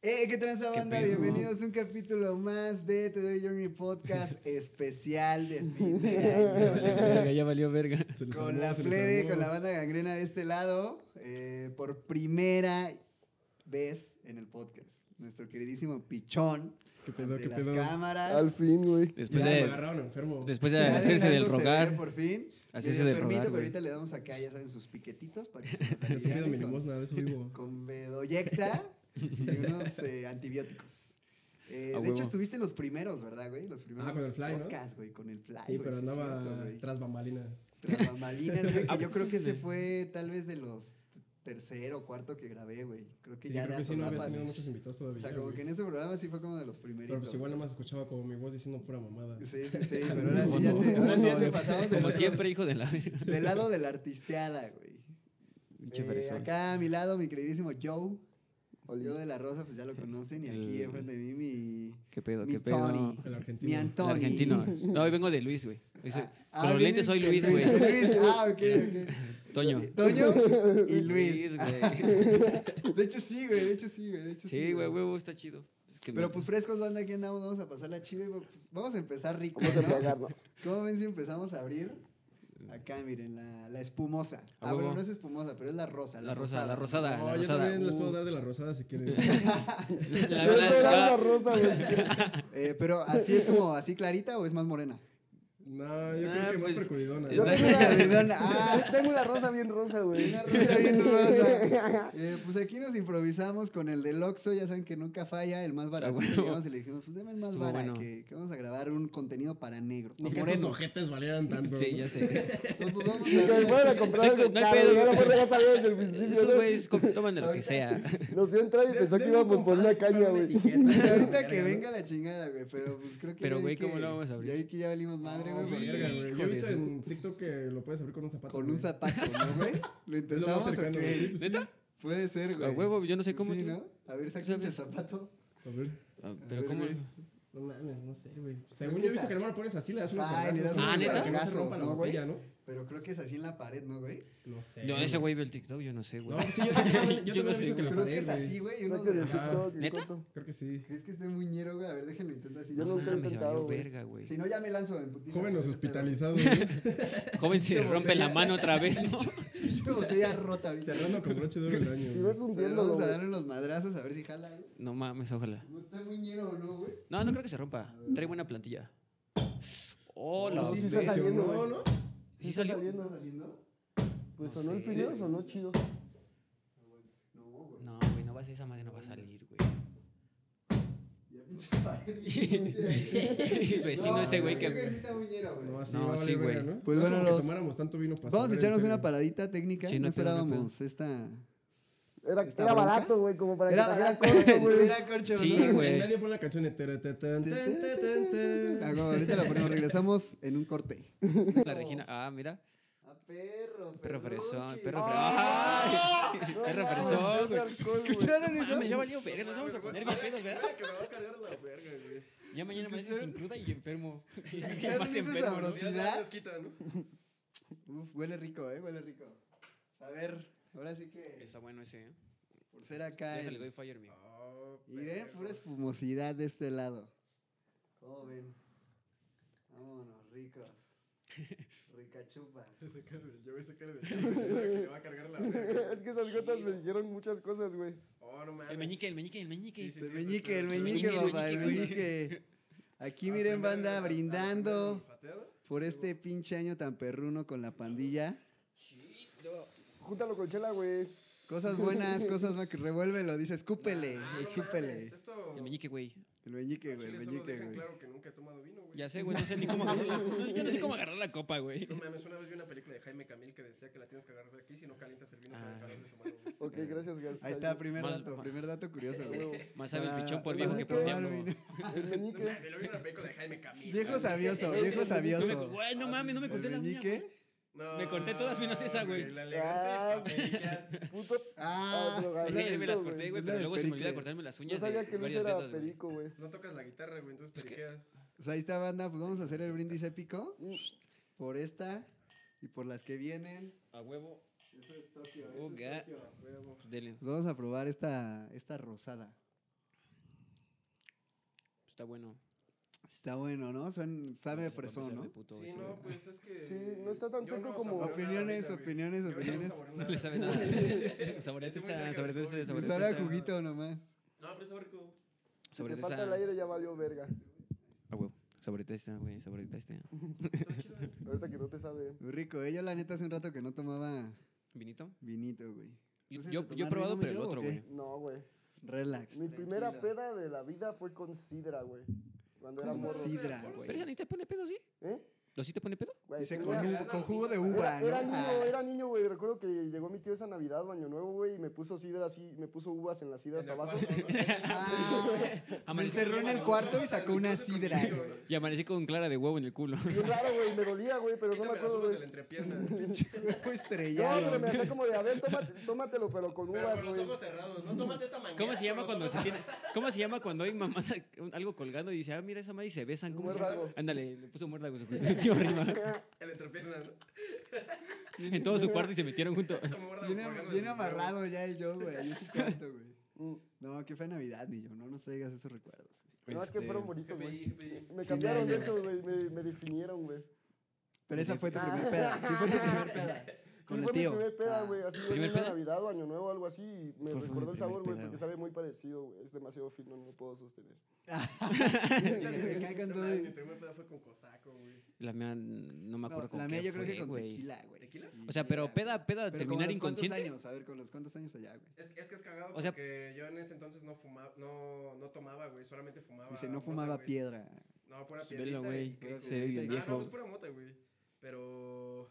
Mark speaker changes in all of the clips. Speaker 1: ¡Eh, qué tranza
Speaker 2: ¿Qué
Speaker 1: banda!
Speaker 2: pedo?
Speaker 1: Bienvenidos a un capítulo más de Te Doy Journey Podcast especial de fin de año.
Speaker 2: verga, ya valió verga.
Speaker 3: Se les
Speaker 1: Con
Speaker 3: armó,
Speaker 1: la
Speaker 3: se les
Speaker 1: plebe,
Speaker 3: armó.
Speaker 1: con la banda gangrena de este lado, eh, por primera vez en el podcast. Nuestro queridísimo Pichón,
Speaker 3: ¿Qué pedo,
Speaker 1: de
Speaker 3: qué
Speaker 1: las
Speaker 3: pedo?
Speaker 1: cámaras.
Speaker 4: Al fin, güey.
Speaker 2: Después
Speaker 3: ya, me
Speaker 2: de,
Speaker 3: agarraron enfermo.
Speaker 2: después de
Speaker 1: Ya
Speaker 2: hacerse del
Speaker 1: dejándose ver
Speaker 2: rogar.
Speaker 1: Por fin.
Speaker 2: hacerse
Speaker 1: Y
Speaker 2: del
Speaker 1: permito,
Speaker 2: rogar,
Speaker 1: pero
Speaker 2: güey.
Speaker 1: ahorita le damos acá, ya saben, sus piquetitos para que se nos
Speaker 3: Les pido mi
Speaker 1: aliviane con-
Speaker 3: limosna, de eso vivo.
Speaker 1: con bedoyecta y unos eh, antibióticos. Eh,
Speaker 2: A
Speaker 1: de
Speaker 2: huevo.
Speaker 1: hecho, estuviste los primeros, ¿verdad, güey? Los primeros
Speaker 3: Ah, con el Fly, ¿no?
Speaker 1: podcasts, güey, con el Fly.
Speaker 3: Sí,
Speaker 1: güey,
Speaker 3: pero
Speaker 1: es
Speaker 3: andaba
Speaker 1: cierto, güey.
Speaker 3: tras bambalinas.
Speaker 1: Tras bambalinas, güey, que
Speaker 3: Ah,
Speaker 1: yo creo que ese
Speaker 3: sí.
Speaker 1: fue tal vez de los tercero o cuarto que grabé, güey. Creo que
Speaker 3: Sí,
Speaker 1: ya
Speaker 3: creo
Speaker 1: de
Speaker 3: que sí, no habías
Speaker 1: asomapas.
Speaker 3: tenido muchos invitados
Speaker 1: O
Speaker 3: todavía.
Speaker 1: sea, como
Speaker 3: güey.
Speaker 1: que en este programa sí fue como de los primeritos.
Speaker 3: pero pues igual nada más escuchaba como mi voz diciendo pura mamada.
Speaker 1: Sí, sí, sí, pero ahora sí ya te,
Speaker 2: Como
Speaker 1: ahora sí ya te
Speaker 2: no,
Speaker 1: pasamos del
Speaker 2: Como
Speaker 1: otro-
Speaker 2: siempre, hijo de la.
Speaker 1: del lado de la artisteada, güey.
Speaker 2: Pinche
Speaker 1: Eh,
Speaker 2: perezón.
Speaker 1: acá a mi lado, mi queridísimo Joe.
Speaker 4: Oli.
Speaker 1: Yo de la Rosa, pues ya lo conocen. Y aquí
Speaker 2: Eh, El-
Speaker 1: enfrente de mí, mi.
Speaker 2: ¿Qué pedo,
Speaker 1: mi
Speaker 2: qué pedo?
Speaker 1: Tony.
Speaker 3: El
Speaker 1: Mi
Speaker 3: argentino.
Speaker 2: El
Speaker 1: Antonio.
Speaker 2: argentino. No, hoy vengo de Luis, güey. Hoy soy-
Speaker 1: Ah,
Speaker 2: Con los
Speaker 1: viene
Speaker 2: lentes soy
Speaker 1: el-
Speaker 2: Luis,
Speaker 1: el
Speaker 2: güey.
Speaker 1: Luis, ah, ok, ok.
Speaker 2: Toño.
Speaker 1: Toño y Luis.
Speaker 2: güey.
Speaker 1: De hecho, sí, güey. De hecho, sí, güey. De hecho, sí,
Speaker 2: Sí, güey, huevo, está chido. Es que
Speaker 1: Pero
Speaker 2: me-
Speaker 1: pues frescos, banda, aquí andamos. Vamos a pasarla chido. y, pues, vamos a empezar rico.
Speaker 4: Vamos a
Speaker 1: ¿no?
Speaker 4: pegarnos.
Speaker 1: ¿Cómo ven si empezamos a abrir? Acá, miren, la, la espumosa. Ah,
Speaker 2: A huevo.
Speaker 1: bueno, no es espumosa, pero es la rosa. La,
Speaker 2: La rosa, la
Speaker 1: rosada.
Speaker 2: rosada.
Speaker 3: No,
Speaker 2: la
Speaker 3: yo
Speaker 2: rosada.
Speaker 3: también les
Speaker 2: Uh,
Speaker 3: puedo dar de la rosada si quieren.
Speaker 2: la
Speaker 4: Yo te
Speaker 2: verdad,
Speaker 4: daba
Speaker 2: ah,
Speaker 4: una rosa, güey. si quieres.
Speaker 1: Eh, pero así es como, así clarita o es más morena.
Speaker 3: No, yo
Speaker 2: Ah,
Speaker 3: creo que más
Speaker 2: pues,
Speaker 3: percudidona.
Speaker 4: Yo
Speaker 2: la-
Speaker 4: tengo una,
Speaker 1: Perdón, ah.
Speaker 4: yo tengo una rosa bien rosa, güey.
Speaker 1: Una rosa bien rosa. Eh, pues aquí nos improvisamos con el del Oxxo, ya saben que nunca falla, el más barato.
Speaker 2: Ah, bueno.
Speaker 1: Llegamos y le dijimos, pues deme el más
Speaker 2: Estuvo
Speaker 1: barato,
Speaker 2: bueno.
Speaker 1: que, que vamos a grabar un contenido para negro.
Speaker 3: Ni que
Speaker 1: para
Speaker 3: estos
Speaker 1: moreno.
Speaker 3: ojetes valieran tanto.
Speaker 2: Sí, ya sé.
Speaker 1: Nos- nos vamos
Speaker 4: Que
Speaker 1: a-
Speaker 4: me fueran a comprar
Speaker 2: Sí,
Speaker 4: algo
Speaker 2: no hay
Speaker 4: caro.
Speaker 2: pedo,
Speaker 4: Yo la
Speaker 2: güey.
Speaker 4: morra ya sabía desde el
Speaker 2: Esos
Speaker 4: principio,
Speaker 2: güeyes
Speaker 4: ¿no?
Speaker 2: com- toman de lo que sea.
Speaker 4: Nos vio entrar y
Speaker 3: De-
Speaker 4: pensó
Speaker 3: de
Speaker 4: que
Speaker 3: un
Speaker 4: íbamos por una
Speaker 3: compadre,
Speaker 4: caña,
Speaker 3: para una
Speaker 4: güey.
Speaker 3: etiqueta.
Speaker 1: Pues ahorita que
Speaker 3: Verga, ¿no?
Speaker 1: venga la chingada, güey, pero pues creo que...
Speaker 2: Pero,
Speaker 1: ya vi
Speaker 2: güey, ¿cómo
Speaker 1: que-
Speaker 2: la vamos a abrir?
Speaker 1: Ya vi que ya valimos madre, güey,
Speaker 3: No,
Speaker 1: porque-
Speaker 3: verga, güey. Yo
Speaker 2: Hijo
Speaker 3: he
Speaker 2: de
Speaker 3: visto
Speaker 2: su-
Speaker 3: en TikTok que lo puedes abrir con un zapato.
Speaker 1: con
Speaker 3: güey.
Speaker 1: un zapato, ¿no, güey? Lo
Speaker 3: Es lo más
Speaker 1: intentamos,
Speaker 3: cercano.
Speaker 1: ¿o
Speaker 3: güey.
Speaker 1: qué?
Speaker 3: Pues sí.
Speaker 2: ¿Neta?
Speaker 1: Puede ser, güey.
Speaker 2: A huevo, yo no sé cómo.
Speaker 1: Sí,
Speaker 2: tú-
Speaker 1: ¿no? A ver, sáquense el zapato.
Speaker 3: A ver.
Speaker 2: Ah,
Speaker 1: A
Speaker 2: Pero
Speaker 1: ver,
Speaker 2: cómo.
Speaker 1: güey.
Speaker 3: No mames, no sé, güey.
Speaker 1: que
Speaker 3: Según yo he
Speaker 1: esa-
Speaker 3: visto que hermano pones así, le das unos
Speaker 1: Ah, le das
Speaker 3: balazos,
Speaker 2: unos
Speaker 3: ¿no? para que no
Speaker 1: balazos,
Speaker 3: se rompa la
Speaker 1: ¿no, güey?
Speaker 3: botella, ¿no?
Speaker 1: Pero creo que es así en la pared, ¿no, güey?
Speaker 3: No sé.
Speaker 2: No, ese güey ve el TikTok, yo no sé,
Speaker 3: No,
Speaker 2: güey. Ah,
Speaker 3: sí, yo también, yo
Speaker 2: Yo
Speaker 3: también
Speaker 2: no
Speaker 3: he
Speaker 2: sé,
Speaker 3: visto que la
Speaker 1: Creo que
Speaker 3: pared,
Speaker 1: es así,
Speaker 3: güey.
Speaker 1: güey. y uno
Speaker 4: Saque
Speaker 1: de-
Speaker 4: del
Speaker 3: Ah,
Speaker 4: TikTok, el
Speaker 2: ¿neta?
Speaker 4: coto.
Speaker 3: Creo que sí.
Speaker 1: ¿Crees que esté muñero, güey? A ver, déjenlo intento así.
Speaker 4: Yo
Speaker 2: No
Speaker 4: nunca he
Speaker 2: mames,
Speaker 4: intentado,
Speaker 2: valió
Speaker 4: güey.
Speaker 2: verga, güey.
Speaker 1: Si no, ya me lanzo en putiza.
Speaker 3: Jóvenes
Speaker 1: por ese
Speaker 3: hospitalizados, ¿no?
Speaker 2: Joven se
Speaker 1: Pinche
Speaker 2: rompe la
Speaker 1: botella.
Speaker 2: mano otra vez, ¿no?
Speaker 1: pedo. Pinche botella rota ahorita.
Speaker 3: cerrando con broche de oro el año.
Speaker 4: Si
Speaker 3: güey.
Speaker 4: vas
Speaker 1: O sea,
Speaker 4: hundiéndolo,
Speaker 1: Vamos a
Speaker 4: güey.
Speaker 1: darle unos madrazos a ver si jala, güey.
Speaker 2: No mames, ojalá.
Speaker 1: No está muñero o no, güey.
Speaker 2: No, no creo que se rompa. Trae buena plantilla. Oh, la
Speaker 3: No,
Speaker 4: sí
Speaker 2: sí,
Speaker 4: se está
Speaker 3: sí,
Speaker 4: saliendo,
Speaker 3: ¿no?
Speaker 4: güey.
Speaker 3: ¿no?
Speaker 2: sí
Speaker 4: está
Speaker 2: salió.
Speaker 1: ¿Está
Speaker 4: saliendo.
Speaker 1: saliendo?
Speaker 4: Pues
Speaker 2: No
Speaker 4: sonó el
Speaker 2: sé.
Speaker 4: primero, sonó chido.
Speaker 1: No, güey.
Speaker 2: No, güey, no va a ser esa madre, no va a salir, güey.
Speaker 1: Ya pinche pared.
Speaker 2: El vecino ese güey
Speaker 1: Creo que sí
Speaker 2: que.
Speaker 1: está muñero, güey.
Speaker 3: No, así
Speaker 2: No,
Speaker 3: va a valer
Speaker 2: sí, güey.
Speaker 3: verga, ¿no?
Speaker 1: Pues
Speaker 3: No es
Speaker 1: bueno,
Speaker 3: como que
Speaker 1: los-
Speaker 3: tomáramos tanto vino para
Speaker 1: Vamos a
Speaker 3: saber,
Speaker 1: echarnos
Speaker 3: en
Speaker 1: una
Speaker 3: serio.
Speaker 1: paradita técnica.
Speaker 2: Sí, no
Speaker 1: no
Speaker 2: hay pedo, no hay
Speaker 1: esperábamos esta.
Speaker 4: Era,
Speaker 1: Está
Speaker 4: era
Speaker 1: bronca.
Speaker 4: barato, güey, como para
Speaker 1: Era
Speaker 4: que trajera
Speaker 1: barato,
Speaker 4: corcho,
Speaker 1: güey.
Speaker 4: güey.
Speaker 1: Era corcho,
Speaker 2: Sí,
Speaker 1: ¿no?
Speaker 3: En
Speaker 2: güey.
Speaker 3: medio pone la canción de tara, ta, tan, tan, ta, tan, tan.
Speaker 1: Ah, no, ahorita la ponemos. Regresamos en un corte.
Speaker 2: La Regina. Ah, mira.
Speaker 1: A perro, Ah,
Speaker 2: Perro fresón,
Speaker 1: Perruqui.
Speaker 2: perro fresón.
Speaker 4: Ay.
Speaker 2: Ay,
Speaker 4: No
Speaker 2: Perro
Speaker 4: mames,
Speaker 2: fresón,
Speaker 4: sí, de
Speaker 2: güey.
Speaker 4: alcohol, güey.
Speaker 1: ¿Escucharon
Speaker 2: No
Speaker 1: eso?
Speaker 2: Mames, ya valió verga, nos vamos a poner bien pedos, ¿verdad?
Speaker 3: Que me va a cargar la verga, güey.
Speaker 2: Ya mañana me haces cruda y enfermo.
Speaker 1: ¿Escucharon
Speaker 2: Más
Speaker 1: esa
Speaker 2: enfermo, ¿no?
Speaker 1: sabrosidad?
Speaker 3: quita, ¿no?
Speaker 1: Uf, huele rico, eh, huele rico. A ver, ahora sí que
Speaker 2: Está bueno ese, ¿eh?
Speaker 1: por ser acá
Speaker 2: Déjale, doy
Speaker 1: el,
Speaker 2: fire, amigo.
Speaker 1: y ven pura espumosidad de este lado. ¿Cómo ven? Vámonos, ricos. Ricachupas.
Speaker 3: Esa cara de- Yo vi esa cara de. que me va a cargar la verga.
Speaker 4: Es que esas gotas me dijeron muchas cosas, güey.
Speaker 3: Oh, no mames.
Speaker 2: El meñique, el meñique, el meñique.
Speaker 3: Sí, sí,
Speaker 1: El
Speaker 3: sí.
Speaker 1: meñique, el
Speaker 3: pues,
Speaker 1: meñique,
Speaker 2: meñique,
Speaker 1: papá, el
Speaker 2: meñique,
Speaker 1: meñique. Aquí
Speaker 3: Ah,
Speaker 1: miren,
Speaker 3: primero
Speaker 1: banda,
Speaker 3: el- ah, primero el
Speaker 1: brindando
Speaker 3: olfateado.
Speaker 1: por este pinche año tan perruno con la pandilla.
Speaker 4: Júntalo con chela, güey.
Speaker 1: Cosas buenas, cosas más que revuélvelo, dice, escúpele,
Speaker 3: Ah, no mames,
Speaker 1: escúpele.
Speaker 3: Esto.
Speaker 2: El meñique, güey.
Speaker 1: El meñique,
Speaker 3: Al
Speaker 1: güey, el
Speaker 3: chile solo
Speaker 1: meñique,
Speaker 3: dejan
Speaker 1: güey.
Speaker 3: claro que nunca he tomado vino, güey.
Speaker 2: Ya sé, güey, no sé ni cómo agarrar la, no, yo no sé cómo agarrar la copa, güey.
Speaker 3: No mames, una vez vi una película de Jaime Camil que decía que la tienes que agarrar de aquí si no calientas el vino para
Speaker 2: Ah.
Speaker 3: acabar de tomarlo. güey.
Speaker 4: Ok, gracias, güey.
Speaker 1: Ahí está, primer
Speaker 2: Más-
Speaker 1: dato, primer dato curioso,
Speaker 4: A
Speaker 1: güey.
Speaker 4: huevo.
Speaker 2: Más sabe el
Speaker 1: Para-
Speaker 2: pichón por
Speaker 1: para
Speaker 2: viejo que por
Speaker 1: tomar
Speaker 2: diablo.
Speaker 1: vino.
Speaker 4: El
Speaker 3: No
Speaker 4: meñique.
Speaker 3: mames, lo vi en una película de Jaime Camil.
Speaker 1: Viejo
Speaker 3: güey.
Speaker 1: sabioso, viejo
Speaker 2: No, me,
Speaker 1: sabioso.
Speaker 2: güey, no mames, no me
Speaker 1: ¿El
Speaker 2: corté la uña. güey.
Speaker 1: meñique?
Speaker 3: No,
Speaker 2: Me corté todas menos esa, güey.
Speaker 3: La elegante papelica.
Speaker 4: Puto.
Speaker 1: Ah,
Speaker 4: Ah, drogadicto,
Speaker 2: Sí, me las corté,
Speaker 4: güey.
Speaker 2: güey,
Speaker 1: Es la
Speaker 2: pero
Speaker 1: del
Speaker 2: luego se me olvida
Speaker 1: perique.
Speaker 2: cortarme las uñas
Speaker 4: No sabía
Speaker 2: de
Speaker 4: que Luis
Speaker 2: varios
Speaker 4: era
Speaker 2: dedos, güey.
Speaker 4: perico, güey.
Speaker 3: No tocas la guitarra, güey, entonces periqueas.
Speaker 1: Pues ahí está, banda, pues vamos a hacer el brindis épico
Speaker 4: Mm,
Speaker 1: por esta y por las que vienen.
Speaker 2: A huevo,
Speaker 1: Eso es Tokio,
Speaker 2: Uga.
Speaker 1: Tokio.
Speaker 2: dele.
Speaker 1: Pues vamos a probar esta, esta rosada.
Speaker 2: pues está bueno.
Speaker 1: Está bueno, ¿no? Son, sabe a
Speaker 2: Cuando
Speaker 1: fresón,
Speaker 2: se
Speaker 1: ¿no?
Speaker 2: ve puto, este.
Speaker 3: Sí,
Speaker 2: ese
Speaker 3: no,
Speaker 2: güey.
Speaker 3: pues es que.
Speaker 4: Sí, no está tan
Speaker 3: yo
Speaker 4: seco como-
Speaker 3: saboreo nada
Speaker 1: Opiniones,
Speaker 3: ahorita, güey.
Speaker 1: opiniones,
Speaker 3: Yo ahorita
Speaker 1: opiniones.
Speaker 3: saboreo
Speaker 2: No
Speaker 3: nada.
Speaker 2: le sabe nada. Saborete
Speaker 3: Estoy muy
Speaker 2: esta,
Speaker 3: cerca del
Speaker 2: saborete
Speaker 3: COVID.
Speaker 2: este,
Speaker 1: Me
Speaker 2: saborete
Speaker 1: sabe a
Speaker 2: esta.
Speaker 1: juguito nomás.
Speaker 3: No, pero está rico.
Speaker 4: Si te
Speaker 2: Saborete
Speaker 4: falta el
Speaker 2: esta.
Speaker 4: aire ya valió verga.
Speaker 2: Ah, huevo. Saborete esta, güey. Saborete esta.
Speaker 3: Está chido.
Speaker 4: Ahorita que no te sabe.
Speaker 1: Muy rico, ¿eh? Yo la neta hace un rato que no tomaba
Speaker 2: ¿Vinito?
Speaker 1: vinito, güey.
Speaker 2: Yo,
Speaker 1: Entonces,
Speaker 2: yo,
Speaker 1: ¿de
Speaker 2: yo he
Speaker 1: tomar
Speaker 2: probado,
Speaker 1: vino me
Speaker 2: pero el
Speaker 1: llevo o
Speaker 2: otro,
Speaker 1: qué?
Speaker 2: güey.
Speaker 4: No, güey.
Speaker 1: Relax.
Speaker 4: Mi primera
Speaker 1: tranquilo.
Speaker 4: peda de la vida fue con sidra, güey. Cuando era
Speaker 1: Con
Speaker 4: morro.
Speaker 3: sí,
Speaker 1: sidra,
Speaker 3: Pero
Speaker 2: Pero esa
Speaker 1: güey.
Speaker 2: ni te pone pedo, ¿sí?
Speaker 4: ¿Eh?
Speaker 2: ¿Lo sí te pone pedo?
Speaker 4: Güey,
Speaker 1: Dice con,
Speaker 4: tenía-
Speaker 1: u- con jugo de uva,
Speaker 4: Era,
Speaker 1: ¿no?
Speaker 4: era niño,
Speaker 1: Ah,
Speaker 4: era niño, güey. Recuerdo que llegó mi tío esa Navidad, o Año Nuevo, güey, y me puso sidra así, me puso uvas en la sidra
Speaker 3: En
Speaker 4: hasta
Speaker 3: el
Speaker 4: abajo.
Speaker 3: cuarto, ¿no?
Speaker 1: ah, me
Speaker 2: Amanecí-
Speaker 1: encerró en el cuarto y sacó una
Speaker 3: Entonces,
Speaker 1: sidra,
Speaker 3: contigo,
Speaker 1: güey.
Speaker 2: Y amanecí con clara de huevo en el culo.
Speaker 4: Bien raro, güey, me dolía, güey, pero no me
Speaker 3: Quítame las
Speaker 4: acuerdo,
Speaker 3: uvas
Speaker 4: güey.
Speaker 3: de la entrepierna.
Speaker 1: Jugo
Speaker 4: No, pero
Speaker 1: estrellado.
Speaker 4: me hacía como de, a ver, tómate- tómatelo, pero con
Speaker 3: Pero
Speaker 4: uvas,
Speaker 3: con los
Speaker 4: güey.
Speaker 3: ojos cerrados. No tómate esta manguera.
Speaker 2: ¿Cómo se llama
Speaker 3: con
Speaker 2: cuando
Speaker 3: los
Speaker 2: se
Speaker 3: ojos
Speaker 2: tiene, ¿Cómo se llama cuando hay mamada, un- algo colgando y dice, ah, mira esa madre y se besan? ¿Cómo se llama?
Speaker 4: Muérdago.
Speaker 2: Ándale, le puso muérdago a su su tío arriba.
Speaker 3: En la entrepierna, ¿no?
Speaker 2: En todo su cuarto y se metieron juntos.
Speaker 3: Como guarda-
Speaker 1: Viene,
Speaker 3: colgando de
Speaker 1: viene
Speaker 3: sus
Speaker 1: amarrado ya el yo, güey. Ahí sí cuento, güey.
Speaker 4: Mm.
Speaker 1: No, que fue Navidad, ni yo. No nos traigas esos recuerdos.
Speaker 4: No, es que
Speaker 1: Pues
Speaker 2: Este,
Speaker 4: fueron
Speaker 3: huevos.
Speaker 4: bonitos, güey.
Speaker 3: GPI, GPI.
Speaker 4: Me cambiaron, de
Speaker 1: año.
Speaker 4: hecho, güey, me, me definieron, güey.
Speaker 1: Pero esa fue tu primer
Speaker 4: Ah.
Speaker 1: peda. Sí, fue tu primer peda.
Speaker 4: Sí,
Speaker 1: Con el
Speaker 4: fue mi
Speaker 1: tío.
Speaker 4: primer peda,
Speaker 1: Ah.
Speaker 4: güey, así en
Speaker 2: ¿Primer
Speaker 4: una
Speaker 2: peda?
Speaker 4: Navidad o Año Nuevo, algo así, y me
Speaker 2: ¿Cuál fue
Speaker 4: recordó
Speaker 2: mi
Speaker 4: el
Speaker 2: primer
Speaker 4: sabor, güey,
Speaker 2: peda,
Speaker 4: porque
Speaker 2: güey?
Speaker 4: sabe muy parecido, güey. Es demasiado fino, no lo puedo sostener.
Speaker 1: Me cagan
Speaker 3: No
Speaker 1: todo
Speaker 3: mames, Mi
Speaker 1: y-
Speaker 3: primer peda fue con cosaco, güey.
Speaker 2: Este, La mía no me acuerdo
Speaker 1: No,
Speaker 2: con
Speaker 1: la mía
Speaker 2: qué
Speaker 1: yo creo que
Speaker 2: fue,
Speaker 1: con
Speaker 2: güey.
Speaker 1: tequila, güey.
Speaker 3: ¿Tequila?
Speaker 2: O sea, pero peda, peda,
Speaker 1: Pero como a
Speaker 2: terminar
Speaker 1: los cuántos
Speaker 2: inconsciente.
Speaker 1: años? A ver, con los cuantos años allá, güey.
Speaker 3: Es, es que es cagado
Speaker 2: O sea-
Speaker 3: porque yo en ese entonces no fumaba, no, no tomaba, güey. Solamente fumaba.
Speaker 1: Dice, no
Speaker 3: mota,
Speaker 1: fumaba
Speaker 3: güey.
Speaker 1: piedra.
Speaker 3: No, pura piedrita
Speaker 2: Velo,
Speaker 3: y
Speaker 2: güey.
Speaker 3: crico,
Speaker 1: creo que-
Speaker 2: Se ve
Speaker 3: güey.
Speaker 2: bien
Speaker 1: Ah,
Speaker 3: No, no,
Speaker 2: viejo.
Speaker 3: pues pura mota, güey. Pero.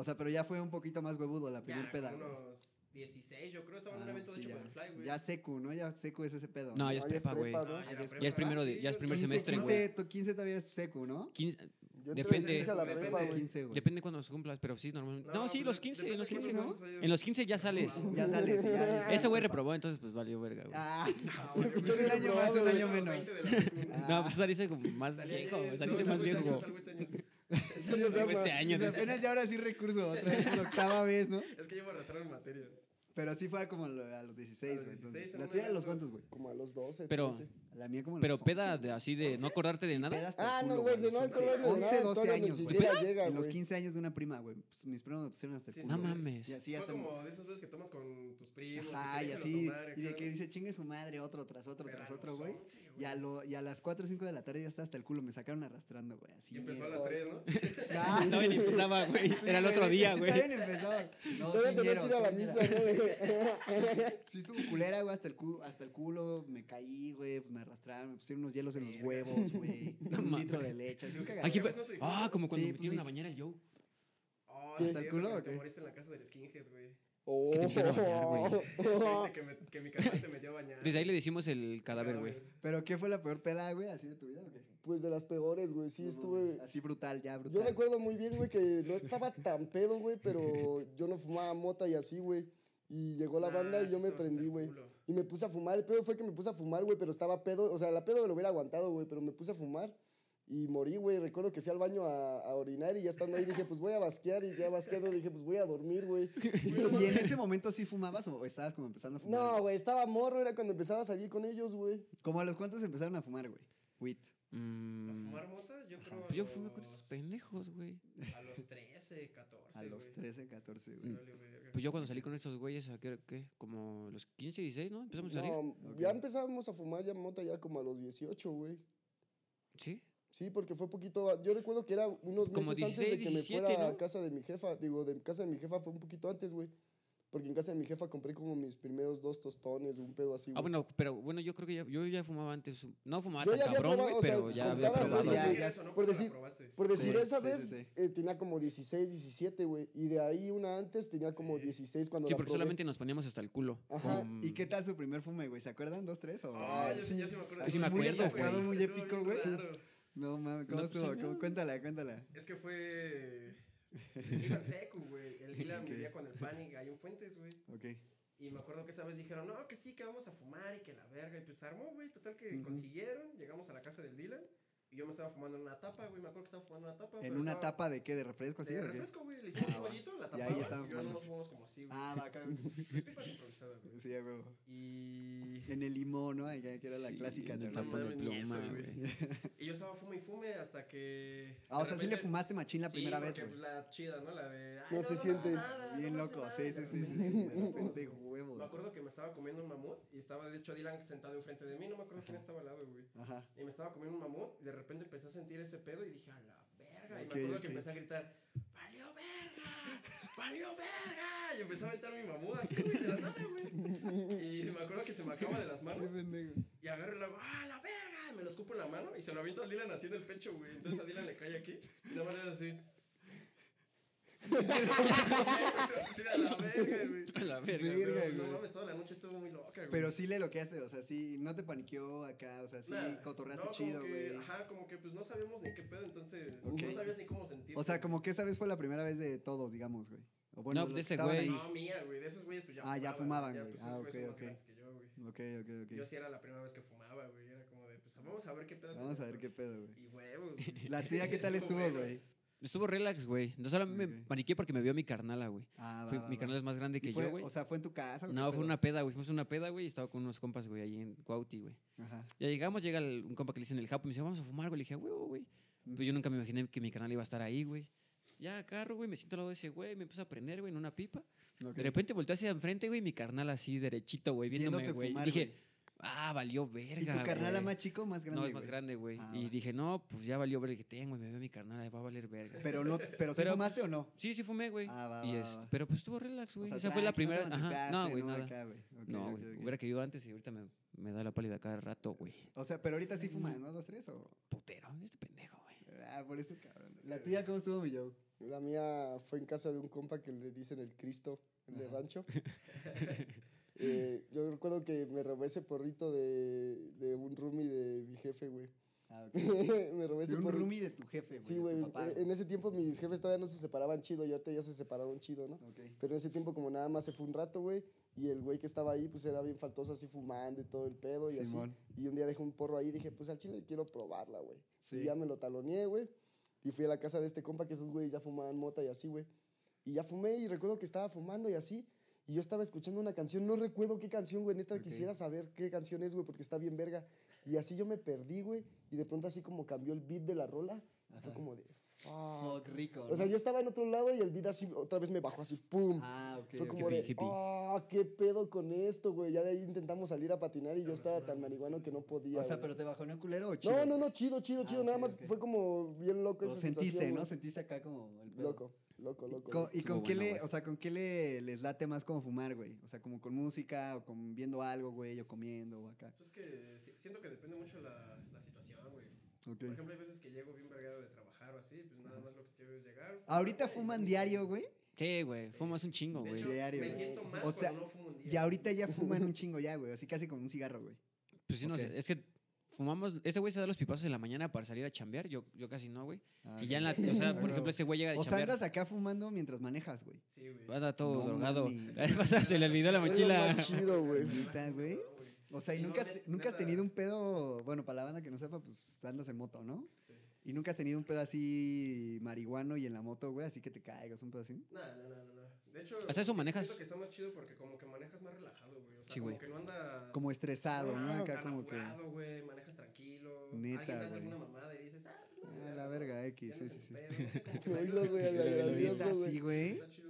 Speaker 1: O sea, pero ya fue un poquito más huevudo la
Speaker 3: Ya,
Speaker 1: primer peda,
Speaker 3: como
Speaker 1: güey.
Speaker 3: unos 16, yo creo. Estaba en
Speaker 1: Ah,
Speaker 3: un
Speaker 1: no,
Speaker 3: evento de
Speaker 1: sí,
Speaker 3: hecho
Speaker 1: ya.
Speaker 3: con el Fly, güey.
Speaker 1: Ya secu, ¿no? Ya secu es ese pedo.
Speaker 2: No,
Speaker 1: ¿no?
Speaker 2: ya es
Speaker 4: No, ya es
Speaker 2: prepa, güey.
Speaker 4: prepa,
Speaker 3: Ah,
Speaker 1: ya
Speaker 3: era
Speaker 1: es-
Speaker 3: prepa.
Speaker 2: ya es primero
Speaker 3: Ah,
Speaker 2: de-
Speaker 3: sí,
Speaker 2: ya es
Speaker 3: yo-
Speaker 2: primer semestre, güey.
Speaker 1: 15, tu 15 todavía es secu, ¿no?
Speaker 2: 15
Speaker 4: Yo
Speaker 2: Depende.
Speaker 4: entré a la
Speaker 3: Depende.
Speaker 4: prepa, güey.
Speaker 1: 15, güey.
Speaker 2: depende cuando los cumplas, pero sí, normalmente.
Speaker 3: No,
Speaker 2: No, sí,
Speaker 3: pues,
Speaker 2: los
Speaker 3: de-
Speaker 2: 15, en
Speaker 3: depende
Speaker 2: los
Speaker 3: de
Speaker 2: 15, ¿no?
Speaker 3: cuántos años
Speaker 2: En los 15 ya sales.
Speaker 3: fumaba.
Speaker 1: Ya sales, ya sales.
Speaker 2: Ese güey reprobó, entonces pues valió verga, güey.
Speaker 1: Ah,
Speaker 3: Ah, vale,
Speaker 1: Escuché
Speaker 3: güey,
Speaker 1: un año más,
Speaker 3: yo
Speaker 1: un año
Speaker 3: estaba
Speaker 1: menos. Ah,
Speaker 3: 20 de la secu, güey.
Speaker 2: No, pues saliste como más
Speaker 3: Salí
Speaker 2: viejo,
Speaker 3: ayer,
Speaker 2: güey,
Speaker 3: no,
Speaker 2: saliste
Speaker 3: salgo
Speaker 2: más
Speaker 3: este año,
Speaker 2: viejo.
Speaker 3: salgo este año.
Speaker 4: Sí, o sea,
Speaker 2: Salgo este año.
Speaker 1: pues apenas ya ahora sí recurso, otra vez, la octava vez, ¿no?
Speaker 3: Es que llevo arrastrando en materias.
Speaker 1: Pero sí fue como lo- a los 16,
Speaker 3: A los
Speaker 1: güey. entonces.
Speaker 3: 16, a
Speaker 1: ¿La
Speaker 3: un
Speaker 1: tuya a los
Speaker 3: evento.
Speaker 1: cuantos, güey?
Speaker 4: Como a los 12,
Speaker 2: Pero-
Speaker 4: 13.
Speaker 1: La mía como a los
Speaker 2: Pero
Speaker 1: 11,
Speaker 2: peda
Speaker 1: güey.
Speaker 2: de así de no acordarte de nada.
Speaker 1: Pedas hasta
Speaker 4: Ah,
Speaker 1: el
Speaker 4: no,
Speaker 1: culo,
Speaker 4: güey, de
Speaker 1: a
Speaker 4: no
Speaker 1: los
Speaker 4: acordarme de
Speaker 1: 11,
Speaker 4: nada,
Speaker 1: 12
Speaker 4: todavía ni
Speaker 1: años, güey.
Speaker 4: siquiera llega,
Speaker 1: En los
Speaker 4: güey.
Speaker 1: 15 años de una prima, güey. Pues, mis primos me pusieron hasta el
Speaker 3: Sí,
Speaker 1: culo.
Speaker 2: No
Speaker 3: sí,
Speaker 1: güey.
Speaker 2: mames.
Speaker 1: Y así
Speaker 3: Fue
Speaker 1: hasta...
Speaker 3: como de esas veces que tomas con tus primos.
Speaker 1: Ajá, y
Speaker 3: que te dejan
Speaker 1: así,
Speaker 3: tomar,
Speaker 1: y de
Speaker 3: acá.
Speaker 1: que dice chingue su madre, otro tras otro,
Speaker 3: Pero a
Speaker 1: tras
Speaker 3: los
Speaker 1: otro, güey.
Speaker 3: 11,
Speaker 1: Y a, lo, y a las 4 o 5 de la tarde ya estaba hasta el culo, me sacaron arrastrando, güey. Así.
Speaker 3: Y empezó a
Speaker 1: mierda.
Speaker 3: las 3, ¿no?
Speaker 1: Ah,
Speaker 2: No, ni empezaba, güey. Era el otro día, güey.
Speaker 1: Todavía ni empezaba. No, sí,
Speaker 4: Todavía tenía
Speaker 1: ñero,
Speaker 4: que ir a la
Speaker 1: sí, ñero.
Speaker 4: misa, ¿no?
Speaker 1: Sí, estuvo culera, güey, hasta el, cu- hasta el culo, me caí, güey, pues me arrastraron, me pusieron unos hielos en los
Speaker 3: Verga.
Speaker 1: huevos, güey.
Speaker 2: No
Speaker 1: un litro
Speaker 2: mames.
Speaker 1: de leche. así, un cagadero.
Speaker 2: Aquí fue.
Speaker 3: ¿No te dijeron?
Speaker 2: Ah, como cuando
Speaker 1: Sí, pues,
Speaker 2: me metieron en la
Speaker 1: mi-
Speaker 2: bañera, yo.
Speaker 3: Oh,
Speaker 1: ¿Qué?
Speaker 3: sí,
Speaker 1: ¿Hasta el
Speaker 3: cierto,
Speaker 1: culo
Speaker 3: que
Speaker 1: o
Speaker 3: te
Speaker 1: qué?
Speaker 3: moriste en la casa de los Kinges, güey.
Speaker 4: Oh.
Speaker 2: Que te empezaron a bañar,
Speaker 3: Dice que, me, que mi carnal te metió a bañar.
Speaker 2: Desde ahí le decimos el cadáver, güey.
Speaker 1: Pero ¿qué fue la peor peda, güey, así de tu vida? o qué?
Speaker 4: Pues de las peores, güey. Sí,
Speaker 1: No
Speaker 4: estuve.
Speaker 1: mames, Así brutal, ya, brutal.
Speaker 4: Yo recuerdo muy bien, güey, que no estaba tan pedo, güey, pero yo no fumaba mota y así, güey. Y llegó la
Speaker 3: Nah,
Speaker 4: banda y
Speaker 3: sí
Speaker 4: yo me
Speaker 3: estabas hasta
Speaker 4: prendí,
Speaker 3: el
Speaker 4: güey.
Speaker 3: culo.
Speaker 4: Y me puse a fumar. El pedo fue que me puse a fumar, güey, pero estaba pedo. O sea, la pedo me lo hubiera aguantado, güey, pero me puse a fumar. Y morí, güey. Recuerdo que fui al baño a, a orinar y ya estando ahí dije, pues voy a basquear. Y ya basqueando dije, pues voy a dormir, güey.
Speaker 1: ¿Y en ese momento sí fumabas o estabas como empezando a fumar?
Speaker 4: No, güey, estaba morro. Era cuando empezaba a salir con ellos, güey.
Speaker 1: ¿Como a los cuantos empezaron a fumar, güey? Wit.
Speaker 3: ¿A
Speaker 2: Mm,
Speaker 3: fumar mota? Yo creo.
Speaker 2: pues yo
Speaker 3: a
Speaker 2: fumé con
Speaker 3: los-
Speaker 2: esos pendejos, güey.
Speaker 3: A los 13, 14.
Speaker 1: A los
Speaker 3: güey.
Speaker 1: 13, 14,
Speaker 3: Sí,
Speaker 1: güey.
Speaker 3: vale, verga.
Speaker 2: Pues yo cuando salí con estos güeyes, ¿a qué, hora- qué? Como los 15, 16, ¿no? Empezamos a salir.
Speaker 4: No, ya empezábamos a fumar ya mota ya como a los 18, güey.
Speaker 2: Sí.
Speaker 4: Sí, porque fue poquito. a- Yo recuerdo que era unos meses
Speaker 2: Como
Speaker 4: antes de
Speaker 2: 16,
Speaker 4: que me
Speaker 2: 17,
Speaker 4: fuera a
Speaker 2: ¿no?
Speaker 4: casa de mi jefa. Digo, de casa de mi jefa fue un poquito antes, güey. Porque en casa de mi jefa compré como mis primeros dos tostones, un pedo así.
Speaker 2: Ah,
Speaker 4: güey.
Speaker 2: bueno, pero bueno, yo creo que ya, yo ya fumaba antes. No fumaba
Speaker 4: Yo
Speaker 2: tan
Speaker 4: ya había
Speaker 2: cabrón, güey,
Speaker 4: probado, o sea,
Speaker 2: pero ya
Speaker 4: con
Speaker 2: había
Speaker 4: cada
Speaker 3: Pero
Speaker 1: Pues
Speaker 2: probado.
Speaker 3: sí,
Speaker 1: ya,
Speaker 3: sí,
Speaker 1: ya,
Speaker 3: eso, ¿no?
Speaker 4: por
Speaker 3: ¿Cómo la
Speaker 4: decir-
Speaker 3: probaste? Ah,
Speaker 4: Por decir,
Speaker 1: Sí,
Speaker 4: esa
Speaker 1: sí,
Speaker 4: vez
Speaker 1: sí, sí.
Speaker 4: eh, tenía como 16, 17, güey. Y de ahí una antes tenía como
Speaker 3: Sí.
Speaker 4: 16 cuando
Speaker 2: Sí,
Speaker 4: la
Speaker 2: porque
Speaker 4: probé.
Speaker 2: solamente nos poníamos hasta el culo.
Speaker 4: Ajá.
Speaker 2: con-
Speaker 1: ¿Y qué tal su primer fume, güey? ¿Se acuerdan? ¿Dos, tres? O...
Speaker 3: Ah, yo
Speaker 1: Sí.
Speaker 3: sí, yo sí me acuerdo.
Speaker 2: Yo sí me
Speaker 1: Muy
Speaker 2: acuerdo,
Speaker 1: atascado,
Speaker 2: güey.
Speaker 1: muy
Speaker 3: Estuvo
Speaker 1: épico,
Speaker 3: bien
Speaker 1: güey.
Speaker 3: raro.
Speaker 1: No, mames, ¿cómo
Speaker 2: No, pues,
Speaker 1: estuvo?
Speaker 2: sí,
Speaker 1: ¿Cómo?
Speaker 2: no.
Speaker 1: Cuéntala, cuéntala.
Speaker 3: Es que fue. Iban seco, güey. El Dylan
Speaker 1: Ok.
Speaker 3: vivía con el Panic ahí en Fuentes, güey.
Speaker 1: Ok.
Speaker 3: Y me acuerdo que esa vez dijeron, no, que sí, que vamos a fumar y que la verga. Y pues armó, güey. Total que
Speaker 1: Ujú.
Speaker 3: consiguieron. Llegamos a la casa del Dylan. Y yo me estaba fumando una tapa, güey. Me acuerdo que estaba fumando una tapa.
Speaker 1: ¿En
Speaker 3: pero
Speaker 1: una
Speaker 3: estaba-
Speaker 1: tapa de qué? ¿De refresco? así,
Speaker 3: De
Speaker 1: o qué?
Speaker 3: refresco, güey. Le hicimos
Speaker 1: Pues Ah,
Speaker 3: un
Speaker 1: va.
Speaker 3: hoyito, la
Speaker 1: Ya, ya
Speaker 3: tapaba.
Speaker 1: estaba
Speaker 3: y yo
Speaker 1: fumando.
Speaker 3: nos fumamos como así, güey.
Speaker 1: Ah, va acá.
Speaker 3: Sus pipas improvisadas, güey.
Speaker 1: Sí, a huevo.
Speaker 3: Y...
Speaker 1: En el limón, ¿no? Ay, Que era la
Speaker 2: Sí,
Speaker 1: clásica.
Speaker 2: en el
Speaker 1: también.
Speaker 2: tapón de
Speaker 3: No mames, ni
Speaker 2: pluma,
Speaker 3: eso,
Speaker 2: güey.
Speaker 3: y yo estaba fume y fume hasta que.
Speaker 1: Ah, o
Speaker 3: de
Speaker 1: sea, sí le
Speaker 3: repente-
Speaker 1: fumaste machín la
Speaker 3: Sí,
Speaker 1: primera vez,
Speaker 3: porque,
Speaker 1: güey.
Speaker 3: pues, La chida, ¿no? La de. "Ay,
Speaker 4: No se
Speaker 3: pasa
Speaker 4: siente".
Speaker 3: nada,
Speaker 1: Bien
Speaker 3: no pasa
Speaker 1: loco,
Speaker 3: nada",
Speaker 1: sí,
Speaker 3: y
Speaker 1: sí, sí,
Speaker 3: de
Speaker 1: sí, sí,
Speaker 3: repente, me
Speaker 1: de
Speaker 3: la
Speaker 1: repente
Speaker 3: fumo.
Speaker 1: huevos.
Speaker 3: Me acuerdo que me estaba comiendo un mamut y estaba, de hecho, Dylan sentado enfrente de mí. No me acuerdo quién estaba al lado, güey.
Speaker 1: Ajá.
Speaker 3: Y me estaba comiendo un mamut y de repente empecé a sentir ese pedo y dije, a la verga. Y
Speaker 1: Ok,
Speaker 3: me acuerdo
Speaker 1: ok.
Speaker 3: que empecé a gritar, ¡Valió verga! ¡Valió verga! Y empecé a aventar mi mamut así, güey, de la nada, güey. Y me acuerdo que se me acaba de las manos y agarro el agua, ¡ah, la verga! Me lo escupo en la mano y se lo aviento a Dylan así en el pecho, güey. Entonces a Dylan le cae aquí y nada más le hace así. Entonces, sí, a la verga, güey.
Speaker 2: A la verga.
Speaker 1: Verga,
Speaker 3: Pero, pues, no
Speaker 1: güey.
Speaker 3: mames, toda la noche estuvo muy loca, güey.
Speaker 1: Pero sí le lo que hace, o sea, sí, no te paniqueó acá, o sea, sí
Speaker 3: Nah,
Speaker 1: cotorreaste
Speaker 3: no, como
Speaker 1: chido,
Speaker 3: que-
Speaker 1: güey.
Speaker 3: Ajá, como que pues no sabíamos ni qué pedo, entonces
Speaker 1: Ok.
Speaker 3: no sabías ni cómo sentir.
Speaker 1: O sea, como que esa vez fue la primera vez de todos, digamos, güey. O
Speaker 2: No,
Speaker 1: los
Speaker 2: de
Speaker 1: que
Speaker 2: este
Speaker 1: estaban
Speaker 2: güey.
Speaker 3: No, mía, güey, de esos güeyes pues ya
Speaker 1: Ah, ya fumaban,
Speaker 3: ya,
Speaker 1: güey.
Speaker 3: pues,
Speaker 1: Ah,
Speaker 3: esos
Speaker 1: ok,
Speaker 3: güeyes son más
Speaker 1: ok.
Speaker 3: grandes que yo, güey.
Speaker 1: Ok, ok, ok.
Speaker 3: Yo sí era la primera vez que fumaba, güey, era como de, pues vamos a ver qué pedo. con
Speaker 1: Vamos a ver
Speaker 3: esto.
Speaker 1: qué pedo, güey.
Speaker 3: Y huevos. güey.
Speaker 1: La tía, ¿qué tal estuvo,
Speaker 3: bueno.
Speaker 1: güey?
Speaker 2: Estuvo relax, güey. No solo me
Speaker 1: Ok.
Speaker 2: maniqué porque me vio mi carnala, güey.
Speaker 1: Ah, va,
Speaker 2: Fue-
Speaker 1: va,
Speaker 2: mi
Speaker 1: va.
Speaker 2: carnal es más grande
Speaker 1: ¿Y
Speaker 2: que
Speaker 1: fue-
Speaker 2: yo, güey.
Speaker 1: O sea, ¿fue en tu casa? o qué
Speaker 2: No,
Speaker 1: pedo?
Speaker 2: fue una peda, güey. Fuimos a una peda, güey, y estaba con unos compas, güey, ahí en Cuauti, güey.
Speaker 1: Ajá.
Speaker 2: Ya llegamos, llega el- un compa que le dicen el japo y me dice, vamos a fumar, güey. Le dije, "A huevo, güey. Pues yo nunca me imaginé que mi canal iba a estar ahí, güey. Ya, carro, güey, me siento al lado de ese güey, me empiezo a prender, güey, en una pipa.
Speaker 1: Ok.
Speaker 2: De repente volteé hacia enfrente, güey, y mi carnal así derechito, güey, viéndome,
Speaker 1: Viéndote
Speaker 2: güey.
Speaker 1: fumar,
Speaker 2: Dije,
Speaker 1: güey.
Speaker 2: ah, valió
Speaker 1: ¿Y
Speaker 2: verga.
Speaker 1: tu carnala
Speaker 2: güey".
Speaker 1: más chico o más grande?
Speaker 2: No, es más
Speaker 1: güey?
Speaker 2: grande, güey.
Speaker 1: Ah,
Speaker 2: y
Speaker 1: va.
Speaker 2: dije, no, pues ya valió verga que tengo, güey, me veo mi carnal, va a valer verga.
Speaker 1: Pero, no, pero ¿sí
Speaker 2: Pero-
Speaker 1: fumaste o no?
Speaker 2: Sí, sí fumé, güey.
Speaker 1: Ah, va,
Speaker 2: Y
Speaker 1: va,
Speaker 2: este-
Speaker 1: va.
Speaker 2: Pero pues estuvo relax,
Speaker 1: O
Speaker 2: güey.
Speaker 1: sea,
Speaker 2: Esa fue la
Speaker 1: tranqui,
Speaker 2: primera.
Speaker 1: No, te
Speaker 2: Ajá. No,
Speaker 1: mantucaste,
Speaker 2: güey, nada.
Speaker 1: Acá, güey. Ok,
Speaker 2: no,
Speaker 1: ok,
Speaker 2: güey.
Speaker 1: ok.
Speaker 2: Hubiera querido antes y ahorita me, me da la pálida cada rato, güey.
Speaker 1: O sea, pero ahorita
Speaker 2: Mm.
Speaker 1: sí fumas, ¿no? ¿Dos, tres o...?
Speaker 2: Putero, este pendejo, güey.
Speaker 1: Ah, por eso, cabrón. ¿La tuya cómo estuvo, mi Joe?
Speaker 4: La mía fue en casa de un compa que le dicen el Cristo, el de rancho. Eh, yo recuerdo que me robé ese porrito de, de un roomie de mi jefe, güey.
Speaker 1: Ah, ok.
Speaker 4: me robé ese
Speaker 1: De un
Speaker 4: porrito.
Speaker 1: roomie de tu jefe, güey.
Speaker 4: Sí,
Speaker 1: de tu
Speaker 4: güey.
Speaker 1: papá,
Speaker 4: eh, En ese tiempo mis jefes todavía no se separaban chido y ahorita ya se separaron chido, ¿no?
Speaker 1: Ok.
Speaker 4: Pero en ese tiempo como nada más se fue un rato, güey. Y el güey que estaba ahí, pues era bien faltoso así fumando y todo el pedo y
Speaker 1: Simón.
Speaker 4: así. Y un día dejé un porro ahí y dije, pues al chile quiero probarla, güey.
Speaker 1: Sí.
Speaker 4: Y ya me lo taloneé, güey. Y fui a la casa de este compa que esos güeyes ya fumaban mota y así, güey. Y ya fumé y recuerdo que estaba fumando y así. Y yo estaba escuchando una canción, no recuerdo qué canción, güey. Neta,
Speaker 1: Ok.
Speaker 4: quisiera saber qué canción es, güey, porque está bien verga. Y así yo me perdí, güey. Y de pronto así como cambió el beat de la rola. y Fue como de, fuck.
Speaker 1: Fuck, rico.
Speaker 4: O sea,
Speaker 1: ¿no?
Speaker 4: yo estaba en otro lado y el beat así otra vez me bajó así, pum.
Speaker 1: Ah, ok.
Speaker 4: Fue
Speaker 1: ok.
Speaker 4: como
Speaker 2: Hippie,
Speaker 4: de,
Speaker 2: hippie.
Speaker 4: ah, qué pedo con esto, güey. Ya de ahí intentamos salir a patinar y yo estaba tan marihuano que no podía.
Speaker 1: O sea,
Speaker 4: güey.
Speaker 1: pero te bajó en un culero o chido.
Speaker 4: No, no, no, chido, chido,
Speaker 1: Ah,
Speaker 4: chido. Nada
Speaker 1: ok,
Speaker 4: más
Speaker 1: ok.
Speaker 4: fue como bien loco
Speaker 1: Lo
Speaker 4: esa
Speaker 1: sentiste,
Speaker 4: sensación,
Speaker 1: ¿no?
Speaker 4: güey.
Speaker 1: Sentiste acá como el pedo.
Speaker 4: Loco, loco, loco.
Speaker 1: ¿Y con,
Speaker 4: loco.
Speaker 1: y con
Speaker 2: Estuvo
Speaker 1: qué
Speaker 2: bueno,
Speaker 1: le,
Speaker 2: güey.
Speaker 1: o sea, con qué le, les late más como fumar, güey? O sea, como con música o con viendo algo, güey, o comiendo o acá.
Speaker 3: Pues es que si- siento que depende mucho la, la situación, güey.
Speaker 1: Ok.
Speaker 3: Por ejemplo, hay veces que llego bien vergado de trabajar o así, pues nada más lo que quiero es llegar.
Speaker 1: Ahorita
Speaker 4: eh,
Speaker 3: fumar, güey,
Speaker 1: fuman
Speaker 3: y-
Speaker 1: diario, güey.
Speaker 2: Sí, güey. Fumas un chingo,
Speaker 3: De
Speaker 2: güey.
Speaker 3: hecho,
Speaker 1: Diario,
Speaker 3: me
Speaker 1: güey.
Speaker 3: siento mal
Speaker 1: O sea,
Speaker 3: cuando no fumo un día.
Speaker 1: Y ahorita ya fuman un chingo ya, güey. Así casi como un cigarro, güey.
Speaker 2: Pues sí, no,
Speaker 1: ok.
Speaker 2: sé, es que fumamos. Este güey se da los pipazos en la mañana para salir a chambear. Yo, yo casi no, güey.
Speaker 1: Ah,
Speaker 2: y ya en la.
Speaker 1: Ah,
Speaker 2: O sea, por
Speaker 1: huevo.
Speaker 2: ejemplo, este güey llega de
Speaker 1: O sea,
Speaker 2: chambear.
Speaker 1: andas acá fumando mientras manejas, güey.
Speaker 3: Sí, güey.
Speaker 2: Anda todo
Speaker 1: No
Speaker 2: drogado.
Speaker 1: mames.
Speaker 2: se le olvidó la
Speaker 4: Fue lo
Speaker 2: mochila.
Speaker 4: más chido, güey.
Speaker 1: Neta, güey.
Speaker 3: No, güey.
Speaker 1: O sea, y
Speaker 3: Sí,
Speaker 1: nunca,
Speaker 3: no,
Speaker 1: has,
Speaker 3: net-
Speaker 1: nunca has
Speaker 3: neta.
Speaker 1: tenido un pedo, bueno, para la banda que no sepa, pues andas en moto, ¿no?
Speaker 3: Sí.
Speaker 1: Y nunca has tenido un pedo así marihuano y en la moto, güey, así que te caigas, un pedo así.
Speaker 3: No, no, no, no, no. De hecho,
Speaker 2: Hasta eso
Speaker 3: sí-
Speaker 2: manejas.
Speaker 3: siento que está más chido porque como que manejas más relajado, güey. O sea,
Speaker 2: Sí, güey.
Speaker 3: como que no andas
Speaker 1: Como estresado, ¿no?
Speaker 4: Ah,
Speaker 1: Acá
Speaker 3: tan
Speaker 1: como que. Ah,
Speaker 3: apurado, güey, manejas tranquilo.
Speaker 1: Neta,
Speaker 3: Alguien te hace
Speaker 1: güey.
Speaker 3: alguna mamada y dices, ah, pues, no, ya,
Speaker 1: la
Speaker 3: no,
Speaker 1: verga,
Speaker 3: ya
Speaker 1: X,
Speaker 3: no
Speaker 1: sí,
Speaker 3: es
Speaker 1: sí,
Speaker 3: el
Speaker 1: sí.
Speaker 3: pedo, no sé, como que
Speaker 4: Qué
Speaker 3: manejas
Speaker 4: oído, güey, a la
Speaker 1: Pero
Speaker 4: grandioso,
Speaker 1: ahorita
Speaker 4: güey.
Speaker 1: sí, güey.
Speaker 3: Está chido.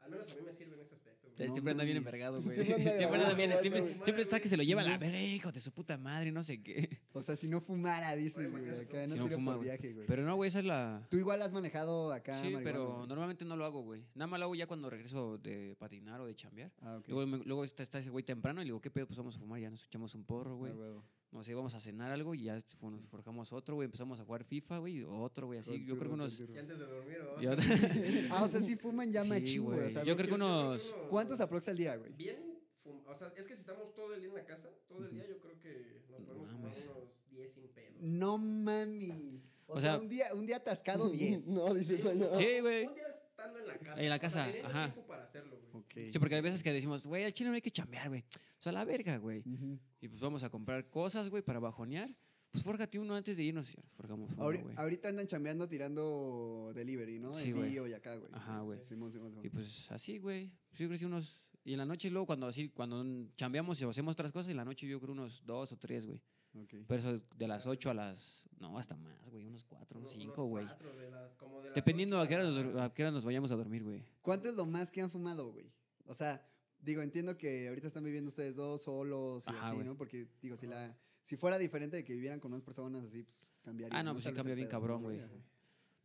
Speaker 3: Al menos a mí me sirve en ese aspecto, güey.
Speaker 1: No
Speaker 2: siempre anda bien
Speaker 1: mames.
Speaker 2: envergado, güey.
Speaker 4: Siempre
Speaker 2: Siempre,
Speaker 4: anda de
Speaker 2: anda
Speaker 4: abajo,
Speaker 2: bien.
Speaker 4: güey,
Speaker 2: Siempre,
Speaker 3: güey.
Speaker 2: siempre está que se lo lleva a la
Speaker 1: Sí.
Speaker 2: verga, hijo de su puta madre, no sé qué.
Speaker 1: O sea, si no fumara, dices,
Speaker 3: Oye,
Speaker 1: güey,
Speaker 3: imagínate
Speaker 1: acá
Speaker 3: eso.
Speaker 1: no
Speaker 2: Si no
Speaker 1: tiro
Speaker 2: fuma,
Speaker 1: por
Speaker 2: güey.
Speaker 1: viaje, güey.
Speaker 2: Pero no, güey, esa es la.
Speaker 1: Tú igual has manejado acá
Speaker 2: Sí,
Speaker 1: marihuana,
Speaker 2: pero
Speaker 1: güey.
Speaker 2: normalmente no lo hago, güey. Nada más lo hago ya cuando regreso de patinar o de chambear.
Speaker 1: Ah, ok.
Speaker 2: Luego, me- luego está, está ese güey temprano y le digo, ¿qué pedo? Pues vamos a fumar, ya nos echamos un porro, güey.
Speaker 1: Ah, huevo.
Speaker 2: No sé, vamos a cenar algo y ya fu- nos forjamos otro, güey. Empezamos a jugar FIFA, güey. Otro, güey, así.
Speaker 1: Con
Speaker 2: Yo creo que
Speaker 1: turbo,
Speaker 2: unos.
Speaker 1: con
Speaker 3: Y
Speaker 1: turbo.
Speaker 3: antes de dormir, oh, ¿no?
Speaker 2: y
Speaker 3: O sea,
Speaker 2: otro-
Speaker 1: Ah, o sea, sí fuman ya
Speaker 2: Sí,
Speaker 1: machín, güey. O
Speaker 2: güey.
Speaker 1: sea, ves
Speaker 2: Yo creo que unos.
Speaker 3: unos-
Speaker 1: ¿Cuántos aprox al día, güey?
Speaker 3: Bien, fum- o sea, es que si estamos todo el día en la casa, todo el día yo creo que nos podemos fumar
Speaker 2: mames.
Speaker 3: unos 10 sin pedo.
Speaker 1: No mames. O,
Speaker 2: O
Speaker 1: sea,
Speaker 2: sea,
Speaker 1: un día, un día atascado 10.
Speaker 4: No, dice el
Speaker 3: Sí.
Speaker 4: coño.
Speaker 2: Sí, güey.
Speaker 3: Un día estando en la casa.
Speaker 2: En la
Speaker 3: o sea,
Speaker 2: casa,
Speaker 3: teniendo
Speaker 2: ajá.
Speaker 3: tiempo para hacerlo, güey.
Speaker 1: Ok.
Speaker 2: Sí, porque hay veces que decimos, güey, al chino no hay que chambear, güey. O sea, la verga, güey.
Speaker 1: Ujú.
Speaker 2: Y pues vamos a comprar cosas, güey, para bajonear. Pues fórgate uno antes de irnos. Y ya, Forjamos uno,
Speaker 1: Ahori-
Speaker 2: güey.
Speaker 1: ahorita ah, andan chambeando tirando delivery, ¿no?
Speaker 2: Sí, güey.
Speaker 1: Envío y acá, güey.
Speaker 2: Ajá,
Speaker 1: Sí,
Speaker 2: güey.
Speaker 1: Simón, Simón, Simón.
Speaker 2: Y pues así, güey. Pues, Yo creo que sí unos... Y en la noche luego cuando así, cuando chambeamos y hacemos otras cosas, en la noche yo creo unos dos o tres, güey.
Speaker 1: Ok.
Speaker 2: Pero eso de las
Speaker 1: Ah,
Speaker 2: ocho a
Speaker 1: pues.
Speaker 2: las... No, hasta más, güey. Unos cuatro, unos cinco, güey.
Speaker 3: cuatro de las- como de las
Speaker 2: Dependiendo
Speaker 3: ocho
Speaker 2: a qué hora
Speaker 3: las-
Speaker 2: nos, a qué hora nos vayamos a dormir, güey.
Speaker 1: ¿Cuánto es lo más que han fumado, güey? O sea, digo, entiendo que ahorita están viviendo ustedes dos solos y
Speaker 2: Ajá,
Speaker 1: así,
Speaker 2: güey.
Speaker 1: ¿no? Porque, digo, si la si fuera diferente de que vivieran con unas personas así, pues cambiaría.
Speaker 2: Ah, no, pues sí
Speaker 1: Tal vez
Speaker 2: cambia
Speaker 1: el
Speaker 2: bien
Speaker 1: pedo, ¿no?
Speaker 2: cabrón,
Speaker 1: Sí,
Speaker 2: güey.
Speaker 1: ajá.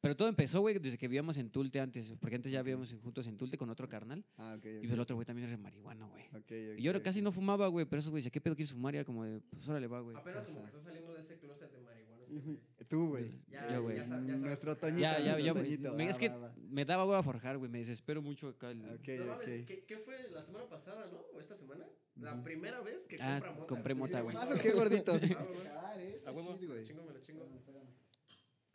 Speaker 2: Pero todo empezó, güey, desde que vivíamos en Tulte antes. Porque antes ya
Speaker 1: Ok.
Speaker 2: vivíamos en- juntos en Tulte con otro carnal.
Speaker 1: Ah, ok,
Speaker 2: Y
Speaker 1: ok.
Speaker 2: pues el otro güey también era marihuana, güey.
Speaker 1: Ok, ok,
Speaker 2: Y yo
Speaker 1: ok.
Speaker 2: casi no fumaba, güey. Pero eso, güey, dice, ¿qué pedo quieres fumar? Y era como de, pues órale, va, güey.
Speaker 3: Apenas como
Speaker 1: Ajá.
Speaker 3: que está saliendo de ese closet de marihuana. este
Speaker 4: Ujú.
Speaker 3: güey.
Speaker 1: Tú, güey.
Speaker 3: Ya,
Speaker 2: Yo, güey.
Speaker 3: ya sab- ya sabes.
Speaker 1: Nuestro Toñito.
Speaker 2: Ya, ya,
Speaker 1: nuestro
Speaker 2: ya, güey.
Speaker 1: Toñito.
Speaker 2: Me-
Speaker 1: Va,
Speaker 2: es que
Speaker 1: va, va.
Speaker 2: me daba hueva forjar, güey. Me desespero mucho acá. el-
Speaker 1: Ok,
Speaker 3: No mames,
Speaker 1: ok.
Speaker 3: ¿qué, qué fue la semana pasada, no? ¿O esta semana? La
Speaker 1: Ujú.
Speaker 3: primera vez que
Speaker 2: Ah,
Speaker 3: compra mota.
Speaker 2: compré
Speaker 3: Dice,
Speaker 2: mota, güey.
Speaker 1: ¿Más
Speaker 3: solo-
Speaker 1: o qué, gorditos?
Speaker 3: Ah, güey.
Speaker 1: Ah, eres
Speaker 2: A huevo.
Speaker 1: shit,
Speaker 3: Me lo
Speaker 1: güey.
Speaker 3: chingo, me lo chingo.
Speaker 1: Espérame, espérame.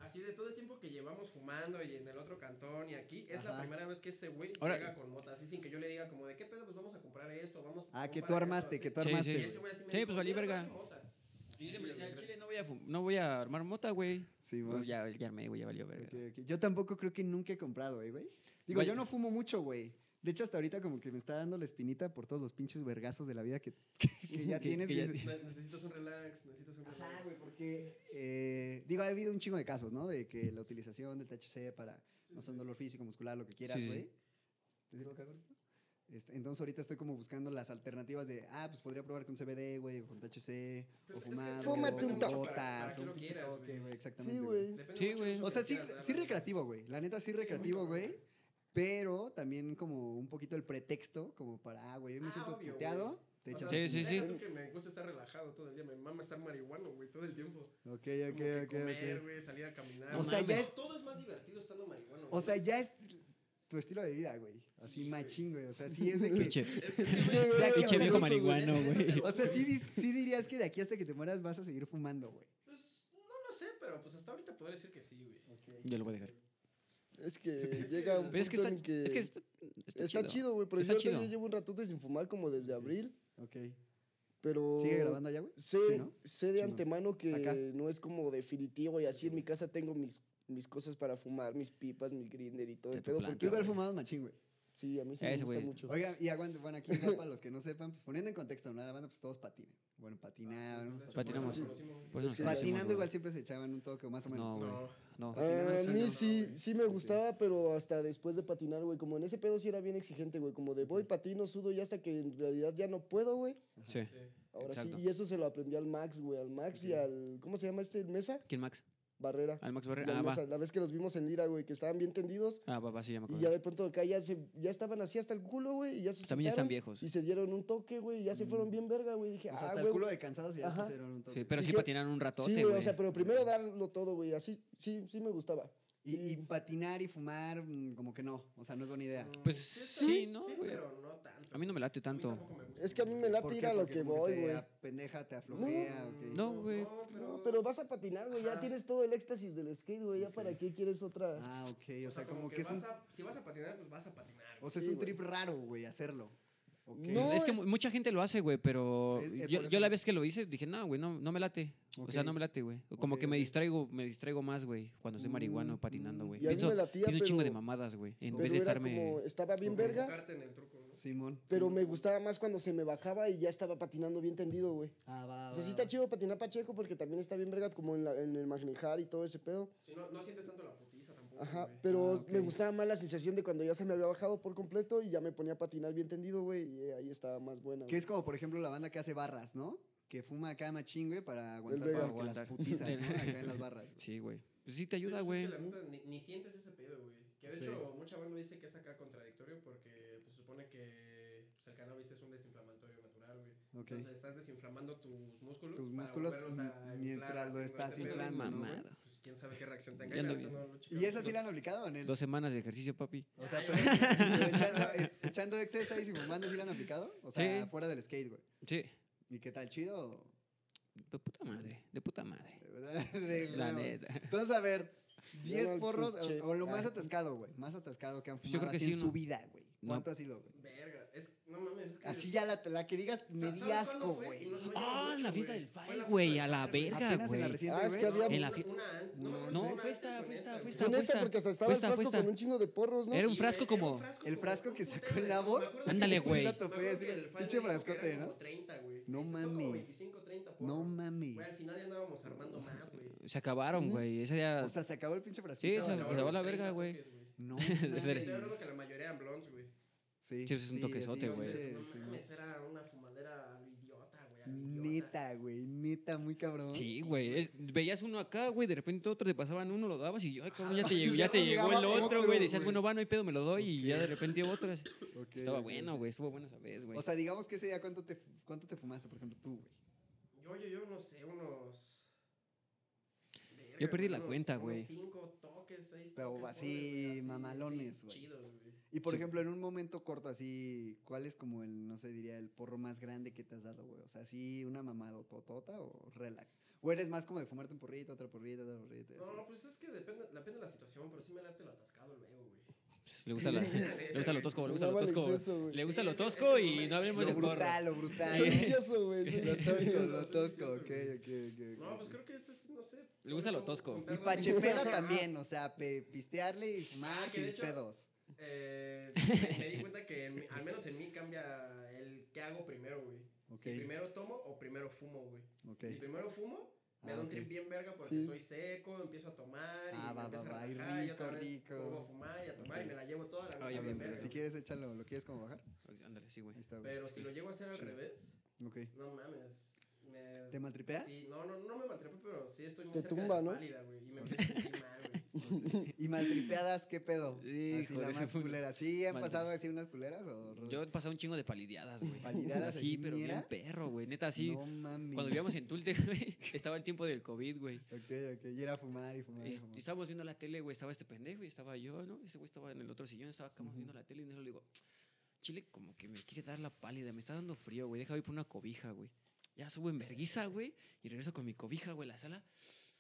Speaker 3: Así de todo el tiempo que llevamos fumando y en el otro cantón y aquí, es la
Speaker 1: Ajá.
Speaker 3: primera vez que ese güey
Speaker 2: Ahora-
Speaker 3: llega con mota, así sin que yo le diga como de qué pedo, pues vamos a comprar esto, vamos
Speaker 1: Ah,
Speaker 3: compra
Speaker 1: que tú
Speaker 3: esto,
Speaker 1: armaste,
Speaker 3: así.
Speaker 1: que tú
Speaker 2: Sí,
Speaker 1: armaste.
Speaker 2: sí.
Speaker 3: Y
Speaker 1: güey.
Speaker 3: ese güey así me
Speaker 2: Sí,
Speaker 3: dijo,
Speaker 2: pues, valí
Speaker 3: "Mira,
Speaker 2: verga".
Speaker 3: traje mota.
Speaker 2: Y yo
Speaker 3: Sí,
Speaker 2: siempre
Speaker 3: güey,
Speaker 2: decía, al
Speaker 3: gracias.
Speaker 2: chile no voy a, fum- no voy a armar mota, güey.
Speaker 1: Sí,
Speaker 2: Pues
Speaker 1: güey.
Speaker 2: ya, ya armé, güey, ya valió, verga.
Speaker 1: Ok, ok. Yo tampoco creo que nunca he comprado, ¿eh, güey. Digo,
Speaker 2: Vaya.
Speaker 1: yo no fumo mucho, güey. De hecho, hasta ahorita como que me está dando la espinita por todos los pinches vergazos de la vida que, que ya
Speaker 2: Que-
Speaker 1: tienes.
Speaker 2: que ya
Speaker 1: dices,
Speaker 3: Ne- Necesitas un relax, necesitas un relax.
Speaker 1: Ajá, güey, porque, eh, digo, ha habido un chingo de casos, ¿no? De que la utilización del THC para, no son dolor físico, muscular, lo que quieras,
Speaker 2: Sí, sí, sí.
Speaker 1: güey. ¿Te digo acá, gordito? Este, entonces ahorita estoy como buscando las alternativas de, ah, pues podría probar con CBD, güey, o con THC,
Speaker 3: Pues
Speaker 1: o
Speaker 3: es que
Speaker 1: fumar,
Speaker 4: depende
Speaker 1: o
Speaker 4: mucho
Speaker 1: con
Speaker 4: para- para
Speaker 1: gotas, o
Speaker 3: qué
Speaker 1: un
Speaker 3: lo
Speaker 1: pinche
Speaker 3: quieras,
Speaker 1: toque,
Speaker 3: güey.
Speaker 1: güey,
Speaker 4: Sí,
Speaker 1: exactamente, güey.
Speaker 4: güey.
Speaker 3: Depende
Speaker 2: Sí,
Speaker 3: mucho de
Speaker 2: güey.
Speaker 3: lo
Speaker 1: O
Speaker 3: que
Speaker 1: sea, sí,
Speaker 3: quieras darle.
Speaker 1: sí recreativo, güey. La neta, sí
Speaker 3: muy
Speaker 1: recreativo,
Speaker 3: cabrón.
Speaker 1: güey. Pero también como un poquito el pretexto, como para, ah, güey, yo me
Speaker 3: Ah,
Speaker 1: siento
Speaker 3: obvio,
Speaker 1: puteado.
Speaker 3: güey.
Speaker 1: Te
Speaker 3: O
Speaker 1: echas
Speaker 2: Sí,
Speaker 3: sea,
Speaker 2: sí,
Speaker 1: un-
Speaker 2: sí.
Speaker 3: deja tú que me gusta estar relajado todo el día, me mama estar marihuano, güey, todo el tiempo.
Speaker 1: Ok, ok,
Speaker 3: Como que
Speaker 1: ok,
Speaker 3: comer,
Speaker 1: ok.
Speaker 3: güey, salir a caminar.
Speaker 1: O sea,
Speaker 3: mames,
Speaker 1: ya es-
Speaker 3: todo es más divertido estando marihuano.
Speaker 1: O
Speaker 3: güey.
Speaker 1: sea, ya es tu estilo de vida, güey. Así
Speaker 3: Sí, güey.
Speaker 1: machín, güey. O sea, sí es de que...
Speaker 2: Pinche
Speaker 3: Es que, güey,
Speaker 4: Pinche
Speaker 1: Ya que-
Speaker 2: pinche
Speaker 1: o sea,
Speaker 2: viejo
Speaker 1: sí-
Speaker 2: marihuano, güey.
Speaker 1: O sea, sí, dis- sí dirías que de aquí hasta que te mueras vas a seguir fumando, güey.
Speaker 3: Pues no lo sé, pero pues hasta ahorita podría decir que sí, güey.
Speaker 2: Yo lo voy a dejar.
Speaker 4: Es que
Speaker 3: Es que-
Speaker 4: llega un
Speaker 2: Pero es que
Speaker 4: punto
Speaker 2: está,
Speaker 4: en el que...
Speaker 2: es que está, está
Speaker 4: Está chido, güey. Pero
Speaker 2: Está
Speaker 4: yo ahorita
Speaker 2: chido.
Speaker 4: yo llevo un ratote sin fumar como desde abril,
Speaker 1: Ok.
Speaker 4: pero...
Speaker 1: ¿Sigue grabando ya, güey?
Speaker 4: Sé,
Speaker 1: Sí, ¿no?
Speaker 4: sé de
Speaker 1: Chingón.
Speaker 4: antemano que
Speaker 1: Acá.
Speaker 4: no es como definitivo y así en mi casa tengo mis, mis cosas para fumar, mis pipas, mi grinder y todo
Speaker 2: De
Speaker 4: el
Speaker 2: tu
Speaker 4: pedo.
Speaker 2: planta,
Speaker 1: Tú
Speaker 4: Porque
Speaker 1: igual
Speaker 2: güey.
Speaker 1: fumabas machín, güey.
Speaker 4: sí, a mí sí
Speaker 2: Ese
Speaker 4: me gusta
Speaker 2: güey.
Speaker 4: mucho.
Speaker 1: Oiga, y aguante, bueno, aquí ¿no? para los que no sepan, pues poniendo en contexto, ¿no? La banda, pues todos patinan. Bueno,
Speaker 3: Ah,
Speaker 1: patinaban. ¿no?
Speaker 2: Patinamos.
Speaker 1: Pues,
Speaker 2: Por eso
Speaker 4: Es que
Speaker 2: nos
Speaker 1: Patinando
Speaker 2: conocimos, güey.
Speaker 1: igual siempre se echaban un toque, o más o menos.
Speaker 2: No,
Speaker 4: Ah,
Speaker 2: güey.
Speaker 3: No.
Speaker 2: No.
Speaker 1: Patinando
Speaker 4: A
Speaker 1: es
Speaker 4: mí
Speaker 1: otro.
Speaker 4: sí, sí me
Speaker 1: Ok.
Speaker 4: gustaba, pero hasta después de patinar, güey. Como en ese pedo sí era bien exigente, güey. Como de voy, patino, sudo y hasta que en realidad ya no puedo, güey.
Speaker 2: Sí.
Speaker 4: Ahora
Speaker 2: Exacto.
Speaker 4: sí. Y eso se lo aprendí al Max, güey. Al Max y
Speaker 1: Ok.
Speaker 4: al... ¿Cómo se llama este? ¿Mesa?
Speaker 2: ¿Quién, Max?
Speaker 4: Barrera.
Speaker 2: Al Max
Speaker 4: Y al
Speaker 2: Barrera. Ah, va.
Speaker 4: Mesa, La vez que los vimos en Lira, güey, que estaban bien tendidos.
Speaker 2: Ah, va, va, sí, ya me
Speaker 4: Y
Speaker 2: acuerdo.
Speaker 4: ya de pronto acá ya, se, ya estaban así hasta el culo, güey. Y ya se
Speaker 2: También ya están
Speaker 4: sentaron
Speaker 2: viejos.
Speaker 4: Y se dieron un toque, güey. Y ya se fueron bien verga, güey. Dije,
Speaker 1: O sea,
Speaker 4: ah,
Speaker 1: hasta el
Speaker 4: güey.
Speaker 1: culo de cansados y ya
Speaker 4: Ajá.
Speaker 1: pusieron un toque.
Speaker 2: Sí, pero sí
Speaker 4: Dije-
Speaker 2: patinaron un
Speaker 4: Sí,
Speaker 2: ratote,
Speaker 4: güey.
Speaker 2: güey.
Speaker 4: O sea, pero primero darlo todo, güey. Así, sí, sí me gustaba.
Speaker 1: y, y patinar y fumar, mm, como que no. O sea, no es buena idea.
Speaker 2: Pues
Speaker 3: está-
Speaker 2: sí, ¿no,
Speaker 3: Mm, Sí,
Speaker 2: güey?
Speaker 3: pero no tanto.
Speaker 2: A mí no me late
Speaker 3: A mí
Speaker 2: tanto.
Speaker 3: tampoco me gusta.
Speaker 4: Es que a mí me
Speaker 1: ¿Por
Speaker 4: late ir
Speaker 1: qué?
Speaker 4: a lo
Speaker 1: Porque
Speaker 4: que
Speaker 1: como
Speaker 4: voy,
Speaker 1: te
Speaker 4: güey.
Speaker 1: apendeja, te aflojea, Ah, ok.
Speaker 2: No, güey.
Speaker 4: No, pero vas a patinar, güey. Ya
Speaker 3: Ajá.
Speaker 4: tienes todo el éxtasis del skate, güey. ¿Ya
Speaker 1: Ok.
Speaker 4: para qué quieres otra?
Speaker 1: Ah, ok. O sea, como, que, es
Speaker 3: vas
Speaker 1: un,
Speaker 3: a- si vas a patinar, pues vas a patinar.
Speaker 1: o sea, es
Speaker 4: Sí,
Speaker 1: un
Speaker 4: güey.
Speaker 1: trip raro, güey, hacerlo. Ok.
Speaker 4: No,
Speaker 2: es que
Speaker 4: es-
Speaker 2: mu- mucha gente lo hace, güey, pero
Speaker 1: Eh, eh,
Speaker 2: yo,
Speaker 1: por
Speaker 2: yo
Speaker 1: eso-
Speaker 2: la vez que lo hice dije, no, güey, no, no me late. O sea,
Speaker 1: Ok.
Speaker 2: no me late, güey. Como
Speaker 1: Ok,
Speaker 2: que me
Speaker 1: ok.
Speaker 2: distraigo, me distraigo más, güey, cuando estoy marihuano
Speaker 1: Mm,
Speaker 2: patinando,
Speaker 1: mm.
Speaker 2: güey.
Speaker 4: Y a mí
Speaker 2: Pienso,
Speaker 4: me latía,
Speaker 2: pienso un chingo de
Speaker 4: pero-
Speaker 2: mamadas, güey, en
Speaker 4: Pero
Speaker 2: vez de
Speaker 4: era
Speaker 2: estarme...
Speaker 4: como, estaba bien
Speaker 1: Ok.
Speaker 4: verga,
Speaker 3: Enfocarte en el truco, ¿no?
Speaker 1: Simón.
Speaker 4: pero
Speaker 1: Simón.
Speaker 4: me gustaba más cuando se me bajaba y ya estaba patinando bien tendido, güey.
Speaker 1: Ah, va, va,
Speaker 4: O sea, sí
Speaker 1: va.
Speaker 4: está chido patinar pacheco porque también está bien verga como en, la- en el magnejar y todo ese pedo.
Speaker 3: Si no, no sientes tanto la putiza tampoco.
Speaker 4: Ajá,
Speaker 3: güey.
Speaker 4: pero
Speaker 1: Ah, ok.
Speaker 4: me gustaba más la sensación de cuando ya se me había bajado por completo y ya me ponía a patinar bien tendido, güey, y eh, ahí estaba más buena.
Speaker 1: Que
Speaker 4: güey.
Speaker 1: es como, por ejemplo, la banda que hace barras, ¿no? Que fuma acá machín, güey, para aguantar
Speaker 4: Vega.
Speaker 1: para que
Speaker 2: Para
Speaker 1: las
Speaker 2: aguantar.
Speaker 1: putizan, ¿no? Acá en las barras. güey.
Speaker 2: Sí, güey. Pues sí, te
Speaker 3: Sí,
Speaker 2: ayuda,
Speaker 3: pues
Speaker 2: güey.
Speaker 3: es que la neta ni, ni sientes ese pedo, güey. Que de
Speaker 1: Sí.
Speaker 3: hecho, mucha banda dice que es acá contradictorio porque pues, supone que pues, el cannabis es un desinflamatorio natural, güey.
Speaker 1: Ok.
Speaker 3: Entonces estás desinflamando tus músculos.
Speaker 1: Tus
Speaker 3: para
Speaker 1: músculos
Speaker 3: volverlos a
Speaker 1: m-
Speaker 3: inflar
Speaker 1: mientras
Speaker 3: así,
Speaker 1: lo
Speaker 3: güey,
Speaker 1: estás
Speaker 3: ese pedo.
Speaker 1: inflando, ¿no, güey?
Speaker 2: Mamada.
Speaker 3: Pues quién sabe qué reacción tenga.
Speaker 2: Ya
Speaker 3: Ya
Speaker 2: lo
Speaker 3: ahorita
Speaker 2: vi.
Speaker 3: no lo checamos.
Speaker 1: ¿Y esa sí la han aplicado en él?
Speaker 2: Dos semanas de ejercicio, papi.
Speaker 1: O sea,
Speaker 3: Ay,
Speaker 1: pero
Speaker 3: güey.
Speaker 1: echando, es- echando exercise y fumando, ¿sí la han aplicado? O sea,
Speaker 2: Sí.
Speaker 1: fuera del skate, güey.
Speaker 2: Sí.
Speaker 1: ¿Y qué tal? ¿Chido?
Speaker 2: De puta madre, de puta madre.
Speaker 1: De verdad, de-
Speaker 2: La
Speaker 1: no.
Speaker 2: neta.
Speaker 1: Entonces, a ver, 10
Speaker 4: no,
Speaker 1: porros,
Speaker 4: pues, che-
Speaker 1: o, o lo más
Speaker 4: ah.
Speaker 1: atascado, güey. Más atascado que han
Speaker 2: Pues
Speaker 1: fumado
Speaker 2: yo creo que
Speaker 1: así
Speaker 2: sí,
Speaker 1: en
Speaker 2: uno-
Speaker 1: su vida, güey.
Speaker 2: no.
Speaker 1: ¿Cuánto ha sido, güey?
Speaker 3: Verga. Es, no mames, es que.
Speaker 1: Así ya la, la que digas me
Speaker 3: Sa-
Speaker 1: di
Speaker 3: ¿sabes cuándo
Speaker 1: asco,
Speaker 3: fue?
Speaker 1: güey.
Speaker 3: Y no- no lleva
Speaker 2: Ah, en la
Speaker 3: mucho,
Speaker 2: fiesta
Speaker 3: güey.
Speaker 2: del
Speaker 3: Fue en
Speaker 2: Fire,
Speaker 3: la
Speaker 2: güey,
Speaker 3: fiesta
Speaker 2: a
Speaker 3: del
Speaker 2: la
Speaker 3: Fire, güey.
Speaker 2: verga,
Speaker 1: Apenas en la
Speaker 2: güey.
Speaker 1: reciente,
Speaker 4: Ah, es
Speaker 1: güey.
Speaker 4: que había-
Speaker 2: En la
Speaker 3: Una-
Speaker 2: fi-
Speaker 3: una an-
Speaker 1: No,
Speaker 3: mames,
Speaker 1: no,
Speaker 3: una
Speaker 2: fue
Speaker 3: antes
Speaker 2: esta,
Speaker 3: o en
Speaker 2: fue esta, fue
Speaker 4: Fue en
Speaker 2: esta,
Speaker 4: esta porque hasta estaba
Speaker 2: Apuesta,
Speaker 4: el frasco
Speaker 2: apuesta.
Speaker 4: con un chingo de porros, ¿no?
Speaker 2: Era un
Speaker 3: Sí,
Speaker 2: frasco
Speaker 3: güey, era
Speaker 2: como-
Speaker 3: un frasco
Speaker 1: el
Speaker 3: como-
Speaker 1: frasco
Speaker 3: un
Speaker 1: que sacó
Speaker 3: putero
Speaker 1: el
Speaker 3: de-
Speaker 1: Labo.
Speaker 3: me acuerdo que
Speaker 2: Ándale,
Speaker 3: el
Speaker 2: güey.
Speaker 3: Fire dijo que
Speaker 1: Pinche
Speaker 3: el Fire
Speaker 1: frascote,
Speaker 3: dijo que eran
Speaker 1: ¿no?
Speaker 3: como 30, güey.
Speaker 1: No
Speaker 3: Ese fue como
Speaker 1: mames.
Speaker 3: 25, 30 porros.
Speaker 1: No mames.
Speaker 3: Güey, al final ya andábamos armando más, güey.
Speaker 2: Se acabaron, güey. Esa ya.
Speaker 1: O sea, se acabó el pinche frasco.
Speaker 2: Sí, se-
Speaker 3: Acabaron
Speaker 2: se va la
Speaker 3: los 30
Speaker 2: verga, güey.
Speaker 3: toques,
Speaker 1: No.
Speaker 3: Estoy
Speaker 2: Espere.
Speaker 1: mames.
Speaker 3: hablando que la mayoría eran blondes, güey.
Speaker 1: Sí,
Speaker 2: Sí, es un toquezote,
Speaker 1: así,
Speaker 2: güey.
Speaker 1: sí,
Speaker 3: Entonces,
Speaker 1: sí,
Speaker 3: No mames, era una fumadera idiota, güey.
Speaker 1: no.
Speaker 3: idiota.
Speaker 1: Neta, güey. Neta, muy cabrón.
Speaker 2: Sí, güey. es- Veías uno acá, güey, de repente otro te pasaban uno, lo dabas y ay, cabrón, ya te llegó,
Speaker 1: Ya
Speaker 2: ya te llegó el
Speaker 1: llegaba
Speaker 2: otro,
Speaker 1: otro,
Speaker 2: güey. Decías,
Speaker 1: güey.
Speaker 2: bueno, va, no hay pedo, me lo doy y ya de repente otro. así.
Speaker 1: Ok,
Speaker 2: Estaba
Speaker 1: ok.
Speaker 2: bueno, güey, estuvo bueno esa vez, güey.
Speaker 1: O sea, digamos que ese día, ¿cuánto te, cuánto te fumaste, por ejemplo, tú, güey?
Speaker 3: Yo, yo, yo, no sé, unos. Verga,
Speaker 2: Yo perdí
Speaker 3: güey,
Speaker 2: la
Speaker 3: unos-
Speaker 2: cuenta,
Speaker 3: unos
Speaker 2: güey.
Speaker 3: Cinco toques, seis
Speaker 1: Pero
Speaker 3: toques.
Speaker 1: así,
Speaker 3: ponle,
Speaker 1: mamalones, güey.
Speaker 3: Chidos, güey.
Speaker 1: Y por
Speaker 2: Sí.
Speaker 1: ejemplo, en un momento corto así, ¿cuál es como el, no sé, diría, el porro más grande que te has dado, güey? O sea, así una mamado totota o relax. O eres más como de fumarte un porrito, otro porrito, otro porrito. y así?
Speaker 3: No, pues es que depende, depende de la situación, pero sí me late lo atascado luego, güey.
Speaker 2: Le gusta, la- le gusta lo tosco, le gusta lo
Speaker 4: Andaba en
Speaker 2: tosco.
Speaker 4: exceso, güey.
Speaker 2: Le gusta
Speaker 3: Sí,
Speaker 2: lo
Speaker 3: es que- es
Speaker 2: tosco
Speaker 3: que
Speaker 2: y
Speaker 3: no
Speaker 2: no
Speaker 3: me-
Speaker 2: hablemos de
Speaker 1: Lo
Speaker 2: porro.
Speaker 1: brutal, lo brutal.
Speaker 4: Soy
Speaker 2: Ay.
Speaker 4: vicioso, güey. soy
Speaker 1: Lo tosco,
Speaker 4: vicioso.
Speaker 1: lo tosco, ok, ok,
Speaker 3: No,
Speaker 1: ok,
Speaker 3: pues
Speaker 1: ok.
Speaker 3: creo que ese es, no sé.
Speaker 2: Le gusta lo
Speaker 3: ponle
Speaker 2: tosco.
Speaker 3: como
Speaker 1: Y
Speaker 3: juntar las-
Speaker 1: pachefera
Speaker 3: Ajá.
Speaker 1: también, o sea, pe- pistearle y
Speaker 3: Ah,
Speaker 1: fumar
Speaker 3: que
Speaker 1: sin
Speaker 3: de hecho-
Speaker 1: pedos.
Speaker 3: Eh, me- me di cuenta que en mi- al menos en mí cambia el qué hago primero, güey.
Speaker 1: Ok,
Speaker 3: Si primero tomo o primero fumo, güey.
Speaker 1: ok.
Speaker 3: Si primero fumo, me
Speaker 1: Ah,
Speaker 3: da un
Speaker 1: ok.
Speaker 3: trip bien verga porque
Speaker 4: Sí.
Speaker 3: estoy seco, empiezo a tomar
Speaker 1: Ah, va,
Speaker 3: y me empiezo
Speaker 1: va,
Speaker 3: a
Speaker 1: va, y
Speaker 3: relajar y otra
Speaker 1: rico,
Speaker 3: vez
Speaker 1: rico.
Speaker 3: vuelvo a fumar y a tomar
Speaker 1: Ok.
Speaker 3: y me la llevo toda la
Speaker 2: Ah,
Speaker 3: noche.
Speaker 2: ya ves,
Speaker 3: bien verga,
Speaker 1: Si
Speaker 3: güey.
Speaker 1: quieres, échalo. ¿Lo quieres como bajar?
Speaker 2: Ándale, sí, güey.
Speaker 1: Ahí está, güey.
Speaker 3: Pero si lo llego a hacer al
Speaker 1: Sí.
Speaker 3: revés,
Speaker 1: Ok.
Speaker 3: no mames. Me...
Speaker 1: ¿Te maltripea?
Speaker 3: Sí, no, no, no me maltrepo, pero sí estoy muy
Speaker 4: Te
Speaker 3: cerca
Speaker 4: tumba,
Speaker 3: de la
Speaker 4: ¿no?
Speaker 3: pálida, güey. Y me empiezo a sentir mal, güey.
Speaker 1: ¿Y maltripeadas qué pedo? así
Speaker 2: Híjole,
Speaker 1: la
Speaker 2: ese
Speaker 1: más
Speaker 2: fue-
Speaker 1: culera. ¿Sí han
Speaker 2: Mal-
Speaker 1: pasado así unas culeras? O...
Speaker 2: Yo he pasado un chingo de palideadas, güey.
Speaker 1: Este ¿Palideadas
Speaker 2: Sí,
Speaker 1: así
Speaker 2: pero bien
Speaker 1: ñeras?
Speaker 2: perro, güey. Neta, así.
Speaker 1: No mami.
Speaker 2: Cuando vivíamos en Tulte, güey, estaba el tiempo del COVID, güey.
Speaker 1: Ok, ok. Y era fumar y fumar
Speaker 2: Y
Speaker 1: y
Speaker 2: est-
Speaker 1: fumar.
Speaker 2: y estábamos viendo la tele, güey, estaba este pendejo y estaba yo, ¿no? Ese güey estaba en el otro sillón, estaba acá viendo la tele y en eso le digo, Chile como que me quiere dar la pálida, me está dando frío, güey, déjame ir por una cobija, güey. Ya subo en verguiza, güey, y regreso con mi cobija, güey, a la sala.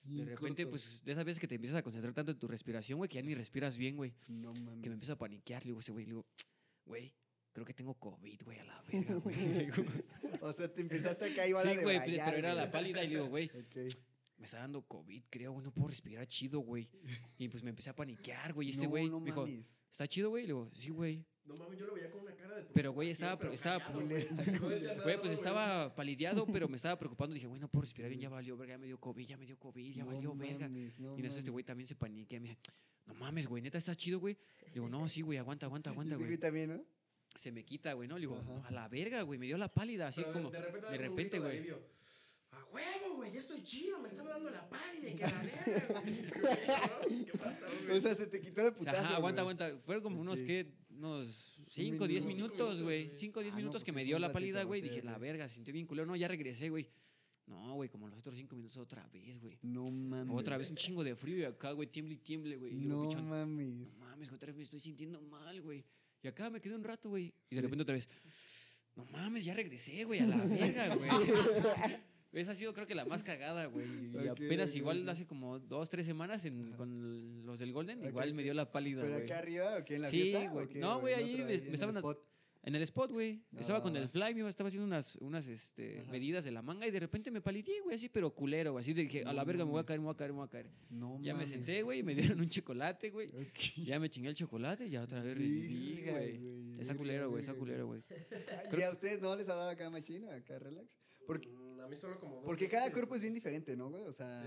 Speaker 2: De
Speaker 1: Bien
Speaker 2: repente,
Speaker 1: corto.
Speaker 2: pues, de esas veces que te empiezas a concentrar tanto en tu respiración, güey, que ya ni respiras bien, güey.
Speaker 1: No mami.
Speaker 2: Que me empiezo a paniquear, le digo, a ese güey, le digo, güey, creo que tengo COVID, güey, a la verga, güey. Le digo,
Speaker 1: O sea, te empezaste acá igual a
Speaker 2: sí, güey, pues,
Speaker 1: debrayar,
Speaker 2: pero era
Speaker 1: güey.
Speaker 2: la pálida y le digo, güey,
Speaker 1: Ok.
Speaker 2: me está dando COVID, creo, güey, no puedo respirar chido, güey. Y pues me empecé a paniquear, güey. Y este
Speaker 1: No,
Speaker 2: güey
Speaker 1: no
Speaker 2: me dijo,
Speaker 1: mames.
Speaker 2: ¿está chido, güey? Le digo, sí, güey.
Speaker 3: No mames, yo lo veía con una cara de
Speaker 2: Pero, güey, estaba-
Speaker 3: preocupación,
Speaker 2: estaba
Speaker 3: pero callado,
Speaker 1: culera,
Speaker 3: güey. No decía nada,
Speaker 2: Güey, pues
Speaker 3: güey.
Speaker 2: estaba palideado, pero me estaba preocupando. Dije, güey, no puedo respirar bien, ya valió, verga, ya me dio COVID, ya me dio COVID, ya
Speaker 1: No
Speaker 2: valió, verga.
Speaker 1: mames, no
Speaker 2: Y en eso este
Speaker 1: mames.
Speaker 2: güey también se paniquea. Me dice, no mames, güey, neta, ¿estás chido, güey? Le digo, no, sí, güey, aguanta, aguanta,
Speaker 1: Y
Speaker 2: aguanta,
Speaker 1: ese
Speaker 2: güey.
Speaker 1: güey también, ¿no?
Speaker 2: Se me quita, güey, ¿no? Le digo,
Speaker 1: Ajá.
Speaker 2: "No, a la verga, güey, me dio la pálida, así
Speaker 3: Pero
Speaker 2: como.
Speaker 3: de- de
Speaker 2: de
Speaker 3: repente, daba un
Speaker 2: repente,
Speaker 3: grito
Speaker 2: güey.
Speaker 3: alivio. A huevo, güey, ya estoy chido, me estaba dando la pálida y que a la verga, güey. ¿Qué pasó, güey?
Speaker 1: O sea, se te quitó de putazo.
Speaker 2: Ajá, aguanta,
Speaker 1: güey.
Speaker 2: aguanta. Fueron como unos,
Speaker 1: Ok.
Speaker 2: ¿qué? Unos 5, 10 minutos,
Speaker 3: minuto. Cinco
Speaker 2: güey.
Speaker 3: minutos, güey.
Speaker 2: 5, 10
Speaker 1: Ah, no,
Speaker 2: minutos
Speaker 1: pues
Speaker 2: que
Speaker 1: sí
Speaker 2: me
Speaker 1: fue
Speaker 2: dio
Speaker 1: un
Speaker 2: la
Speaker 1: ratito,
Speaker 2: pálida, güey.
Speaker 1: ok,
Speaker 2: Dije, la
Speaker 1: ok.
Speaker 2: verga, sentí bien culero. No, ya regresé, güey. No, güey, como los otros 5 minutos otra vez, güey.
Speaker 1: No mames.
Speaker 2: Otra vez un chingo de frío y acá, güey, tiemble y tiemble, güey. Y luego,
Speaker 1: No
Speaker 2: pichón, no
Speaker 1: mames.
Speaker 2: mames, güey, otra vez me estoy sintiendo mal, güey. Y acá me quedé un rato, güey. Y
Speaker 1: Sí.
Speaker 2: de repente otra vez, no mames, ya regresé, güey, a la verga, güey. Esa ha sido, creo que, la más cagada, güey. Y
Speaker 1: Ok,
Speaker 2: apenas,
Speaker 1: ok,
Speaker 2: igual,
Speaker 1: ok.
Speaker 2: hace como dos, tres semanas en-
Speaker 1: Ajá.
Speaker 2: con los del Golden,
Speaker 1: Ok,
Speaker 2: igual me
Speaker 1: ok.
Speaker 2: dio la pálida,
Speaker 1: ¿Pero
Speaker 2: güey.
Speaker 1: acá arriba o qué? ¿En la
Speaker 2: Sí,
Speaker 1: fiesta?
Speaker 2: güey.
Speaker 1: o qué,
Speaker 2: No, güey, ahí
Speaker 1: ¿Otra
Speaker 2: me-
Speaker 1: vez
Speaker 2: me
Speaker 1: en el
Speaker 2: estaban a-
Speaker 1: spot?
Speaker 2: En el spot, güey.
Speaker 1: Ah,
Speaker 2: Estaba
Speaker 1: va,
Speaker 2: con
Speaker 1: va,
Speaker 2: el
Speaker 1: va.
Speaker 2: fly, me iba- estaba haciendo unas, unas este,
Speaker 1: Ajá.
Speaker 2: medidas de la manga y de repente me palideé, güey, así, pero culero, güey. Así de dije, a la
Speaker 1: No
Speaker 2: verga, me voy a
Speaker 1: mames.
Speaker 2: caer, me voy a caer, me voy a caer.
Speaker 1: No
Speaker 2: ya me
Speaker 1: mames.
Speaker 2: senté, güey, y me dieron un chocolate, güey.
Speaker 1: Ok.
Speaker 2: Ya me chingué el chocolate y ya otra vez reviví,
Speaker 1: Verga,
Speaker 2: güey.
Speaker 1: güey,
Speaker 2: Está
Speaker 1: verga,
Speaker 2: culero, güey, está
Speaker 1: verga,
Speaker 2: culero, güey.
Speaker 1: ¿Y a ustedes no les ha dado acá machina, acá relax? Porque,
Speaker 3: Mm, a mí solo como dos
Speaker 1: porque cada
Speaker 3: veces,
Speaker 1: cuerpo es
Speaker 3: güey.
Speaker 1: bien diferente, ¿no, güey? O sea,
Speaker 3: Sí.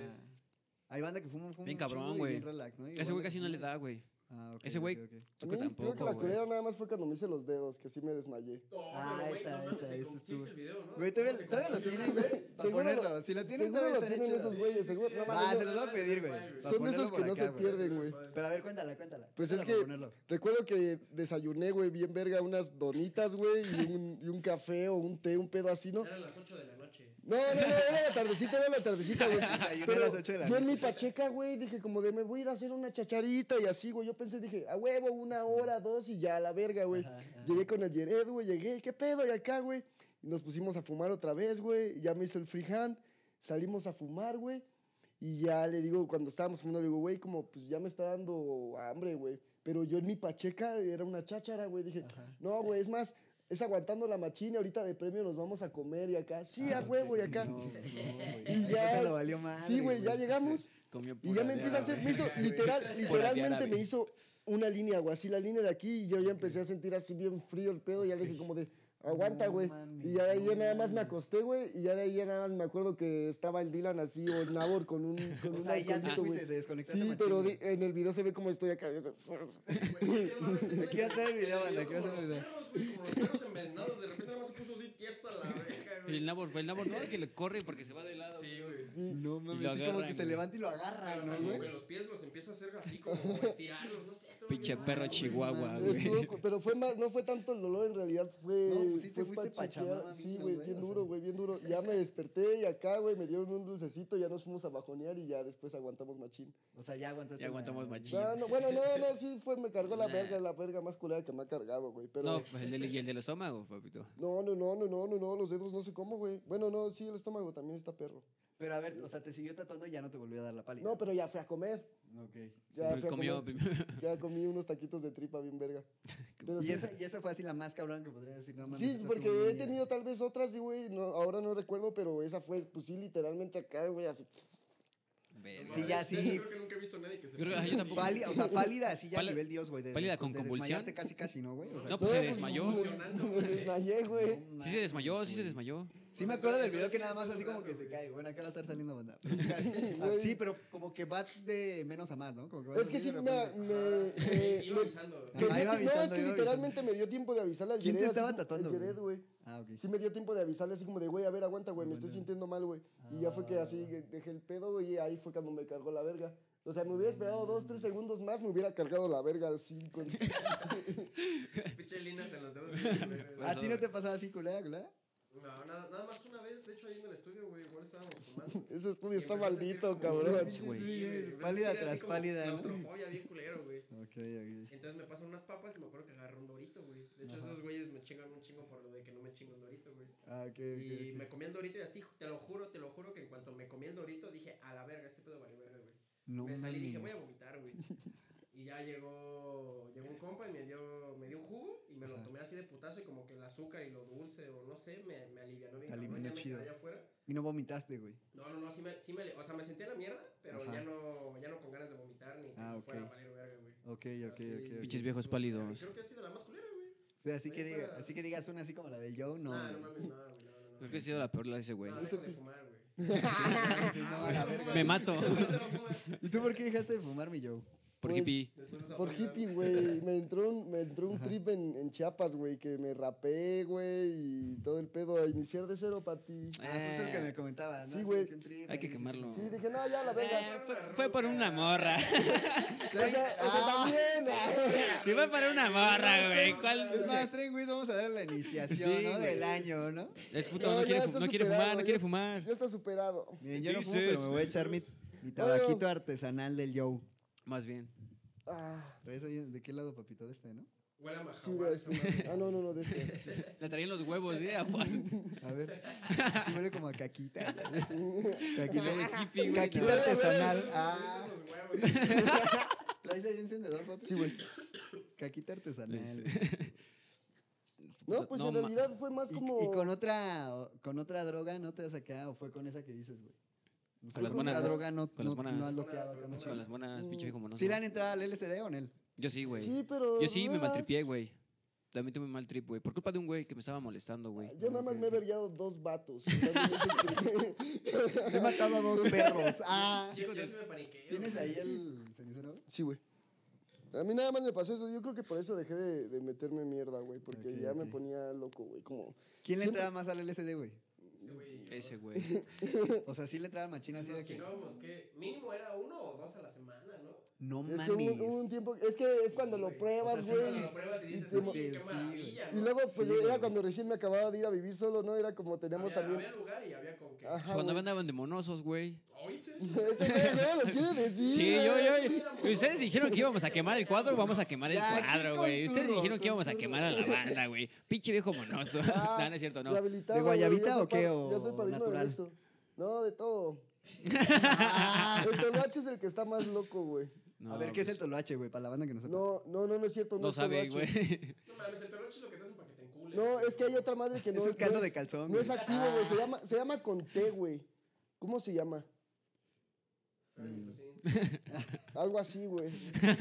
Speaker 1: hay banda que fuma, fuma
Speaker 2: Bien
Speaker 1: un
Speaker 2: cabrón,
Speaker 1: chingo y
Speaker 2: güey.
Speaker 1: bien relax, ¿no? Y
Speaker 2: Ese
Speaker 1: banda
Speaker 2: güey
Speaker 1: que
Speaker 2: casi no le
Speaker 1: fuma-
Speaker 2: da, güey.
Speaker 1: Ah, ok,
Speaker 2: Ese güey-
Speaker 1: ok, ok.
Speaker 4: A
Speaker 2: Tú
Speaker 4: mí
Speaker 2: que
Speaker 4: creo que
Speaker 2: tampoco,
Speaker 4: la
Speaker 2: güey.
Speaker 4: culera nada más fue cuando me hice los dedos, que sí me desmayé.
Speaker 3: No,
Speaker 1: Ah,
Speaker 3: pero, güey,
Speaker 1: esa,
Speaker 3: no mames,
Speaker 1: esa,
Speaker 3: se
Speaker 1: esa
Speaker 3: con- sí
Speaker 1: estuvo.
Speaker 3: viste el video, ¿no?
Speaker 1: Güey,
Speaker 3: ¿Cómo
Speaker 1: todavía
Speaker 3: se
Speaker 1: todavía lo
Speaker 3: confusiona,
Speaker 1: tienen, güey. Para
Speaker 4: Seguro lo-
Speaker 1: ponerlo. Si lo tienen,
Speaker 4: seguro
Speaker 1: todavía
Speaker 4: lo
Speaker 1: están
Speaker 4: tienen
Speaker 1: chidas.
Speaker 4: esos güeyes, seguro. no
Speaker 1: Ah,
Speaker 4: mames,
Speaker 1: se
Speaker 4: yo-
Speaker 1: los voy a pedir, güey.
Speaker 3: Son
Speaker 1: para
Speaker 4: de esos
Speaker 1: ponerlo
Speaker 4: que no
Speaker 1: por
Speaker 4: se
Speaker 1: acá, güey.
Speaker 4: pierden, güey.
Speaker 1: Pero a ver, cuéntala, cuéntala.
Speaker 4: Pues es
Speaker 1: Cuéntala para
Speaker 4: que-
Speaker 1: ponerlo.
Speaker 4: Recuerdo que desayuné, güey, bien verga, unas donitas, güey, y un, y un café o un té, un pedo así, ¿no?
Speaker 3: Eran las 8 de la noche.
Speaker 4: No, no, no, era la tardecita, era la tardecita, güey.
Speaker 1: Desayuné
Speaker 4: Pero
Speaker 1: a las ocho de la
Speaker 4: yo en
Speaker 1: noche.
Speaker 4: mi pacheca, güey, dije como de me voy a ir a hacer una chacharita y así, güey. Yo pensé, dije, a huevo, una hora, dos y ya, a la verga, güey.
Speaker 1: Ajá, ajá.
Speaker 4: Llegué con el Yered, güey, llegué, ¿qué pedo? Y acá, güey. Y nos pusimos a fumar otra vez, güey. y Ya me hizo el free hand, salimos a fumar, güey. Y ya le digo, cuando estábamos fumando, le digo, güey, como pues ya me está dando hambre, güey. Pero yo en mi pacheca era una cháchara, güey. Dije,
Speaker 1: Ajá.
Speaker 4: no, güey, es más, es aguantando la machina, ahorita de premio nos vamos a comer y acá, sí, a huevo y acá.
Speaker 1: Ah, No, no, güey.
Speaker 4: Y
Speaker 1: Ahí
Speaker 4: ya-
Speaker 1: lo valió madre,
Speaker 4: sí, güey, ya llegamos
Speaker 2: Comió
Speaker 4: y ya
Speaker 2: pura
Speaker 4: me
Speaker 2: de
Speaker 4: empieza a
Speaker 2: árabe.
Speaker 4: hacer, me hizo,
Speaker 3: güey.
Speaker 4: literal, literalmente
Speaker 2: árabe.
Speaker 4: me hizo una línea, güey, así la línea de aquí y yo ya empecé a sentir así bien frío el pedo y ya dije como de, aguanta,
Speaker 1: No
Speaker 4: güey.
Speaker 1: mames,
Speaker 4: Y ya de ahí ya
Speaker 1: no
Speaker 4: nada más me
Speaker 1: mames.
Speaker 4: acosté, güey, y ya de ahí ya nada más me acuerdo que estaba el Dylan así o el Nabor con un, con
Speaker 1: O
Speaker 4: un
Speaker 1: sea, ya te
Speaker 4: alcoholito, güey.
Speaker 1: fuiste, te desconectaste.
Speaker 4: Sí,
Speaker 1: machín,
Speaker 4: pero
Speaker 1: güey.
Speaker 4: di- en el video se ve como estoy acá.
Speaker 1: Aquí va a estar el video, banda, aquí va a estar el video.
Speaker 3: Como los perros envenenados, de repente nada más se puso así tieso a la verga,
Speaker 2: Y El
Speaker 3: güey.
Speaker 2: Nabor, el Nabor no que le corre porque se va de lado.
Speaker 3: Sí, güey.
Speaker 4: Sí.
Speaker 1: No
Speaker 2: Y lo
Speaker 1: mames, sí, como
Speaker 2: agarran,
Speaker 1: que se
Speaker 2: güey.
Speaker 1: levanta y lo agarra,
Speaker 3: Pero
Speaker 1: Ah, ¿no,
Speaker 3: así,
Speaker 1: güey?
Speaker 3: güey, los pies los empieza a hacer así como estirados, no sé. eso me
Speaker 2: Pinche
Speaker 3: mamaba,
Speaker 2: perro
Speaker 3: güey.
Speaker 2: chihuahua,
Speaker 4: Estuvo
Speaker 2: güey.
Speaker 4: cu- pero fue más, no fue tanto el dolor, en realidad fue.
Speaker 1: No, pues sí te
Speaker 4: fue
Speaker 1: fuiste
Speaker 4: pachequear.
Speaker 1: pachamama,
Speaker 4: Sí,
Speaker 1: bien,
Speaker 4: güey,
Speaker 1: güey,
Speaker 4: bien
Speaker 1: o sea.
Speaker 4: duro, güey, bien duro. Ya me desperté y acá, güey, me dieron un dulcecito, ya nos fuimos a bajonear y ya después aguantamos machín.
Speaker 1: O sea, ya aguantaste.
Speaker 2: Ya aguantamos
Speaker 1: la-
Speaker 2: machín.
Speaker 4: No, no, bueno, no, no, sí fue, me cargó la
Speaker 2: Nah.
Speaker 4: verga, la verga más culera que me ha cargado, güey. Pero.
Speaker 2: No, pues el del, y el del estómago, papito.
Speaker 4: No, no, no, no, no, no, no, los dedos no sé cómo, güey. Bueno, no, sí, el estómago también está perro.
Speaker 1: Pero a ver, o sea, te siguió tatuando y ya no te volvió a dar la pálida.
Speaker 4: No, pero ya fui a comer.
Speaker 1: Ok.
Speaker 4: Ya fui a
Speaker 2: comió
Speaker 4: comer.
Speaker 2: primero.
Speaker 4: Ya comí unos taquitos de tripa bien verga. Pero
Speaker 1: Y
Speaker 4: sí,
Speaker 1: esa, y esa fue así la más cabrón que podría decir. No, mames,
Speaker 4: Sí,
Speaker 1: estás como
Speaker 4: porque
Speaker 1: niña.
Speaker 4: he tenido tal vez otras, y, güey, no, ahora no recuerdo, pero esa fue, pues sí, literalmente acá, güey, así.
Speaker 2: Verga.
Speaker 3: No
Speaker 1: Sí, ya,
Speaker 3: mames, de hecho,
Speaker 1: sí.
Speaker 3: Creo que nunca he visto a nadie que se
Speaker 2: Yo creo- ah, yo
Speaker 3: ponga así.
Speaker 2: tampoco.
Speaker 1: Pálida, o sea, pálida así ya a
Speaker 2: Pálida-
Speaker 1: nivel Dios, güey. de
Speaker 2: pálida
Speaker 1: des-
Speaker 2: con
Speaker 1: de
Speaker 2: convulsión.
Speaker 1: desmayarte casi, casi, ¿no, güey? O sea,
Speaker 2: No, pues se
Speaker 4: pues,
Speaker 2: desmayó.
Speaker 3: Funcionando,
Speaker 4: Me
Speaker 3: güey.
Speaker 4: desmayé, güey.
Speaker 1: no
Speaker 2: Sí se desmayó,
Speaker 1: mames,
Speaker 2: sí se
Speaker 1: güey.
Speaker 2: desmayó.
Speaker 1: Sí me acuerdo del video que nada más así como que se cae. Bueno, acá va a estar saliendo banda. pero se cae. Ah, Sí, pero como que va de menos a más, ¿no? Como va
Speaker 4: Es que sí,
Speaker 1: subiendo
Speaker 4: me.
Speaker 1: y de repente-
Speaker 4: me- me-
Speaker 3: Iba
Speaker 4: me-
Speaker 3: avisando.
Speaker 4: me
Speaker 1: Ajá,
Speaker 4: dio
Speaker 1: iba
Speaker 4: ti- no, es
Speaker 1: avisando,
Speaker 4: que
Speaker 1: iba
Speaker 4: literalmente me dio tiempo de avisarle al
Speaker 1: ¿Quién te
Speaker 4: Yered, así
Speaker 1: estaba
Speaker 4: como- al
Speaker 1: tatuando, güey?
Speaker 4: Yered, güey.
Speaker 1: Ah, ok.
Speaker 4: Sí me dio tiempo de avisarle así como de, güey, a ver, aguanta, güey, me estoy
Speaker 1: Aguanta.
Speaker 4: sintiendo mal, güey. Y ya fue que
Speaker 1: Ah.
Speaker 4: así que dejé el pedo, güey, y ahí fue cuando me cargó la verga. O sea, me hubiera
Speaker 1: Mm.
Speaker 4: esperado dos, tres segundos más, me hubiera cargado la verga así con...
Speaker 3: Pinche linas en los dedos.
Speaker 1: ¿A ti no te pasaba así, culera, culera?
Speaker 3: No, nada, nada más una vez, de hecho ahí en el estudio, güey, igual estábamos fumando.
Speaker 4: Ese estudio
Speaker 3: Y empecé
Speaker 4: está
Speaker 3: a sentir
Speaker 4: maldito,
Speaker 3: como-
Speaker 4: cabrón.
Speaker 1: Sí,
Speaker 2: güey.
Speaker 1: sí,
Speaker 3: güey,
Speaker 1: sí,
Speaker 3: empecé a
Speaker 1: pálida
Speaker 3: sentir así
Speaker 1: tras
Speaker 3: como
Speaker 1: pálida, ¿no?
Speaker 3: Claustrofobia bien culero, güey.
Speaker 1: Ok, ok.
Speaker 3: Entonces me pasan unas papas y me acuerdo que agarré un dorito, güey. De hecho,
Speaker 1: Ajá.
Speaker 3: esos güeyes me chingan un chingo por lo de que no me chingo el dorito, güey.
Speaker 1: Ah, ok, ok,
Speaker 3: Y
Speaker 1: ok.
Speaker 3: me comí el dorito y así, te lo juro, te lo juro que en cuanto me comí el dorito dije, a la verga, este pedo vale verga, güey.
Speaker 1: No
Speaker 3: me salí y Pues dije, voy
Speaker 1: mames.
Speaker 3: a vomitar, güey. Y ya llegó, llegó un compa y me dio, me dio un jugo y me lo
Speaker 1: Ajá.
Speaker 3: tomé así de putazo y como que el azúcar y lo dulce o no sé, me, me alivianó bien.
Speaker 1: Te
Speaker 3: cabrón,
Speaker 1: alivianó
Speaker 3: ya me
Speaker 1: chido.
Speaker 3: quedé allá afuera.
Speaker 1: Y no vomitaste, güey.
Speaker 3: No, no, no, sí me, sí me, o sea, me senté en la mierda, pero
Speaker 1: Ajá.
Speaker 3: ya no, ya no con ganas de vomitar ni que
Speaker 1: Ah,
Speaker 3: me
Speaker 1: ok.
Speaker 3: fuera a valer verga, güey.
Speaker 1: Ok,
Speaker 3: Pero
Speaker 1: ok,
Speaker 3: Ah, sí,
Speaker 1: ok. ok.
Speaker 2: Pinches viejos pálidos.
Speaker 3: Creo que ha sido la más culera, güey.
Speaker 1: O sea, así que,
Speaker 3: Oye,
Speaker 1: diga,
Speaker 3: fuera.
Speaker 1: así que digas una así como la del Joe, no.
Speaker 3: No, no
Speaker 1: güey.
Speaker 3: mames, no, güey, no, no, no.
Speaker 2: Creo que ha sido la peor la de ese güey.
Speaker 3: No,
Speaker 4: Ah, Ese
Speaker 3: deja de
Speaker 4: pi-
Speaker 3: fumar, güey.
Speaker 1: Sí, no,
Speaker 3: Ah,
Speaker 1: a la
Speaker 3: no
Speaker 1: verga.
Speaker 3: fumas.
Speaker 2: Me mato.
Speaker 3: Después se va a fumar.
Speaker 1: ¿Y tú por qué dejaste de fumar, mi Joe?
Speaker 2: Por
Speaker 4: Pues,
Speaker 2: hippie.
Speaker 3: Después de esa
Speaker 4: Por
Speaker 3: peda,
Speaker 4: hippie, güey. Me entró un, me entró un trip en, en Chiapas, güey, que me rapé, güey, y todo el pedo. A iniciar de cero, pati.
Speaker 1: Ah, justo lo
Speaker 3: Eh,
Speaker 1: que me comentabas, ¿no?
Speaker 4: sí, güey.
Speaker 1: que un trip
Speaker 2: Hay que
Speaker 1: ahí.
Speaker 2: quemarlo.
Speaker 4: Sí, dije, no, ya la verga.
Speaker 2: Eh, fue, fue por una morra.
Speaker 4: O sea, o sea,
Speaker 1: Ah,
Speaker 4: también.
Speaker 2: Ah. Sí, fue por una morra, güey.
Speaker 1: Es
Speaker 2: ¿Cuál?
Speaker 1: más, tren, güey, vamos a darle la iniciación,
Speaker 2: Sí,
Speaker 1: ¿no?
Speaker 2: güey.
Speaker 1: Del año, ¿no?
Speaker 2: Es puto,
Speaker 4: No,
Speaker 2: no,
Speaker 4: ya
Speaker 2: quiere,
Speaker 4: está
Speaker 2: fu- no quiere
Speaker 4: superado,
Speaker 2: fumar, no
Speaker 4: ya
Speaker 2: quiere
Speaker 4: está-
Speaker 2: fumar.
Speaker 4: Ya está superado.
Speaker 1: Miren, yo no fumo,
Speaker 2: Dices,
Speaker 1: pero me voy a echar mi, mi tabaquito artesanal del Joe.
Speaker 2: Más bien.
Speaker 4: Ah,
Speaker 1: Pero eso, ¿De qué lado, papito? De este, ¿no?
Speaker 3: Huele a
Speaker 4: sí, de
Speaker 3: majahual. esa
Speaker 4: este.
Speaker 3: madre.
Speaker 4: Ah, no, no, no, de este.
Speaker 2: La traían los huevos, ¿eh? Aguas.
Speaker 1: A ver. Sí huele como a caquita. güey. Caquita,
Speaker 2: Eres hippie, güey.
Speaker 1: caquita
Speaker 2: No.
Speaker 1: artesanal.
Speaker 3: Esos-
Speaker 1: Ah.
Speaker 3: esos huevos.
Speaker 1: ¿Traes ahí encendedor, papi? Sí, güey. Caquita artesanal. güey.
Speaker 4: No, pues
Speaker 2: No
Speaker 4: en
Speaker 2: ma-
Speaker 4: realidad fue más
Speaker 1: Y-
Speaker 4: como.
Speaker 1: Y, con otra o- con otra droga no te has acá o fue con esa que dices, güey. O sea,
Speaker 2: las
Speaker 1: con otra
Speaker 2: monas.
Speaker 1: droga no, no,
Speaker 2: Con las monas.
Speaker 1: no has bloqueado acá
Speaker 3: Con
Speaker 1: mucho.
Speaker 2: Con las monas, pinche viejo monoso.
Speaker 1: ¿Sí le han entrado al LSD o en él?
Speaker 2: Yo sí, güey.
Speaker 4: Sí, pero.
Speaker 2: Yo sí me
Speaker 4: relax.
Speaker 2: maltripié, güey. También tuve un mal trip, güey. Por culpa de un güey que me estaba molestando, güey.
Speaker 4: Ah, Yo nada más me he vergueado dos vatos. También ese trip.
Speaker 1: He matado a dos perros. Ah.
Speaker 3: Yo yo sí me paniqué.
Speaker 1: ¿Tienes
Speaker 3: güey.
Speaker 1: ahí el cenicero?
Speaker 4: Sí, güey. A mí nada más me pasó eso. Yo creo que por eso dejé de, de meterme mierda, güey. Porque
Speaker 1: Ok,
Speaker 4: ya me
Speaker 1: ok.
Speaker 4: ponía loco, güey. Como.
Speaker 1: ¿Quién le
Speaker 4: Siempre-
Speaker 1: entraba más al LSD, güey?
Speaker 3: Ese Este güey. yo-
Speaker 2: Ese güey.
Speaker 1: O sea, sí le entraba machina así
Speaker 3: Nos
Speaker 1: de que
Speaker 3: chingábamos, ¿qué? pues, Mínimo era uno o dos a la semana, ¿no?
Speaker 1: no
Speaker 4: es que hubo-
Speaker 1: mames.
Speaker 4: hubo un tiempo. Es que es cuando lo
Speaker 3: Güey.
Speaker 4: pruebas,
Speaker 1: O sea, sí,
Speaker 4: güey.
Speaker 3: Cuando lo pruebas y dices,
Speaker 4: te-
Speaker 3: "Oye, qué
Speaker 1: sí,
Speaker 3: maravilla,
Speaker 4: y
Speaker 3: ¿no?"
Speaker 4: luego, pues
Speaker 1: Sí,
Speaker 4: era
Speaker 1: güey.
Speaker 4: cuando recién me acababa de ir a vivir solo, ¿no? Era como teníamos
Speaker 3: había,
Speaker 4: también. Ah.
Speaker 3: había lugar y había con qué.
Speaker 4: Ajá.
Speaker 2: Cuando
Speaker 4: güey.
Speaker 2: me andaban de monosos, güey.
Speaker 3: Oíste.
Speaker 4: Ese güey, no, lo quiere decir.
Speaker 2: Sí,
Speaker 4: güey.
Speaker 2: yo, yo. y Ustedes dijeron que íbamos a quemar el cuadro, vamos a quemar el
Speaker 1: Ya, aquí
Speaker 2: cuadro,
Speaker 1: con
Speaker 2: güey. Ustedes
Speaker 1: turro,
Speaker 2: dijeron que
Speaker 1: con
Speaker 2: íbamos a quemar a la banda, güey. Pinche viejo monoso.
Speaker 4: Ah,
Speaker 2: No, no es cierto, no.
Speaker 4: rehabilitado,
Speaker 1: ¿De
Speaker 4: güey, ya
Speaker 1: guayabita
Speaker 4: soy
Speaker 1: o qué,
Speaker 4: pa-
Speaker 1: o
Speaker 4: Ya soy padrino
Speaker 1: natural?
Speaker 4: del Nexo. No, de todo. el Toloache es el que está más loco, güey.
Speaker 2: No,
Speaker 1: a ver, ¿qué es
Speaker 2: pues,
Speaker 1: el toloache, güey? Para la banda que no sabe.
Speaker 4: No, no, no, no es cierto. No,
Speaker 2: No
Speaker 4: es
Speaker 2: sabe,
Speaker 4: Toloache.
Speaker 2: güey.
Speaker 3: No mames, el peluche es lo que te hacen para que te encules,
Speaker 2: mole.
Speaker 4: No, eh, es que hay otra madre que no
Speaker 1: Eso es caldo
Speaker 4: no
Speaker 1: de calzón,
Speaker 4: No
Speaker 1: güey.
Speaker 4: es activo, güey.
Speaker 2: Ah.
Speaker 4: Se llama, se llama con T, güey. ¿Cómo se llama? Algo así, güey.
Speaker 2: pues.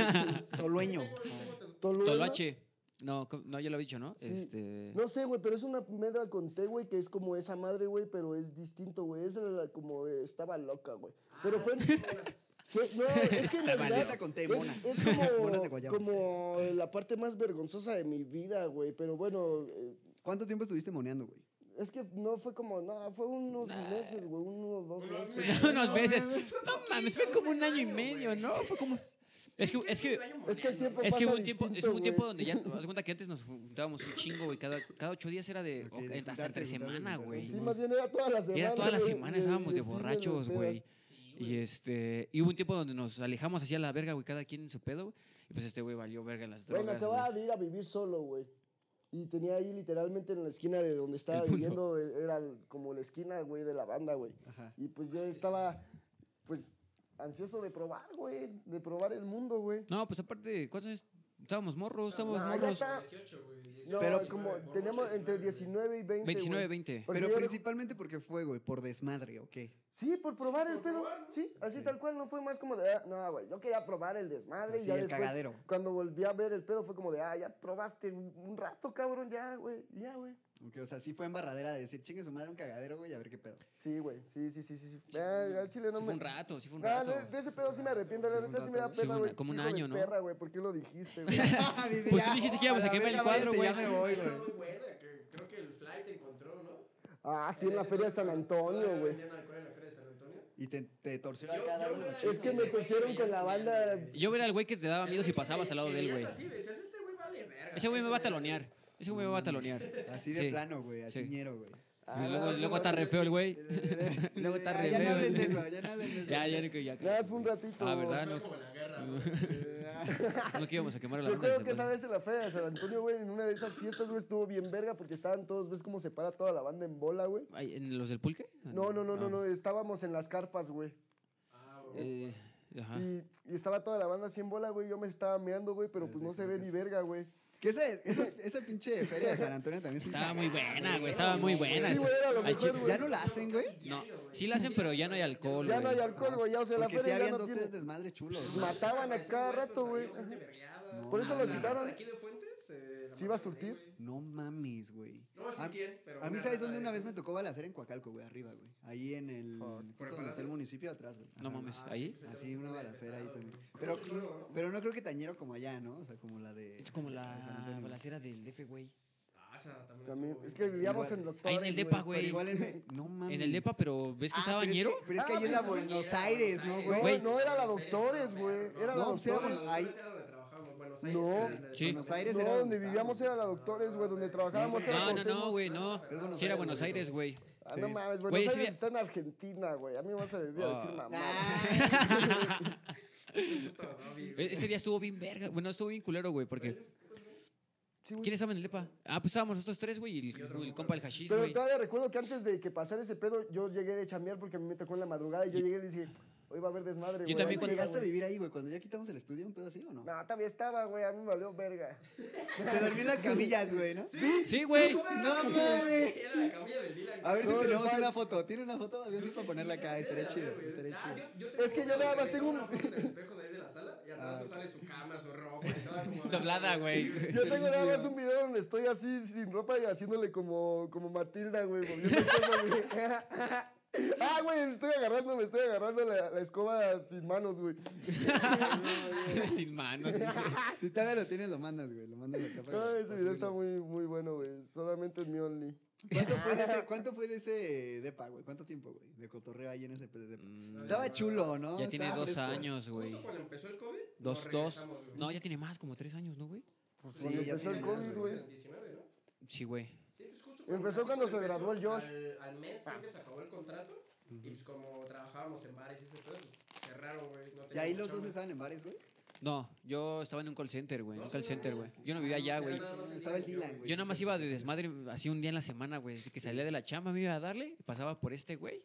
Speaker 1: Tolueño.
Speaker 4: Toluena.
Speaker 2: Toloache. No, co- no, ya lo he dicho, ¿no?
Speaker 4: Sí.
Speaker 2: Este.
Speaker 4: No sé, güey, pero es una medra con té, güey, que es como esa madre, güey, pero es distinto, güey. Es la- como eh, estaba loca, güey. Pero fue,
Speaker 2: Ah.
Speaker 4: fue- No, es que en
Speaker 1: Estaba
Speaker 4: realidad.
Speaker 1: loca con té,
Speaker 4: es-
Speaker 1: mona.
Speaker 4: Es,
Speaker 1: Monas de
Speaker 4: como,
Speaker 1: guayaba.
Speaker 4: como la parte más vergonzosa de mi vida, güey. Pero bueno, eh,
Speaker 1: ¿Cuánto tiempo estuviste moneando, güey?
Speaker 4: es que no fue como. No, fue unos meses, güey. Uno o dos
Speaker 3: Unos
Speaker 4: meses.
Speaker 3: meses.
Speaker 4: güey.
Speaker 2: Unos
Speaker 3: No,
Speaker 2: meses.
Speaker 3: güey.
Speaker 2: No mames, fue como un año y medio, ¿no? Fue como. Es que, es que,
Speaker 4: Es que el tiempo
Speaker 2: es que
Speaker 4: pasa
Speaker 2: hubo un tiempo, es que
Speaker 4: distinto,
Speaker 2: hubo un tiempo
Speaker 4: güey.
Speaker 2: donde ya, haz cuenta que antes nos juntábamos un chingo, güey. Cada, cada ocho días era de,
Speaker 1: Ok,
Speaker 2: o-
Speaker 1: de
Speaker 2: hasta
Speaker 1: juntarse,
Speaker 2: entre
Speaker 1: juntarse,
Speaker 2: semana,
Speaker 1: juntarse.
Speaker 2: güey.
Speaker 4: Sí, más bien era toda la semana.
Speaker 2: Era toda la
Speaker 4: güey,
Speaker 2: semana, estábamos de
Speaker 4: fin
Speaker 2: borrachos,
Speaker 4: pedas.
Speaker 2: güey. Y este, y hubo un tiempo donde nos alejamos hacia la verga, güey, cada quien en su pedo, güey. Y pues este güey valió verga en las drogas.
Speaker 4: Bueno, acababa de ir a vivir solo, güey. Y tenía ahí literalmente en la esquina de donde estaba
Speaker 2: El mundo.
Speaker 4: viviendo, eh, era el- como la esquina, güey, de la banda, güey.
Speaker 1: Ajá.
Speaker 4: Y pues yo estaba, pues, ansioso de probar, güey, de probar el mundo, güey.
Speaker 2: No, pues aparte, ¿cuántos años? Estábamos morros, estábamos
Speaker 4: No, ya
Speaker 2: morros.
Speaker 4: está. No,
Speaker 1: Pero-
Speaker 4: como teníamos entre 19 y 20,
Speaker 2: 29,
Speaker 4: güey. Pues
Speaker 2: 20.
Speaker 4: Porque
Speaker 1: Pero
Speaker 4: yo-
Speaker 1: principalmente porque fue, güey, por desmadre, ¿ok?
Speaker 4: Sí, por probar el pedo.
Speaker 3: probar, ¿no?
Speaker 4: Sí, así tal cual, no fue más como de, ah, no, güey, yo quería probar el desmadre. y
Speaker 1: Así,
Speaker 4: ya
Speaker 1: el
Speaker 4: después,
Speaker 1: cagadero.
Speaker 4: Cuando volví a ver el pedo fue como de, ah, ya probaste un un rato, cabrón, ya, güey, ya, güey.
Speaker 1: Ok, o sea, sí fue embarradera de decir, chingue su madre un cagadero, güey, a ver qué pedo.
Speaker 4: Sí, güey, sí, sí, sí, sí. sí. Ah, al chile no
Speaker 2: Sí
Speaker 4: me...
Speaker 2: fue un rato, sí fue un
Speaker 4: Ah,
Speaker 2: rato.
Speaker 4: de, de ese pedo sí me arrepiento, la neta sí me da
Speaker 1: Sí,
Speaker 4: pena,
Speaker 2: un-
Speaker 4: güey.
Speaker 2: como un
Speaker 4: Hijo de
Speaker 2: año, ¿no?
Speaker 4: perra, güey, ¿por qué lo dijiste, güey?
Speaker 1: Dice,
Speaker 2: Pues
Speaker 1: ya,
Speaker 2: tú dijiste que íbamos a
Speaker 1: la
Speaker 2: quemar el
Speaker 1: verga,
Speaker 2: cuadro,
Speaker 1: váyanse,
Speaker 2: güey.
Speaker 1: Ya me voy, güey.
Speaker 3: Muy buena, que creo que el flight encontró, ¿no?
Speaker 4: Ah, sí, en la feria de San Antonio,
Speaker 3: ¿Todavía
Speaker 4: güey.
Speaker 3: vendían alcohol en la feria de San Antonio?
Speaker 1: Y te, te torció
Speaker 3: Yo-
Speaker 1: la cara.
Speaker 3: yo
Speaker 1: güey,
Speaker 3: me la-
Speaker 1: machín,
Speaker 4: Es que
Speaker 1: güey.
Speaker 4: me pusieron con la banda...
Speaker 2: Yo era el güey que te daba miedo si
Speaker 3: El güey
Speaker 2: pasabas
Speaker 3: que
Speaker 2: al lado
Speaker 3: te-
Speaker 2: de él,
Speaker 3: que
Speaker 2: güey.
Speaker 3: veías así, decías, "Este güey vale verga". este
Speaker 2: Ese güey me
Speaker 3: Ese
Speaker 2: va a talonear. Ese güey me va a talonear.
Speaker 1: Así de
Speaker 2: Sí.
Speaker 1: plano, güey, así
Speaker 2: Sí.
Speaker 1: ñero, güey.
Speaker 4: Ah,
Speaker 2: Y luego,
Speaker 4: no,
Speaker 2: luego
Speaker 4: no,
Speaker 2: está re feo el güey.
Speaker 4: Eh,
Speaker 2: luego está
Speaker 1: Ya
Speaker 2: re
Speaker 1: ya no
Speaker 2: feo.
Speaker 1: hablen de eso, ya no hablen de eso.
Speaker 2: Ya, ya, ya, ya.
Speaker 4: Nada, fue un ratito.
Speaker 2: Ah, ¿verdad?
Speaker 3: Fue
Speaker 2: No,
Speaker 3: como la guerra, güey.
Speaker 2: no que íbamos a quemar a la banda.
Speaker 4: Recuerdo
Speaker 2: desde
Speaker 4: que esa
Speaker 2: luego.
Speaker 4: vez en la feria de San Antonio, güey, en una de esas fiestas, güey, estuvo bien verga porque estaban todos, ¿ves cómo se para toda la banda en bola, güey?
Speaker 2: Ay, ¿En los del pulque?
Speaker 4: No, no, no, no, no, estábamos en las carpas, güey.
Speaker 2: Eh, ajá.
Speaker 4: Y, y estaba toda la banda así en bola, güey, yo me estaba meando, güey, pero pues no se ve ni verga, güey.
Speaker 1: Que esa, esa, esa pinche feria de San Antonio también es un
Speaker 2: Estaba muy
Speaker 1: cagazo,
Speaker 2: buena, güey. Estaba muy buena.
Speaker 4: Sí, güey, era lo
Speaker 2: Ay,
Speaker 4: mejor,
Speaker 2: chico.
Speaker 4: güey.
Speaker 1: ¿Ya no la hacen, güey?
Speaker 2: No, sí la hacen, pero ya no hay alcohol,
Speaker 4: Ya no
Speaker 2: güey.
Speaker 4: hay alcohol, güey, ya, o sea, la
Speaker 1: Porque sí
Speaker 4: feria ya
Speaker 1: habían
Speaker 4: no
Speaker 1: dos,
Speaker 4: tiene...
Speaker 1: tres desmadres chulos. güey.
Speaker 4: Mataban a cada
Speaker 3: Este
Speaker 4: rato, güey.
Speaker 3: Había gente
Speaker 4: Ajá.
Speaker 3: vergueada.
Speaker 1: No
Speaker 4: Por eso lo
Speaker 3: La
Speaker 4: quitaron.
Speaker 3: raza Ah, de aquí de Fuentes, eh, la
Speaker 4: ¿Sí iba a
Speaker 3: mataron ahí,
Speaker 4: surtir?
Speaker 3: güey.
Speaker 1: No mames, güey.
Speaker 3: No, sí
Speaker 1: A-
Speaker 3: quién, pero
Speaker 1: A mí,
Speaker 3: una
Speaker 1: ¿sabes
Speaker 3: raza
Speaker 1: dónde
Speaker 3: de
Speaker 1: una vez me
Speaker 3: esas.
Speaker 1: tocó balacer en Coacalco, güey? Arriba, güey. Ahí en el. justo
Speaker 3: el
Speaker 1: donde está
Speaker 3: palacio?
Speaker 1: el municipio atrás, güey.
Speaker 2: No
Speaker 1: Ajá.
Speaker 2: mames,
Speaker 3: Ah,
Speaker 2: ahí.
Speaker 3: sí, pues,
Speaker 1: Así,
Speaker 3: entonces
Speaker 1: una
Speaker 3: no había
Speaker 1: balacera ahí
Speaker 3: empezado,
Speaker 1: también.
Speaker 3: güey.
Speaker 1: Pero,
Speaker 3: Mucho luego, ¿no?
Speaker 1: pero no creo que tañero como allá, ¿no? O sea, como la de.
Speaker 2: Es como
Speaker 1: la de San
Speaker 2: la
Speaker 1: Antonio.
Speaker 2: balacera del DF, güey.
Speaker 3: Ah, esa también
Speaker 4: También,
Speaker 3: estuvo
Speaker 4: es que
Speaker 3: bien.
Speaker 4: vivíamos
Speaker 1: Igual.
Speaker 4: en los
Speaker 2: Ahí en el
Speaker 4: torres,
Speaker 2: depa,
Speaker 1: Pero
Speaker 2: güey.
Speaker 1: igual en. No mames.
Speaker 2: En el depa, pero ¿ves que
Speaker 1: Ah,
Speaker 2: estaba
Speaker 1: pero es
Speaker 2: ñero?
Speaker 1: que- Pero es que
Speaker 4: Ah,
Speaker 1: ahí en
Speaker 4: pero
Speaker 1: la
Speaker 4: es que
Speaker 1: Buenos
Speaker 3: era
Speaker 1: Aires,
Speaker 3: Buenos
Speaker 1: ¿no,
Speaker 3: Aires,
Speaker 1: güey?
Speaker 4: No,
Speaker 2: Güey.
Speaker 4: no, era la doctores, güey. Era la
Speaker 1: No, pues era
Speaker 4: doctores.
Speaker 1: Buenos Aires.
Speaker 3: era donde trabajábamos. Buenos Aires
Speaker 4: No.
Speaker 3: era la-
Speaker 2: Sí.
Speaker 1: Buenos Aires
Speaker 4: No,
Speaker 1: era
Speaker 4: donde
Speaker 1: estábamos.
Speaker 4: vivíamos era la doctores, güey, donde trabajábamos era
Speaker 2: No, no,
Speaker 4: Cuauhtémoc.
Speaker 2: no, güey, no.
Speaker 1: Buenos
Speaker 2: Sí era
Speaker 1: Aires,
Speaker 2: Buenos
Speaker 1: güey.
Speaker 2: Aires, güey.
Speaker 4: Ah, no
Speaker 1: Sí.
Speaker 4: mames, Buenos
Speaker 2: Güey, ese
Speaker 4: Aires
Speaker 2: día-
Speaker 4: está en Argentina, güey. A mí me vas a venir a decir
Speaker 2: Ah.
Speaker 4: mamadas.
Speaker 1: Ah,
Speaker 3: Puto Robbie,
Speaker 2: E-
Speaker 4: Eh,
Speaker 3: güey.
Speaker 2: Ese día estuvo bien verga. Bueno, estuvo bien culero, güey, porque...
Speaker 4: Sí, güey.
Speaker 2: ¿Quiénes estaban en el depa? Ah, pues estábamos nosotros tres, güey, y el,
Speaker 3: Y otro
Speaker 2: el
Speaker 3: compa.
Speaker 2: compa del hashish,
Speaker 4: Pero
Speaker 2: güey.
Speaker 4: todavía recuerdo que antes de que pasara ese pedo, yo llegué de chambear porque a mí me tocó en la madrugada y yo llegué y dije, hoy va a haber desmadre, güey.
Speaker 1: ¿Cuándo
Speaker 2: también cuando-
Speaker 1: llegaste a vivir ahí, güey? Cuando ya quitamos el estudio, un pedo así o no?
Speaker 4: No, todavía estaba, güey. A mí me valió verga.
Speaker 1: Se dormía en las camillas, güey, ¿no?
Speaker 2: Sí, güey.
Speaker 4: eh,
Speaker 1: No mames.
Speaker 3: Era la camilla del Dylan.
Speaker 1: A ver si
Speaker 4: No,
Speaker 1: tenemos
Speaker 4: no,
Speaker 1: una foto. ¿Tiene una foto? Algo así para ponerla acá. Ah, Estaría
Speaker 3: Debe de
Speaker 1: chido.
Speaker 3: haber, güey.
Speaker 1: Estaría
Speaker 3: Ah,
Speaker 1: chido.
Speaker 3: yo- yo
Speaker 4: Es que
Speaker 3: una
Speaker 4: yo nada
Speaker 3: foto
Speaker 4: más
Speaker 3: de-
Speaker 4: tengo un-
Speaker 3: una foto del espejo de ahí de la sala y
Speaker 1: Ah,
Speaker 3: atrás pues, sale su cama, su ropa y toda como-
Speaker 2: Doblada, güey.
Speaker 4: Yo tengo nada más un video donde estoy así sin ropa y haciéndole como, como Matilda, güey. moviendo el codo, güey. Ah, güey, me estoy agarrando, me estoy agarrando la, la escoba sin manos, güey.
Speaker 2: Sin manos. dice.
Speaker 1: Si todavía lo tienes, lo mandas, güey. Lo mandas acá. para-
Speaker 4: No, ese
Speaker 1: para
Speaker 4: video
Speaker 1: subirlo.
Speaker 4: está muy, muy bueno, güey. Solamente en mi only.
Speaker 1: ¿Cuánto fue de ese, cuánto fue de ese depa, güey? ¿Cuánto tiempo, güey? De cotorreo ahí en ese pe- depa. Estaba chulo, ¿no?
Speaker 2: Mm, Ya tiene
Speaker 1: Estaba
Speaker 2: dos
Speaker 1: fresco.
Speaker 2: años, güey.
Speaker 3: Justo cuando empezó el COVID,
Speaker 2: Dos,
Speaker 3: nos
Speaker 2: dos.
Speaker 3: regresamos, güey.
Speaker 2: No, ya tiene más, como tres años, ¿no, güey?
Speaker 4: Pues
Speaker 1: Sí,
Speaker 4: cuando
Speaker 1: ya
Speaker 4: empezó el
Speaker 1: tiene
Speaker 4: COVID,
Speaker 1: años,
Speaker 4: güey.
Speaker 3: El 19, ¿no?
Speaker 2: Sí, güey.
Speaker 3: Sí, pues justo
Speaker 4: Empezó cuando se
Speaker 3: empezó,
Speaker 4: graduó el Josh.
Speaker 3: Al, al mes creo que se acabó el contrato y pues como trabajábamos en bares y ese pedo, pues, cerraron, güey. No
Speaker 1: Y ahí los
Speaker 3: teníamos
Speaker 1: dos
Speaker 3: chamba.
Speaker 1: estaban en bares, güey.
Speaker 2: No, yo estaba en un call center, güey. En un
Speaker 3: No,
Speaker 2: call
Speaker 3: sí,
Speaker 2: center,
Speaker 3: no.
Speaker 2: güey. Yo no vivía allá, güey.
Speaker 3: Nada más
Speaker 1: Estaba el Dylan, güey.
Speaker 2: Yo nada más iba de desmadre así un día en la semana, güey. Así que salía de la chamba, me iba a darle, pasaba por este, güey.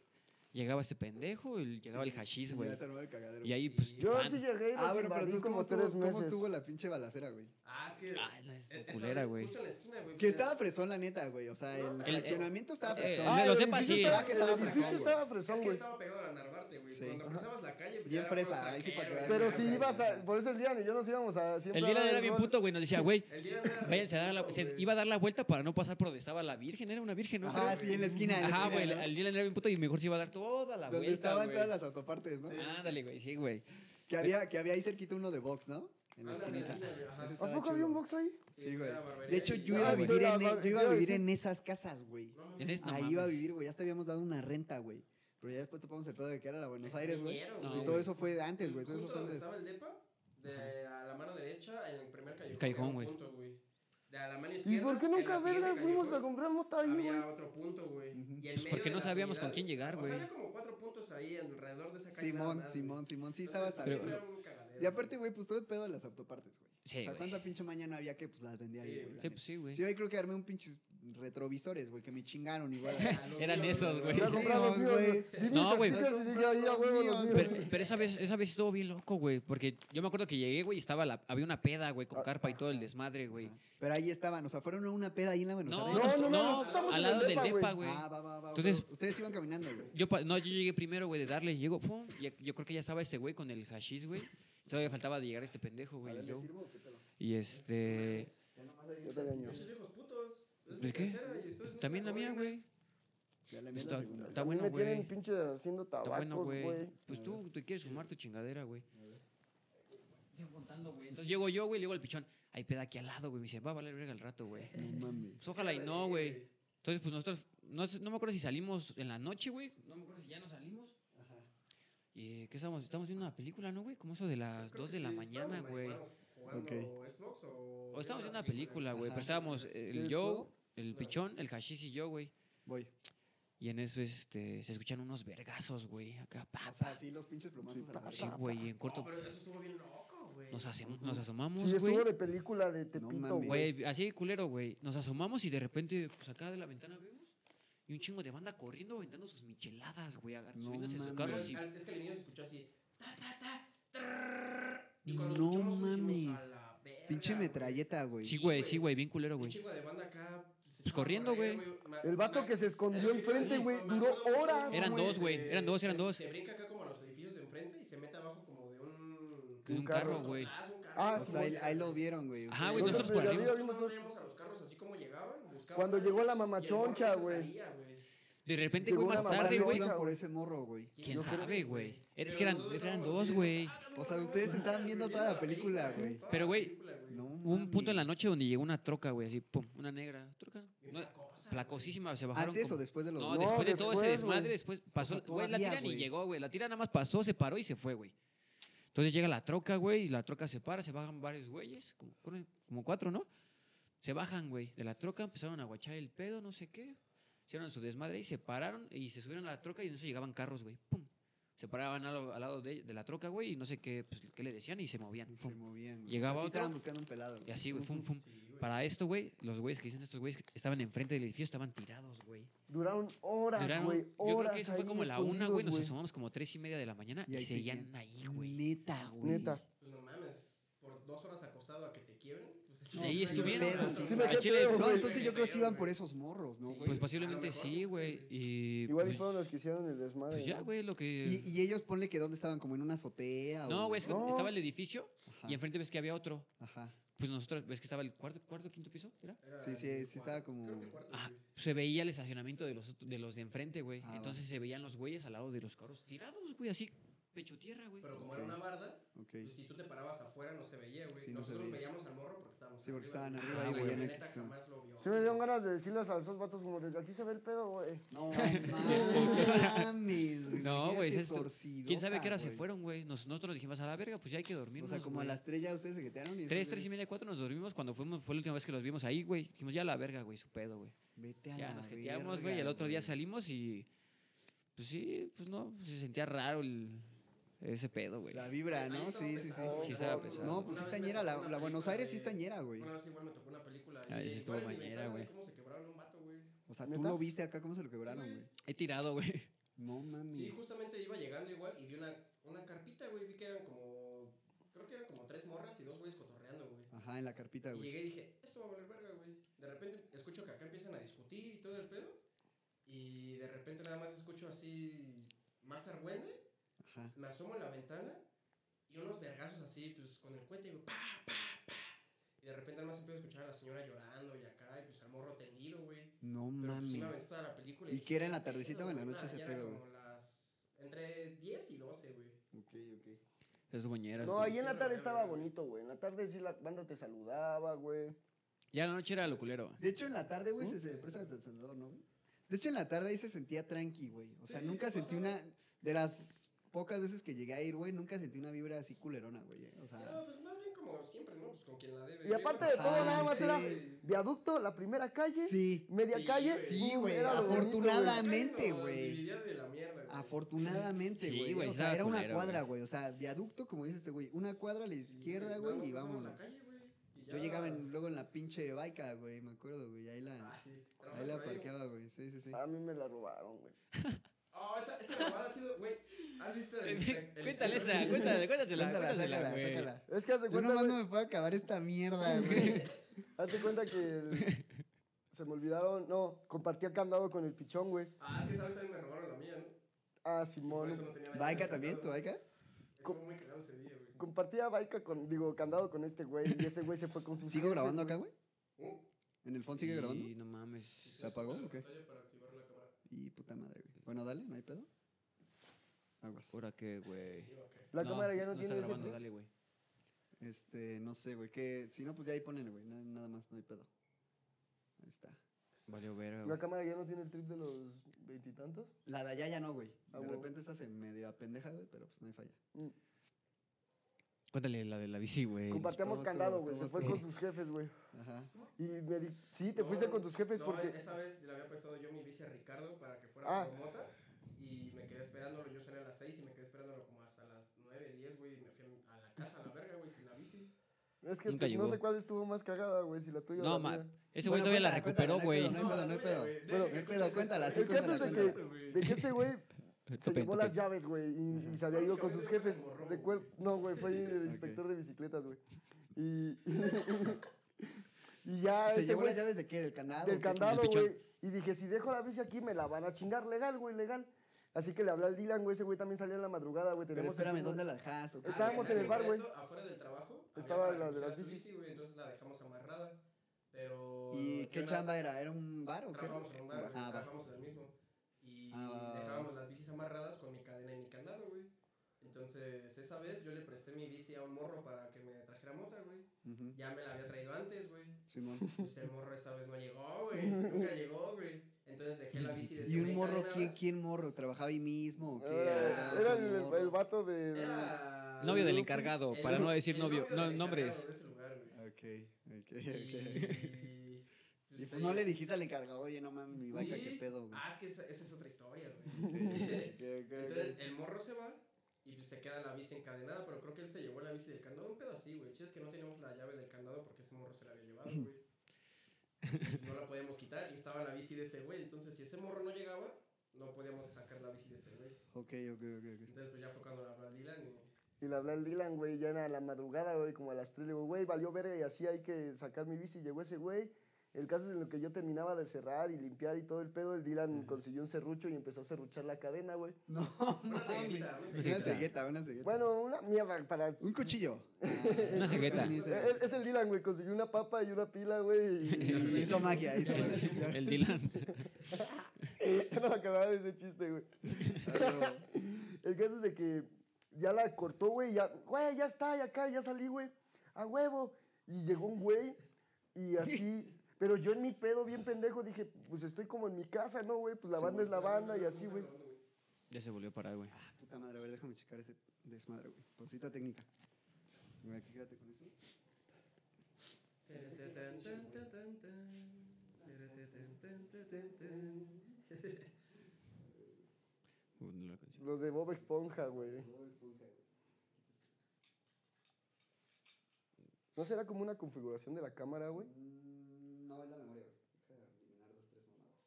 Speaker 2: Llegaba este pendejo, el- llegaba el hashish, güey.
Speaker 1: Ya se armó el cagadero.
Speaker 2: Y ahí, pues.
Speaker 4: Yo
Speaker 2: van-
Speaker 4: sí llegué y los
Speaker 1: ah, bueno, pero
Speaker 4: invadí
Speaker 1: tú, ¿cómo
Speaker 4: como
Speaker 1: estuvo,
Speaker 4: tres
Speaker 1: ¿cómo
Speaker 4: meses.
Speaker 1: estuvo la pinche balacera, güey?
Speaker 3: Ah, es que.
Speaker 2: Ah, no, es
Speaker 3: es- esa
Speaker 2: culera,
Speaker 3: vez
Speaker 2: güey.
Speaker 3: justo en la esquina, güey,
Speaker 1: Que
Speaker 3: pues,
Speaker 1: estaba fresón, la neta, güey. O sea, el
Speaker 2: El-
Speaker 1: fraccionamiento estaba
Speaker 2: eh,
Speaker 1: fresón.
Speaker 2: me
Speaker 4: Ah,
Speaker 2: lo
Speaker 4: el
Speaker 2: sepa,
Speaker 4: edificio
Speaker 2: sí.
Speaker 4: estaba-
Speaker 1: Que estaba
Speaker 4: El edificio
Speaker 1: fresón,
Speaker 4: estaba
Speaker 3: Es
Speaker 4: fresón,
Speaker 3: que
Speaker 4: güey.
Speaker 3: estaba pegado a la Narvarte, güey.
Speaker 1: Sí.
Speaker 3: Cuando cruzabas la calle, pues,
Speaker 1: Bien
Speaker 3: ya era puro
Speaker 1: fresa, ahí sí
Speaker 3: saqueo,
Speaker 1: para que
Speaker 3: güey.
Speaker 4: Pero
Speaker 1: veas.
Speaker 4: si ibas a... Por eso el día y yo nos íbamos a... siempre
Speaker 2: El día
Speaker 4: a-
Speaker 2: era bien puto, güey. Nos decía, güey,
Speaker 3: El día no era
Speaker 2: váyanse a dar la.
Speaker 3: bonito,
Speaker 2: Se
Speaker 3: güey.
Speaker 2: iba a dar la vuelta para no pasar por donde estaba la virgen. Era una virgen, ¿no?
Speaker 1: Ajá,
Speaker 2: Creo.
Speaker 1: sí, en la esquina. en la
Speaker 2: Ajá,
Speaker 1: esquina,
Speaker 2: güey.
Speaker 1: ¿no?
Speaker 2: El día era bien puto y mejor se iba a dar toda la
Speaker 1: Donde
Speaker 2: vuelta.
Speaker 1: estaban
Speaker 2: güey.
Speaker 1: todas las autopartes, ¿no?
Speaker 2: Ándale, güey, sí, güey.
Speaker 1: Que, había, que había ahí cerquita uno de box, ¿no? En la
Speaker 4: Ah,
Speaker 3: Ándale,
Speaker 1: esquinita.
Speaker 3: sí, güey, ajá.
Speaker 1: Ese estaba
Speaker 4: ¿A poco
Speaker 1: chido.
Speaker 4: Ah, había un box ahí?
Speaker 1: Sí, güey.
Speaker 3: Era barbería
Speaker 1: De hecho,
Speaker 3: y-
Speaker 1: yo
Speaker 4: Ah,
Speaker 1: iba a
Speaker 4: güey.
Speaker 1: vivir,
Speaker 4: Era
Speaker 1: en, e, yo iba
Speaker 4: bar-
Speaker 1: a
Speaker 4: yo iba a
Speaker 1: vivir
Speaker 4: decir-
Speaker 1: en esas casas, güey.
Speaker 3: No, mames,
Speaker 2: Eres no
Speaker 1: Ahí iba a
Speaker 2: mames.
Speaker 1: vivir, güey. Ya te habíamos dado una renta, güey. Pero ya después topamos el pedo de que era la Buenos Aires, güey.
Speaker 3: viñero,
Speaker 2: No,
Speaker 1: Y todo
Speaker 2: güey.
Speaker 1: eso fue de antes, güey. Todo eso
Speaker 3: Justo
Speaker 1: fue
Speaker 3: donde
Speaker 1: antes.
Speaker 3: estaba el depa, de a la mano derecha, en el primer callejón.
Speaker 2: Callejón,
Speaker 3: había un
Speaker 2: güey.
Speaker 3: punto, güey. De a la mano
Speaker 4: ¿Y
Speaker 3: izquierda.
Speaker 4: por qué
Speaker 3: en
Speaker 4: nunca,
Speaker 3: la siguiente
Speaker 4: verga, fuimos a
Speaker 3: callejón
Speaker 4: comprar mota ahí, güey?
Speaker 3: Había otro punto, güey.
Speaker 1: Ujú.
Speaker 3: Y en
Speaker 2: Pues
Speaker 3: medio
Speaker 2: porque
Speaker 3: de
Speaker 2: no
Speaker 3: las
Speaker 2: sabíamos con
Speaker 3: unidades-
Speaker 2: quién llegar,
Speaker 3: O sea,
Speaker 2: güey.
Speaker 3: había como cuatro puntos ahí alrededor de esa calle. nada
Speaker 1: Simón,
Speaker 3: más, güey.
Speaker 1: Simón, Simón. Sí, estaba hasta
Speaker 3: Entonces, siempre
Speaker 1: bien.
Speaker 3: era un cagadero,
Speaker 1: Y aparte, güey, pues todo el pedo de las autopartes, güey.
Speaker 2: Sí,
Speaker 1: o sea,
Speaker 2: güey.
Speaker 1: cuánta pinche mañana había que pues las vendía
Speaker 3: Sí,
Speaker 1: ahí,
Speaker 3: güey.
Speaker 1: güey. la
Speaker 2: Sí,
Speaker 1: neta.
Speaker 2: pues sí, güey.
Speaker 1: Sí, ahí creo que armé un pinches retrovisores, güey, que me chingaron igual.
Speaker 3: güey.
Speaker 2: Eran esos, güey.
Speaker 4: Fui a comprar los
Speaker 1: Sí,
Speaker 4: míos,
Speaker 1: güey.
Speaker 4: güey. Vi
Speaker 2: No,
Speaker 4: mis
Speaker 2: güey.
Speaker 4: stickers y dije, ahí, a huevo, los míos.
Speaker 2: Pero, pero esa vez, esa vez estuvo bien loco, güey. Porque yo me acuerdo que llegué, güey, y estaba la, había una peda, güey,
Speaker 4: Ah,
Speaker 2: con carpa y todo el desmadre, güey.
Speaker 1: Ajá. Pero ahí estaban, o sea, fueron a una peda ahí en la Buenos
Speaker 2: No,
Speaker 1: Aires.
Speaker 2: no, no,
Speaker 4: No, no, no, estamos
Speaker 2: al
Speaker 4: en
Speaker 2: lado
Speaker 4: el
Speaker 2: del
Speaker 4: depa,
Speaker 2: depa,
Speaker 4: güey.
Speaker 2: güey.
Speaker 1: Ah, va, va, va.
Speaker 2: Entonces-
Speaker 1: pero ustedes iban caminando, güey.
Speaker 2: Yo, pa- no, yo llegué primero, güey, de darle. Llego, pum. y yo creo que ya estaba este güey con el hashish, güey. Todavía faltaba de llegar este pendejo, güey. y yo. Y este.
Speaker 4: Yo te engaño.
Speaker 3: Pinches viejos putos. Es
Speaker 2: ¿De
Speaker 3: mi
Speaker 2: qué?
Speaker 3: tercera y ustedes no
Speaker 2: También la
Speaker 3: se
Speaker 2: mía,
Speaker 3: joden,
Speaker 2: güey.
Speaker 1: Ya la mía es la
Speaker 2: Está,
Speaker 1: segunda.
Speaker 2: está
Speaker 4: A mí
Speaker 2: bueno,
Speaker 4: me tienen
Speaker 2: güey.
Speaker 4: pinche haciendo
Speaker 2: Está bueno,
Speaker 4: tabacos,
Speaker 2: güey.
Speaker 4: güey.
Speaker 2: Pues tú te quieres sumar tu chingadera, güey. Sigo contando, güey. Entonces llego yo, güey, le digo al pichón, hay peda aquí al lado, güey. Me dice, va a valer verga el rato, güey.
Speaker 1: No mames.
Speaker 2: Pues ojalá y
Speaker 3: Ay,
Speaker 2: no, güey. Entonces, pues nosotros, no, sé- no me acuerdo si salimos en la noche, güey. No me acuerdo si ya no salimos. ¿Y eh, qué estamos? Estamos viendo una película, ¿no, güey? Como eso de las
Speaker 3: Creo
Speaker 2: 2
Speaker 3: que
Speaker 2: de la
Speaker 3: sí,
Speaker 2: mañana,
Speaker 3: estábamos
Speaker 2: güey.
Speaker 3: marihuanos jugando Xbox o.
Speaker 2: O estábamos viendo una película, güey. Pero
Speaker 1: Ajá.
Speaker 2: estábamos eh, el
Speaker 4: ¿Quieres
Speaker 2: yo,
Speaker 4: fuego?
Speaker 2: el
Speaker 3: Claro.
Speaker 2: pichón, el hashish y yo, güey.
Speaker 1: Voy.
Speaker 2: Y en eso, este, se escuchan unos vergazos, güey. Acá, pa,
Speaker 1: O sea,
Speaker 2: Ah, pa.
Speaker 1: así los pinches plomazos.
Speaker 4: Sí,
Speaker 1: a la
Speaker 4: pa,
Speaker 1: verga.
Speaker 2: Sí, güey, y en
Speaker 3: No,
Speaker 2: corto
Speaker 3: pero eso estuvo bien loco, güey.
Speaker 2: nos, asem- nos asomamos,
Speaker 4: Sí,
Speaker 2: güey.
Speaker 4: estuvo de película de
Speaker 1: mames.
Speaker 4: Tepito, güey.
Speaker 2: Güey, así de culero, güey. Nos asomamos y de repente, pues acá de la ventana vemos. Y un chingo de banda corriendo, aventando sus micheladas, güey. agar-
Speaker 1: No
Speaker 2: Subiéndose a sus
Speaker 1: mames.
Speaker 3: Pero
Speaker 2: carros y.
Speaker 3: al- Es que el niño se escuchó así. Ta, ta, ta, trrr, y cuando
Speaker 1: No
Speaker 3: escuchamos eso dijimos,
Speaker 1: mames.
Speaker 3: "A la verga,
Speaker 1: Pinche
Speaker 3: güey".
Speaker 1: metralleta, güey.
Speaker 2: Sí,
Speaker 3: Sí,
Speaker 2: güey,
Speaker 3: güey.
Speaker 2: sí, güey, bien culero,
Speaker 3: Un
Speaker 2: güey.
Speaker 3: chingo de banda acá. pues,
Speaker 2: Pues
Speaker 3: se echaba a
Speaker 2: corriendo,
Speaker 3: correr,
Speaker 2: güey.
Speaker 3: Ma-
Speaker 4: El vato que se escondió
Speaker 3: el-
Speaker 4: enfrente,
Speaker 3: sí,
Speaker 4: güey,
Speaker 3: me
Speaker 4: duró
Speaker 3: acuerdo mucho,
Speaker 4: horas,
Speaker 2: Eran
Speaker 3: güey,
Speaker 2: dos, güey,
Speaker 3: se-
Speaker 2: eran dos, eran
Speaker 3: se-
Speaker 2: dos.
Speaker 3: Se brinca acá como a los edificios de enfrente y se mete abajo como de un.
Speaker 2: De un
Speaker 4: carro,
Speaker 2: carro, güey.
Speaker 3: Ah, es un carro.
Speaker 4: Ah,
Speaker 1: O sea, ahí, ahí lo vieron, güey.
Speaker 2: Ajá, güey,
Speaker 1: Ustedes-
Speaker 2: nosotros
Speaker 4: Nosotros
Speaker 2: por
Speaker 4: de
Speaker 2: arriba.
Speaker 4: arriba
Speaker 3: Nosotros
Speaker 4: vimos
Speaker 3: no veíamos a los carros así como llegaban, buscaban
Speaker 4: Cuando
Speaker 3: baches,
Speaker 4: llegó la
Speaker 3: y el morro
Speaker 4: mamachoncha,
Speaker 3: se
Speaker 4: güey.
Speaker 3: salía, güey.
Speaker 2: De repente,
Speaker 4: Llegó
Speaker 2: güey, más
Speaker 4: una
Speaker 2: tarde,
Speaker 4: mamada,
Speaker 2: güey.
Speaker 1: iban
Speaker 4: güey.
Speaker 1: por ese morro, güey.
Speaker 2: ¿Quién
Speaker 3: sabe,
Speaker 2: sabe, güey?
Speaker 3: Pero
Speaker 2: Es que eran,
Speaker 3: nosotros
Speaker 2: eran
Speaker 3: estábamos
Speaker 2: dos,
Speaker 3: viendo,
Speaker 2: güey.
Speaker 3: "Ah,
Speaker 1: O sea,
Speaker 3: no, no,
Speaker 1: ustedes
Speaker 3: no, no,
Speaker 1: estaban
Speaker 3: no,
Speaker 1: viendo
Speaker 3: no,
Speaker 1: toda
Speaker 3: no,
Speaker 1: la película,
Speaker 3: toda
Speaker 1: güey.
Speaker 3: la
Speaker 2: Pero, güey,
Speaker 3: película,
Speaker 1: No
Speaker 2: Hubo un punto en la
Speaker 1: mames.
Speaker 2: noche donde llegó una troca, güey, así, pum, una negra. Troca.
Speaker 3: Bien
Speaker 2: No,
Speaker 3: placosa,
Speaker 2: placosísima, se bajaron.
Speaker 1: ¿Antes
Speaker 2: como-
Speaker 1: o después de los
Speaker 2: No,
Speaker 1: dos?
Speaker 2: después de todo ese
Speaker 4: después,
Speaker 2: desmadre,
Speaker 4: güey.
Speaker 2: después pasó.
Speaker 1: O sea,
Speaker 2: güey, la
Speaker 1: todavía,
Speaker 2: tira ni
Speaker 1: güey.
Speaker 2: llegó, güey. La tira nada más pasó, se paró y se fue, güey. Entonces llega la troca, güey, y la troca se para, se bajan varios güeyes, como, creo- como cuatro, ¿no? Se bajan, güey, de la troca, empezaron a guachar el pedo, no sé qué. Hicieron su desmadre y se pararon y se subieron a la troca y en eso llegaban carros, güey. Pum. Se paraban al, al lado de, de la troca, güey, y no sé qué, pues, qué le decían y se movían.
Speaker 1: Y Se
Speaker 2: pum.
Speaker 1: movían, güey.
Speaker 2: Llegaba
Speaker 1: Así
Speaker 2: otro.
Speaker 1: estaban buscando un pelado.
Speaker 2: Y así, güey, pum, pum.
Speaker 3: Sí, güey.
Speaker 2: Para esto, güey, los güeyes que dicen estos güeyes que estaban enfrente del edificio estaban tirados, güey.
Speaker 4: Duraron horas,
Speaker 2: Duraron-
Speaker 4: güey.
Speaker 2: yo creo
Speaker 4: Horas
Speaker 2: que eso fue
Speaker 4: ahí
Speaker 2: como la una,
Speaker 4: escondidos,
Speaker 2: güey. Nos asomamos como tres y media de la mañana
Speaker 1: Y
Speaker 2: y,
Speaker 1: ahí
Speaker 2: seguían
Speaker 1: seguían.
Speaker 2: ahí,
Speaker 3: Mm,
Speaker 2: güey.
Speaker 1: Neta, güey.
Speaker 4: Neta.
Speaker 3: Pues no mames, por dos horas acostado a que te quiebren. pues,
Speaker 1: No,
Speaker 2: ahí
Speaker 1: sí,
Speaker 2: estuvieron.
Speaker 1: pedo,
Speaker 2: güey.
Speaker 1: sí, sí,
Speaker 4: me
Speaker 2: Al
Speaker 4: quedé
Speaker 2: chile,
Speaker 4: pedo,
Speaker 1: No,
Speaker 4: güey.
Speaker 1: entonces yo creo que sí iban por
Speaker 3: güey.
Speaker 1: esos morros, ¿no,
Speaker 3: Sí,
Speaker 1: güey?
Speaker 2: pues posiblemente
Speaker 3: A lo mejor,
Speaker 2: sí,
Speaker 3: sí,
Speaker 2: güey.
Speaker 3: güey.
Speaker 2: Y
Speaker 4: Igual y
Speaker 2: pues,
Speaker 4: fueron los que hicieron el desmadre.
Speaker 2: pues ya,
Speaker 4: ¿no?
Speaker 2: güey, lo que...
Speaker 1: Y, y ellos ponle que dónde estaban, como en una azotea.
Speaker 2: no,
Speaker 1: o-
Speaker 2: güey, es que
Speaker 4: No.
Speaker 2: estaba el edificio
Speaker 1: Ajá,
Speaker 2: y enfrente ves que había otro.
Speaker 1: Ajá.
Speaker 2: Pues nosotros, ves que estaba el cuarto, cuarto quinto piso, ¿era?
Speaker 3: Era
Speaker 1: Sí, sí,
Speaker 3: el
Speaker 1: sí,
Speaker 3: cuarto,
Speaker 1: estaba como-
Speaker 3: creo que el cuarto,
Speaker 2: Ajá.
Speaker 3: güey.
Speaker 2: Se veía el estacionamiento de los, de los de enfrente, güey.
Speaker 1: Ah, va.
Speaker 2: Entonces se veían los güeyes al lado de los carros tirados, güey, así, pecho tierra, güey.
Speaker 3: Pero como era
Speaker 1: Ok.
Speaker 3: una barda,
Speaker 1: Ok.
Speaker 3: pues, si tú te parabas afuera no se veía, güey.
Speaker 1: Sí, no se
Speaker 3: Nosotros
Speaker 1: veía.
Speaker 3: veíamos al morro porque estábamos
Speaker 1: Sí, porque estaban
Speaker 2: arriba
Speaker 3: Ah,
Speaker 2: y
Speaker 3: güey,
Speaker 2: veían
Speaker 3: la
Speaker 1: aquí,
Speaker 3: neta
Speaker 1: sí.
Speaker 3: jamás lo vio.
Speaker 4: Sí me dieron ganas de decirles a esos vatos como de aquí se ve el pedo, güey.
Speaker 1: No mames, güey.
Speaker 2: No, güey,
Speaker 1: quédate
Speaker 2: es esto.
Speaker 1: torcidota,
Speaker 2: ¿Quién sabe qué hora se
Speaker 1: güey.
Speaker 2: fueron, güey? Nos- nosotros dijimos, a la verga, pues ya hay que dormir.
Speaker 1: O sea, como a las 3 ya ustedes se quedaron. Y
Speaker 2: Tres, tres y media, cuatro nos dormimos cuando fuimos, fue la última vez que los vimos ahí, güey. Dijimos, ya la verga, güey, su pedo, güey.
Speaker 1: Vete a
Speaker 2: Ya
Speaker 1: la
Speaker 2: nos jeteamos, güey,
Speaker 1: verga,
Speaker 2: y el otro día salimos y. Pues sí, pues no, se sentía raro el, ese pedo, güey.
Speaker 1: La vibra,
Speaker 3: Ahí
Speaker 1: ¿no?
Speaker 3: estaba
Speaker 1: Sí, sí, sí.
Speaker 3: pesado,
Speaker 2: Sí estaba
Speaker 3: cabrón.
Speaker 2: pesado.
Speaker 1: No, pues sí
Speaker 3: Una vez
Speaker 1: está
Speaker 3: me
Speaker 1: ñera. La,
Speaker 3: tocó una
Speaker 1: la Buenos
Speaker 3: película
Speaker 1: Aires sí
Speaker 3: de-
Speaker 1: está ñera, güey.
Speaker 3: Una vez igual me tocó una película.
Speaker 2: Ah,
Speaker 3: y
Speaker 2: sí, estuvo
Speaker 3: igual me
Speaker 2: mañera,
Speaker 3: inventaron
Speaker 2: güey.
Speaker 3: ¿Cómo se quebraron un vato, güey?
Speaker 1: O sea,
Speaker 4: ¿Neta?
Speaker 1: tú lo viste acá, cómo se lo quebraron,
Speaker 3: Sí,
Speaker 1: güey.
Speaker 2: He tirado, güey.
Speaker 1: No mames.
Speaker 3: Sí, justamente iba llegando igual y vi una, una carpita, güey. Vi que eran como. Creo que eran como tres morras y dos güeyes cotorreando, güey.
Speaker 1: Ajá, en la carpita,
Speaker 3: Y
Speaker 1: Ah, güey.
Speaker 3: llegué y dije, esto va a valer verga, güey. De repente escucho que acá empiezan a discutir y todo el pedo. Y de repente nada más escucho así. Más argüende.
Speaker 1: Ajá.
Speaker 3: Me asomo a la ventana y unos vergazos así, pues con el cohete, güey. Pa, pa, pa. Y de repente nada más empiezo a escuchar a la señora llorando y acá, y pues al morro tendido, güey.
Speaker 1: No
Speaker 3: Pero pues, sí me
Speaker 1: mames.
Speaker 3: aventé toda la película.
Speaker 1: ¿Y
Speaker 3: dije,
Speaker 1: qué era en la
Speaker 3: "¿Qué
Speaker 1: tardecita
Speaker 3: pedo,
Speaker 1: o en la
Speaker 3: güey?".
Speaker 1: noche
Speaker 3: Nah,
Speaker 1: ese
Speaker 3: ya era
Speaker 1: pedo?
Speaker 3: como las. Entre 10 y 12, güey.
Speaker 1: Ok, ok.
Speaker 2: Es bañeras.
Speaker 4: No,
Speaker 2: güey.
Speaker 4: ahí en la tarde estaba bonito, güey. En la tarde sí la banda te saludaba, güey.
Speaker 2: Ya la noche era lo culero.
Speaker 1: De hecho, en la tarde, güey, se, se presta el Salvador, ¿no? güey? De hecho, en la tarde ahí se sentía tranqui, güey. O sea,
Speaker 3: Sí, pues,
Speaker 1: nunca
Speaker 3: ¿qué
Speaker 1: sentí
Speaker 3: pasa,
Speaker 1: una. De las pocas veces que llegué a ir, güey, nunca sentí una vibra así culerona, güey. eh. O sea,
Speaker 3: No, pues más bien como siempre, ¿no? Pues con quien la debe.
Speaker 4: Y aparte de todo,
Speaker 1: Ajá,
Speaker 4: nada más
Speaker 1: sí.
Speaker 4: era viaducto, la primera calle,
Speaker 1: sí.
Speaker 4: media
Speaker 3: Sí,
Speaker 4: calle.
Speaker 3: güey.
Speaker 1: Sí,
Speaker 4: boom,
Speaker 1: güey,
Speaker 4: era lo bonito, güey.
Speaker 1: afortunada- Afortunadamente, güey.
Speaker 3: dividía de la mierda, güey.
Speaker 1: Afortunadamente,
Speaker 2: Sí,
Speaker 1: güey.
Speaker 2: güey,
Speaker 1: o sea,
Speaker 2: estaba
Speaker 1: era una
Speaker 2: culero,
Speaker 1: cuadra,
Speaker 2: güey.
Speaker 1: güey. O sea, viaducto, como dice este güey. Una cuadra a la
Speaker 3: Sí,
Speaker 1: izquierda,
Speaker 3: nada
Speaker 1: güey, y
Speaker 3: más cruzamos la
Speaker 1: vámonos.
Speaker 3: calle, güey, y
Speaker 1: Yo
Speaker 3: ya-
Speaker 1: llegaba en- luego en la pinche baica, güey, me acuerdo, güey. Ahí la,
Speaker 3: Ah, sí.
Speaker 1: ahí la
Speaker 3: Trabajaba ahí,
Speaker 1: parqueaba, güey. Sí, sí, sí.
Speaker 4: A mí me la robaron, güey.
Speaker 3: Oh, esa, esa mamada ha sido, güey. ¿Has visto el. el-
Speaker 2: Cuéntale
Speaker 3: el-
Speaker 2: esa,
Speaker 1: Cuéntala,
Speaker 2: cuéntale, cuéntasela, cuéntasela,
Speaker 1: sácala,
Speaker 2: güey.
Speaker 1: sácala.
Speaker 4: Es que hace
Speaker 1: Yo
Speaker 4: cuenta,
Speaker 1: nomás
Speaker 4: güey,
Speaker 1: no me puedo acabar esta mierda, güey.
Speaker 4: hazte cuenta que el- se me olvidaron. No, compartía candado con el pichón, güey.
Speaker 3: Ah, sí, sabes, también me robaron la mía, ¿no?
Speaker 4: Ah,
Speaker 3: Por
Speaker 4: Simón.
Speaker 3: eso no tenía la
Speaker 1: ¿Baica
Speaker 3: llave
Speaker 1: también? ¿Tu
Speaker 3: cerrada.
Speaker 1: baica?
Speaker 3: Estuvo muy cagado ese día, güey.
Speaker 4: Compartía baica con, digo, candado con este güey. Y ese güey se fue con sus.
Speaker 1: ¿Sigo
Speaker 4: jefes,
Speaker 1: grabando
Speaker 4: güey.
Speaker 1: acá, güey?
Speaker 3: Uh,
Speaker 1: ¿En el fondo sigue
Speaker 2: Y
Speaker 1: grabando?
Speaker 2: No mames.
Speaker 1: ¿Se apagó o qué?
Speaker 3: pantalla para activar la cámara.
Speaker 1: Y puta madre, güey. Bueno, dale, no hay pedo. Aguas.
Speaker 2: ¿Ahora qué, güey? pues,
Speaker 3: Sí, ok.
Speaker 4: La cámara ya no,
Speaker 2: está
Speaker 4: tiene ese.
Speaker 2: grabando,
Speaker 4: clip.
Speaker 2: dale, güey.
Speaker 1: Este, no sé, güey. Que si no, pues ya ahí ponele, güey. na- Nada más, no hay pedo. Ahí está.
Speaker 2: Valió verga,
Speaker 4: La
Speaker 2: güey.
Speaker 4: cámara ya no tiene el trip de los veintitantos.
Speaker 1: La de allá ya no, güey.
Speaker 4: Ah,
Speaker 1: De
Speaker 4: huevo.
Speaker 1: repente estás en medio apendeja, güey, pero pues no hay falla.
Speaker 2: Cuéntale la de la bici, güey.
Speaker 4: Compartíamos
Speaker 1: ¿cómo
Speaker 4: candado,
Speaker 1: estuvo?
Speaker 4: güey. Se
Speaker 1: ¿Cómo
Speaker 4: fue
Speaker 1: estuvo?
Speaker 4: con sus jefes, güey.
Speaker 1: Ajá.
Speaker 4: Y me di- sí, te
Speaker 3: No,
Speaker 4: fuiste con tus jefes
Speaker 3: no,
Speaker 4: porque.
Speaker 3: Esa vez le había prestado yo mi bici a Ricardo para que fuera
Speaker 4: Ah.
Speaker 3: por mota. Y me quedé esperándolo. Yo salí a las 6 y me quedé esperándolo como hasta las 9, 10, güey. Y me fui a la casa a la verga, güey, sin la bici.
Speaker 4: Es que
Speaker 2: Nunca
Speaker 4: te- no sé
Speaker 2: llegó.
Speaker 4: cuál estuvo más cagada, güey, si la tuya o
Speaker 2: No,
Speaker 4: la
Speaker 2: ma-
Speaker 4: mía.
Speaker 2: Ese güey todavía la recuperó, güey.
Speaker 1: No hay pedo, no hay
Speaker 3: tuya,
Speaker 1: pedo.
Speaker 3: güey.
Speaker 1: Bueno,
Speaker 3: Deja que
Speaker 1: no hay pedo,
Speaker 3: escuches
Speaker 1: cuéntala,
Speaker 3: esto,
Speaker 1: sí,
Speaker 3: güey.
Speaker 1: cuéntala.
Speaker 4: El caso es de
Speaker 1: cuéntala.
Speaker 4: que-
Speaker 3: güey.
Speaker 4: De que ese güey se
Speaker 2: Tope,
Speaker 4: llevó las
Speaker 2: tope.
Speaker 4: llaves, güey, y, y se había ido con sus jefes.
Speaker 3: Como robo,
Speaker 4: Recuer- No, güey, fue el
Speaker 1: Ok.
Speaker 4: inspector de bicicletas, güey. Y, y ya
Speaker 1: ¿Se
Speaker 4: este
Speaker 1: llevó
Speaker 4: güey
Speaker 1: las llaves de qué? Ah, ¿Del candado?
Speaker 4: del
Speaker 1: ¿Qué?
Speaker 4: candado,
Speaker 2: pichón.
Speaker 4: güey. Y dije, si dejo la bici aquí, me la van a chingar legal, güey, legal. Así que le hablé al Dylan, güey, ese güey también salió en la madrugada, güey.
Speaker 1: Pero
Speaker 4: teníamos el
Speaker 1: espérame,
Speaker 4: mismo-
Speaker 1: ¿dónde la dejaste? o qué?
Speaker 4: Estábamos
Speaker 3: Ah,
Speaker 4: en el bar, güey.
Speaker 3: justo Afuera del trabajo. había
Speaker 4: Estaba
Speaker 3: para
Speaker 4: la de
Speaker 3: recoger
Speaker 4: las
Speaker 3: tu
Speaker 4: bicis.
Speaker 3: bici, güey. Entonces la dejamos amarrada. Pero.
Speaker 1: ¿Y
Speaker 3: yo
Speaker 1: qué
Speaker 3: la-
Speaker 1: chamba era? ¿Era un bar o qué?
Speaker 3: Trabajamos en un bar, güey,
Speaker 1: Ah, va.
Speaker 3: trabajamos en el mismo. Y
Speaker 1: Ah, va, va, va.
Speaker 3: dejábamos las bicis amarradas con mi cadena y mi candado, güey. Entonces, esa vez yo le presté mi bici a un morro para que me trajera mota, güey.
Speaker 1: Ujú,
Speaker 3: Ya me la había traído antes, güey.
Speaker 1: Simón.
Speaker 3: Pues el morro esta vez no llegó, güey. Nunca llegó, güey. Entonces dejé la bici de
Speaker 1: ¿Y un morro? ¿quién,
Speaker 3: que
Speaker 1: quién morro? ¿Trabajaba ahí mismo o qué?
Speaker 4: Ah,
Speaker 1: Era
Speaker 4: Era
Speaker 1: otro
Speaker 4: el,
Speaker 1: morro.
Speaker 4: el vato de.
Speaker 3: Era.
Speaker 2: Novio del
Speaker 4: El-
Speaker 2: encargado,
Speaker 3: el-
Speaker 2: para no decir
Speaker 3: el
Speaker 2: novio,
Speaker 3: del
Speaker 2: no,
Speaker 3: encargado
Speaker 2: nombres.
Speaker 3: de ese lugar, güey.
Speaker 1: Ok, ok, ok.
Speaker 3: Y-
Speaker 1: Y
Speaker 3: pues,
Speaker 1: pues no
Speaker 3: sí.
Speaker 1: le dijiste al encargado, oye, no mames, mi vaca, qué
Speaker 3: Sí.
Speaker 1: pedo, güey.
Speaker 3: Ah, es que esa, esa es otra historia,
Speaker 1: Ok,
Speaker 3: güey.
Speaker 1: ok,
Speaker 3: Entonces
Speaker 1: ok.
Speaker 3: el morro se va y pues, se queda la bici encadenada, pero creo que él se llevó la bici del candado, un pedo así, güey. El chiste es que no teníamos la llave del candado porque ese morro se la había llevado, güey. Y No la podíamos quitar y estaba la bici de ese güey. Entonces, si ese morro no llegaba, no podíamos sacar la bici de ese güey.
Speaker 1: Ok, ok, ok, ok.
Speaker 3: Entonces, pues ya fue cuando la habló al Dylan y.
Speaker 4: Y le hablé al Dylan, güey, ya era la madrugada, güey, como a las 3. Le digo, güey, valió verga y así hay que sacar mi bici. Llegó ese güey. El caso es en lo que yo terminaba de cerrar y limpiar y todo el pedo, el Dylan consiguió un serrucho y empezó a serruchar la cadena, güey.
Speaker 1: No,
Speaker 3: Una
Speaker 1: mames.
Speaker 3: ceguita, una
Speaker 1: Una
Speaker 3: ceguita.
Speaker 1: cegueta, una cegueta.
Speaker 4: Bueno, una mierda para...
Speaker 1: Un cuchillo. Ah,
Speaker 2: Una cegueta.
Speaker 1: Sí,
Speaker 4: Eh, Es, es el Dylan, güey, consiguió una papa y una pila, güey.
Speaker 1: sí.
Speaker 4: Y...
Speaker 1: Hizo magia, hizo magia.
Speaker 2: El Dylan.
Speaker 4: ya no me acababa de ese chiste, güey. El caso es de que ya la cortó, güey. Ya, güey, ya está, ya acá, ya salí, güey. A huevo. Y llegó un güey y así. Pero yo en mi pedo, bien pendejo, dije, pues estoy como en mi casa, ¿no, güey? Pues la
Speaker 1: Sí,
Speaker 4: banda
Speaker 1: güey,
Speaker 4: es la banda y así,
Speaker 3: Está
Speaker 4: güey.
Speaker 3: grabando, güey.
Speaker 2: Ya se volvió a parar, güey.
Speaker 1: Puta madre, a ver, déjame checar ese desmadre, güey. Cosita técnica. Güey, aquí quédate con eso.
Speaker 3: Tan, tan, tan, tan, tan, tan, tan, tan, tan, tan.
Speaker 2: Uh, no la alcancé.
Speaker 4: Los de Bob Esponja, güey. ¿No será como una configuración de la cámara, güey?
Speaker 1: Mm, No, es la memoria, güey. Deja de eliminar dos, tres mamadas.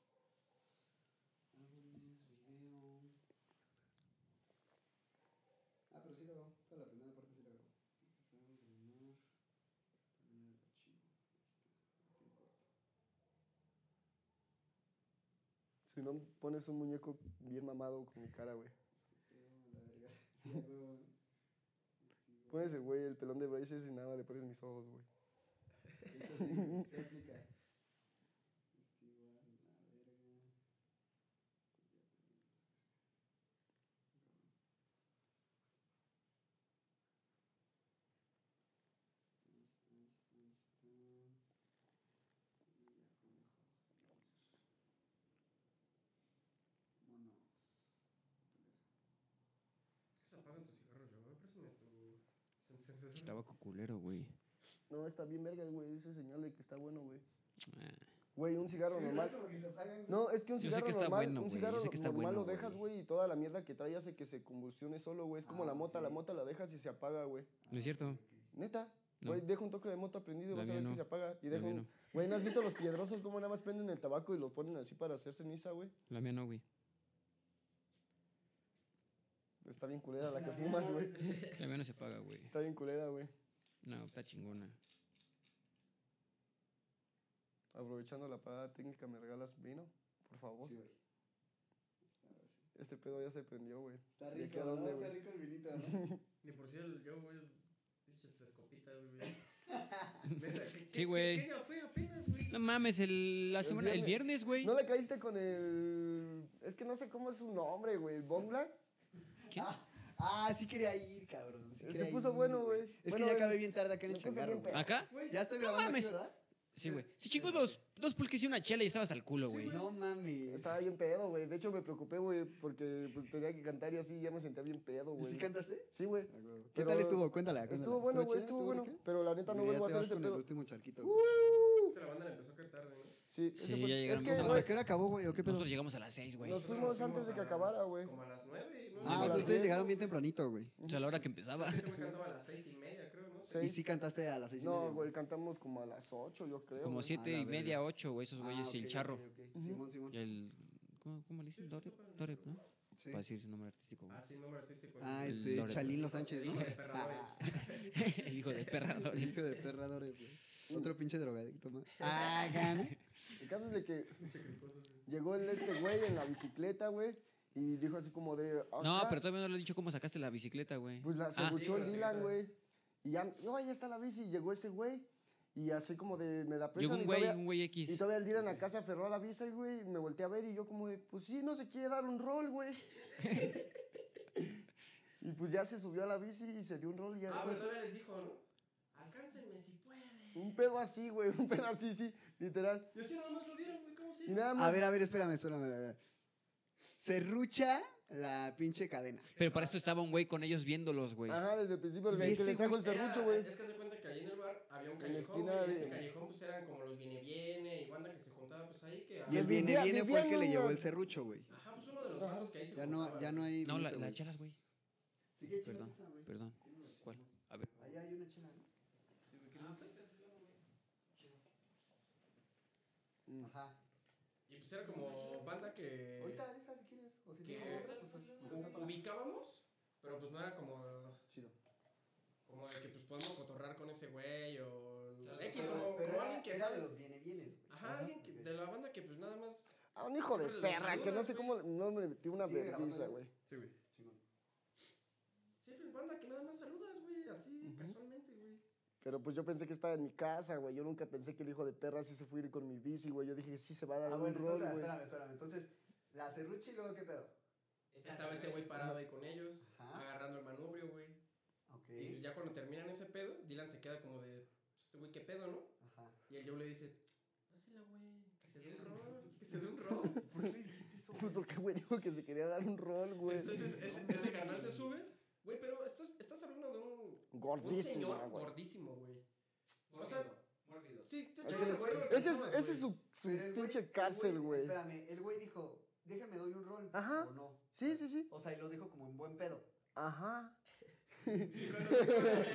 Speaker 1: Álbumes, video. Ah, sí la grabó. Toda la primera parte sí la grabó. Terminar, terminar el archivo. Este, en corto.
Speaker 4: Si no, pones un muñeco bien mamado con mi cara, güey.
Speaker 1: Pero, la verga. Sí, a huevo. Este, güey.
Speaker 4: Pones el güey el pelón de braces y nada, le pones mis ojos, güey.
Speaker 1: Eso sí, se aplica. Este, igual, la verga.
Speaker 3: Se apagan sus cigarros, yo. Préstame tu. tu encendedor.
Speaker 2: Estaba culero, güey.
Speaker 4: No, está bien verga, güey. Eso es señal de que está bueno, güey.
Speaker 2: Ah.
Speaker 4: Güey, un cigarro
Speaker 1: Eh. Sí,
Speaker 4: normal.
Speaker 1: como que se apagan, güey.
Speaker 4: No, es que un
Speaker 2: Yo sé
Speaker 4: cigarro
Speaker 2: que está
Speaker 4: normal,
Speaker 2: bueno,
Speaker 4: un
Speaker 2: güey, yo
Speaker 4: cigarro
Speaker 2: sé que está
Speaker 4: normal
Speaker 2: bueno,
Speaker 4: lo dejas,
Speaker 2: güey.
Speaker 4: güey, y toda la mierda que trae hace que se combustione solo, güey. Es como
Speaker 1: Ah,
Speaker 4: la mota, la
Speaker 1: ok.
Speaker 4: mota la dejas y se apaga, güey.
Speaker 2: No es cierto.
Speaker 4: Neta.
Speaker 2: No.
Speaker 4: Güey, deja un toque de mota prendido y
Speaker 2: La
Speaker 4: vas a
Speaker 2: mía
Speaker 4: ver
Speaker 2: no,
Speaker 4: que se apaga. Y
Speaker 2: la
Speaker 4: deja
Speaker 2: mía
Speaker 4: un...
Speaker 2: no.
Speaker 4: Güey, ¿no has visto los piedrosos cómo nada más prenden el tabaco y lo ponen así para hacer ceniza, güey?
Speaker 2: La mía no, güey.
Speaker 4: Está bien culera la que fumas, güey.
Speaker 2: La mía no se paga, güey.
Speaker 4: Está bien culera, güey.
Speaker 2: No, está chingona.
Speaker 4: Aprovechando la parada técnica, ¿me regalas vino? Por favor.
Speaker 1: Sí, güey.
Speaker 4: Este pedo ya se prendió, güey.
Speaker 1: Está
Speaker 4: ¿De
Speaker 1: rico,
Speaker 4: qué a dónde,
Speaker 1: ¿no? Está
Speaker 4: güey?
Speaker 1: rico el vinito, ¿no?
Speaker 3: Ni por si el yo, güey, es. Pinches tres copitas, güey. Neta, ¿qué- qué-
Speaker 2: Sí, güey.
Speaker 3: ¿Qué qué día fue apenas, güey?
Speaker 2: No mames, el, la
Speaker 4: El
Speaker 2: semana, el viernes, güey.
Speaker 4: ¿No le caíste con el...? Es que no sé cómo es su nombre, güey. ¿El Bongla?
Speaker 2: ¿Quién?
Speaker 1: Ah, sí quería ir, cabrón. sí
Speaker 4: Se
Speaker 1: quería
Speaker 4: puso
Speaker 1: ir,
Speaker 4: bueno, güey.
Speaker 1: Es
Speaker 4: Bueno,
Speaker 1: que ya
Speaker 4: güey,
Speaker 1: acabé bien tarde acá en el
Speaker 4: me puse
Speaker 1: changarro,
Speaker 4: bien
Speaker 1: güey.
Speaker 2: ¿acá?
Speaker 3: Güey,
Speaker 1: Ya estoy
Speaker 2: No
Speaker 1: grabando aquí,
Speaker 2: mames.
Speaker 1: ¿verdad?
Speaker 2: Sí, güey. Sí, chicos, dos, dos pulques y una chela y estaba hasta el culo, güey.
Speaker 1: No mames.
Speaker 4: Estaba bien pedo, güey. De hecho, me preocupé, güey, porque pues, tenía que cantar y así ya me sentía bien pedo,
Speaker 1: ¿Y
Speaker 4: güey.
Speaker 1: si Ah, cantaste?
Speaker 4: Sí, güey.
Speaker 1: ¿Qué
Speaker 4: Pero-
Speaker 1: tal estuvo? Cuéntala. cuéntala.
Speaker 4: Estuvo bueno, güey,
Speaker 1: chévere?
Speaker 4: estuvo bueno.
Speaker 1: rica?
Speaker 4: Pero la neta no
Speaker 1: Mira, ya
Speaker 4: vuelvo a
Speaker 1: te
Speaker 4: hacer
Speaker 1: vas
Speaker 4: ese
Speaker 1: con el
Speaker 4: pedo.
Speaker 1: último charquito. güey.
Speaker 3: Es
Speaker 4: ¡Uh!
Speaker 3: que la banda la empezó a caer tarde, ¿no?
Speaker 4: Sí, ese
Speaker 2: Sí,
Speaker 4: fue-
Speaker 2: ya
Speaker 4: Es
Speaker 2: llegaron
Speaker 4: que,
Speaker 2: como-
Speaker 1: ¿Hasta
Speaker 4: güey,
Speaker 1: qué hora acabó, güey? ¿O qué pedo?
Speaker 2: Nosotros llegamos a las seis, güey.
Speaker 4: Nos
Speaker 2: O
Speaker 3: Nosotros
Speaker 4: fuimos
Speaker 3: nos
Speaker 4: antes de
Speaker 3: a
Speaker 4: que
Speaker 3: las-
Speaker 4: acabara, güey.
Speaker 3: Como a las nueve, ¿no?
Speaker 1: Ah, o
Speaker 4: las
Speaker 1: sea, ustedes
Speaker 4: diez,
Speaker 1: llegaron bien tempranito, güey.
Speaker 2: sea, a la hora que empezaba.
Speaker 3: Ese güey cantaba a las seis y media, creo, ¿no?
Speaker 4: Sí.
Speaker 1: Y sí cantaste a las seis y media,
Speaker 4: no, güey, cantamos como a las 8, yo creo.
Speaker 2: Como
Speaker 4: güey.
Speaker 2: siete
Speaker 1: A la
Speaker 2: y media, ocho, güey. Esos
Speaker 1: Ah,
Speaker 2: güeyes y
Speaker 1: ok,
Speaker 2: el charro.
Speaker 1: ok, ok. Simón, Simón.
Speaker 2: Y el... ¿Cómo, cómo le dicen? Dorep, Dorep, ¿no?
Speaker 1: Sí.
Speaker 2: Para decir su nombre artístico, güey.
Speaker 3: Ah, sí, nombre artístico.
Speaker 1: Ah,
Speaker 2: El
Speaker 1: este,
Speaker 2: Lore,
Speaker 1: Chalín
Speaker 3: güey.
Speaker 1: Los Sánchez, ¿no?
Speaker 3: Hijo de perra, güey.
Speaker 1: Ah,
Speaker 2: El hijo de perra Dorep.
Speaker 1: Hijo de perra, Lore, güey. Otro pinche drogadicto más. Ah, gane.
Speaker 4: El caso es de que
Speaker 3: Pinche cricoso, sí.
Speaker 4: llegó el este güey en la bicicleta, güey, y dijo así como de...
Speaker 2: No,
Speaker 4: "Acá".
Speaker 2: pero todavía no le he dicho cómo sacaste la bicicleta, güey.
Speaker 4: Pues la, se
Speaker 2: Ah.
Speaker 4: buchó
Speaker 3: Sí,
Speaker 4: el
Speaker 3: la
Speaker 4: Dylan,
Speaker 3: bicicleta.
Speaker 4: güey. Y ya, no, ahí está la bici. Y llegó ese güey. Y así como de, me la
Speaker 2: Llegó
Speaker 4: presa.
Speaker 1: pues,
Speaker 2: un
Speaker 4: Y
Speaker 2: güey,
Speaker 4: todavía,
Speaker 2: un güey
Speaker 4: y
Speaker 2: X.
Speaker 4: todavía el Dylan acá se aferró a la bici, güey. Y me volteé a ver y yo como de, pues sí, no se quiere dar un rol, güey. y pues ya se subió a la bici y se dio un rol. Y ya
Speaker 3: Ah, pero todavía les dijo, ¿no? Alcáncenme si pueden.
Speaker 4: un pedo así, güey. Un pedo así, sí, literal.
Speaker 3: Y así nada más lo vieron, güey, ¿cómo se
Speaker 4: Y
Speaker 3: llama?
Speaker 4: nada más.
Speaker 1: A ver, a ver, espérame, espérame. a ver. Serrucha la pinche cadena.
Speaker 2: Pero para esto estaba un güey con ellos viéndolos, güey.
Speaker 1: Ah,
Speaker 4: Ajá, desde el principio, el
Speaker 1: Y
Speaker 4: güey que
Speaker 1: ese
Speaker 4: le trajo el
Speaker 1: güey
Speaker 3: Era-
Speaker 4: serrucho, güey.
Speaker 3: Es que se cuenta que ahí en el bar había un
Speaker 4: En la
Speaker 3: callejón,
Speaker 4: esquina
Speaker 3: güey, y
Speaker 4: de-
Speaker 3: ese callejón pues eran como los viene viene y banda que se juntaba pues ahí que...
Speaker 1: Y el
Speaker 4: Vivi-
Speaker 1: viene, viene fue el que le
Speaker 4: Viviana.
Speaker 1: llevó el serrucho, güey.
Speaker 3: Ajá, pues uno de los bandos que ahí se
Speaker 1: Ya no,
Speaker 3: juntaban.
Speaker 1: ya no hay.
Speaker 2: No, la,
Speaker 1: vinito,
Speaker 2: la
Speaker 1: güey.
Speaker 2: chelas, güey.
Speaker 1: Sí, que
Speaker 2: Perdón,
Speaker 1: chelas esa, güey.
Speaker 2: Perdón. ¿Cuál? A ver.
Speaker 1: Allá hay una chela, ¿no? Mm. Ajá.
Speaker 3: Y pues era como banda que...
Speaker 1: Ahorita esa si quieres. O si
Speaker 3: que
Speaker 1: tengo otra, pues. ajá,
Speaker 3: u- ubicábamos, pero pues no era como...
Speaker 1: Chido.
Speaker 3: Como de que pues podemos cotorrar con ese güey o... X,
Speaker 1: Pero-
Speaker 3: como,
Speaker 1: pero
Speaker 3: como
Speaker 1: era-
Speaker 3: alguien que
Speaker 1: era de
Speaker 3: sabes.
Speaker 1: los viene, vienes. güey.
Speaker 3: Ajá, alguien que,
Speaker 1: ok.
Speaker 3: de la banda que pues nada más...
Speaker 4: A un hijo de
Speaker 3: Siempre los
Speaker 4: perra, que no
Speaker 3: saludas,
Speaker 4: sé
Speaker 3: güey.
Speaker 4: cómo le- no me metió una
Speaker 1: Sigue grabando,
Speaker 4: vergüenza,
Speaker 1: ¿no?
Speaker 4: güey.
Speaker 3: Sí, güey.
Speaker 1: Chingón. Ah,
Speaker 3: Sí, pues banda que nada más saludas, güey, así casualmente, güey.
Speaker 4: Pero pues yo pensé que estaba en mi casa, güey. Yo nunca pensé que el hijo de perra sí se fue a ir con mi bici, güey. Yo dije, sí se va a dar
Speaker 1: Ah,
Speaker 4: un
Speaker 1: bueno,
Speaker 4: rol,
Speaker 1: entonces,
Speaker 4: güey.
Speaker 1: espérame, espérame. Entonces, la serrucha y luego, ¿qué pedo?
Speaker 3: Estaba ese güey parado ahí con ellos,
Speaker 1: Ajá.
Speaker 3: agarrando el manubrio, güey.
Speaker 1: Ok.
Speaker 3: Y pues ya cuando terminan ese pedo, Dylan se queda como de, este güey, ¿qué pedo, no?
Speaker 1: Ajá.
Speaker 3: Y el Joe le dice, dásela, güey, que se dé un rol, que se dé un rol.
Speaker 1: ¿Por qué le dijiste eso?
Speaker 4: Pues porque, güey, dijo que se quería dar un rol, güey.
Speaker 3: Entonces ese, ese carnal se sube, güey, pero estás, estás hablando de un, un
Speaker 4: Gordísimo,
Speaker 3: señor
Speaker 4: güey.
Speaker 3: gordísimo, güey. O sea, sí, te
Speaker 4: Ese
Speaker 3: echabas el güey.
Speaker 4: es, ese es, ese es su, su
Speaker 1: Pero el güey-
Speaker 4: pinche
Speaker 1: el
Speaker 4: cárcel, güey.
Speaker 1: Espérame, el güey dijo, déjame doy un rol.
Speaker 4: Ajá.
Speaker 1: O no.
Speaker 4: Sí, sí, sí.
Speaker 1: O sea, y lo dijo como en buen pedo.
Speaker 4: Ajá.
Speaker 3: Y cuando se sube-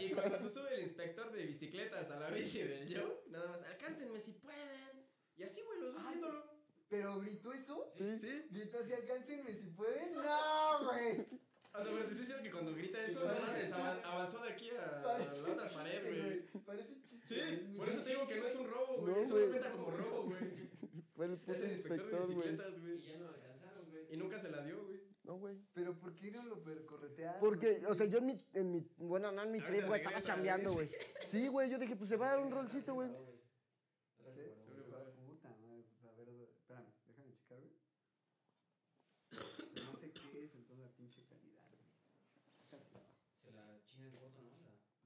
Speaker 3: Y cuando se sube el inspector de bicicletas a la bici del Joe, nada más, alcáncenme si pueden. Y así, güey, los dos
Speaker 1: Ay.
Speaker 3: viéndolo.
Speaker 1: ¿Pero gritó eso?
Speaker 4: Sí.
Speaker 3: Sí.
Speaker 1: Gritó así, alcáncenme si pueden. ¡No, güey!
Speaker 3: O sea, pero te estoy diciendo que cuando
Speaker 4: "Ah". cabrón,
Speaker 3: Eso
Speaker 4: güey.
Speaker 3: cuenta como robo, güey.
Speaker 4: Fue el
Speaker 3: Es
Speaker 4: puto
Speaker 3: el inspector
Speaker 4: inspector,
Speaker 3: de
Speaker 4: güey.
Speaker 3: bicicletas, güey. Y ya no alcanzaron, güey. Y nunca se la dio, güey.
Speaker 4: No, güey.
Speaker 1: Pero ¿por qué no lo ¿Eh? per- corretearon?
Speaker 4: Porque, o sea, yo en mi, en mi bueno, no en mi
Speaker 3: Ahorita
Speaker 4: trip, güey, estaba
Speaker 3: Ah, regresa,
Speaker 4: chambeando,
Speaker 3: güey.
Speaker 4: güey. Sí, güey, yo dije, pues se va a dar un rolcito, güey.
Speaker 1: ¿Qué?
Speaker 3: Se me fue.
Speaker 1: Puta madre, pues a ver, espérame, déjame checar, güey. No sé qué es entonces la pinche calidad, güey.
Speaker 2: Se la chingan corto, ¿no? La-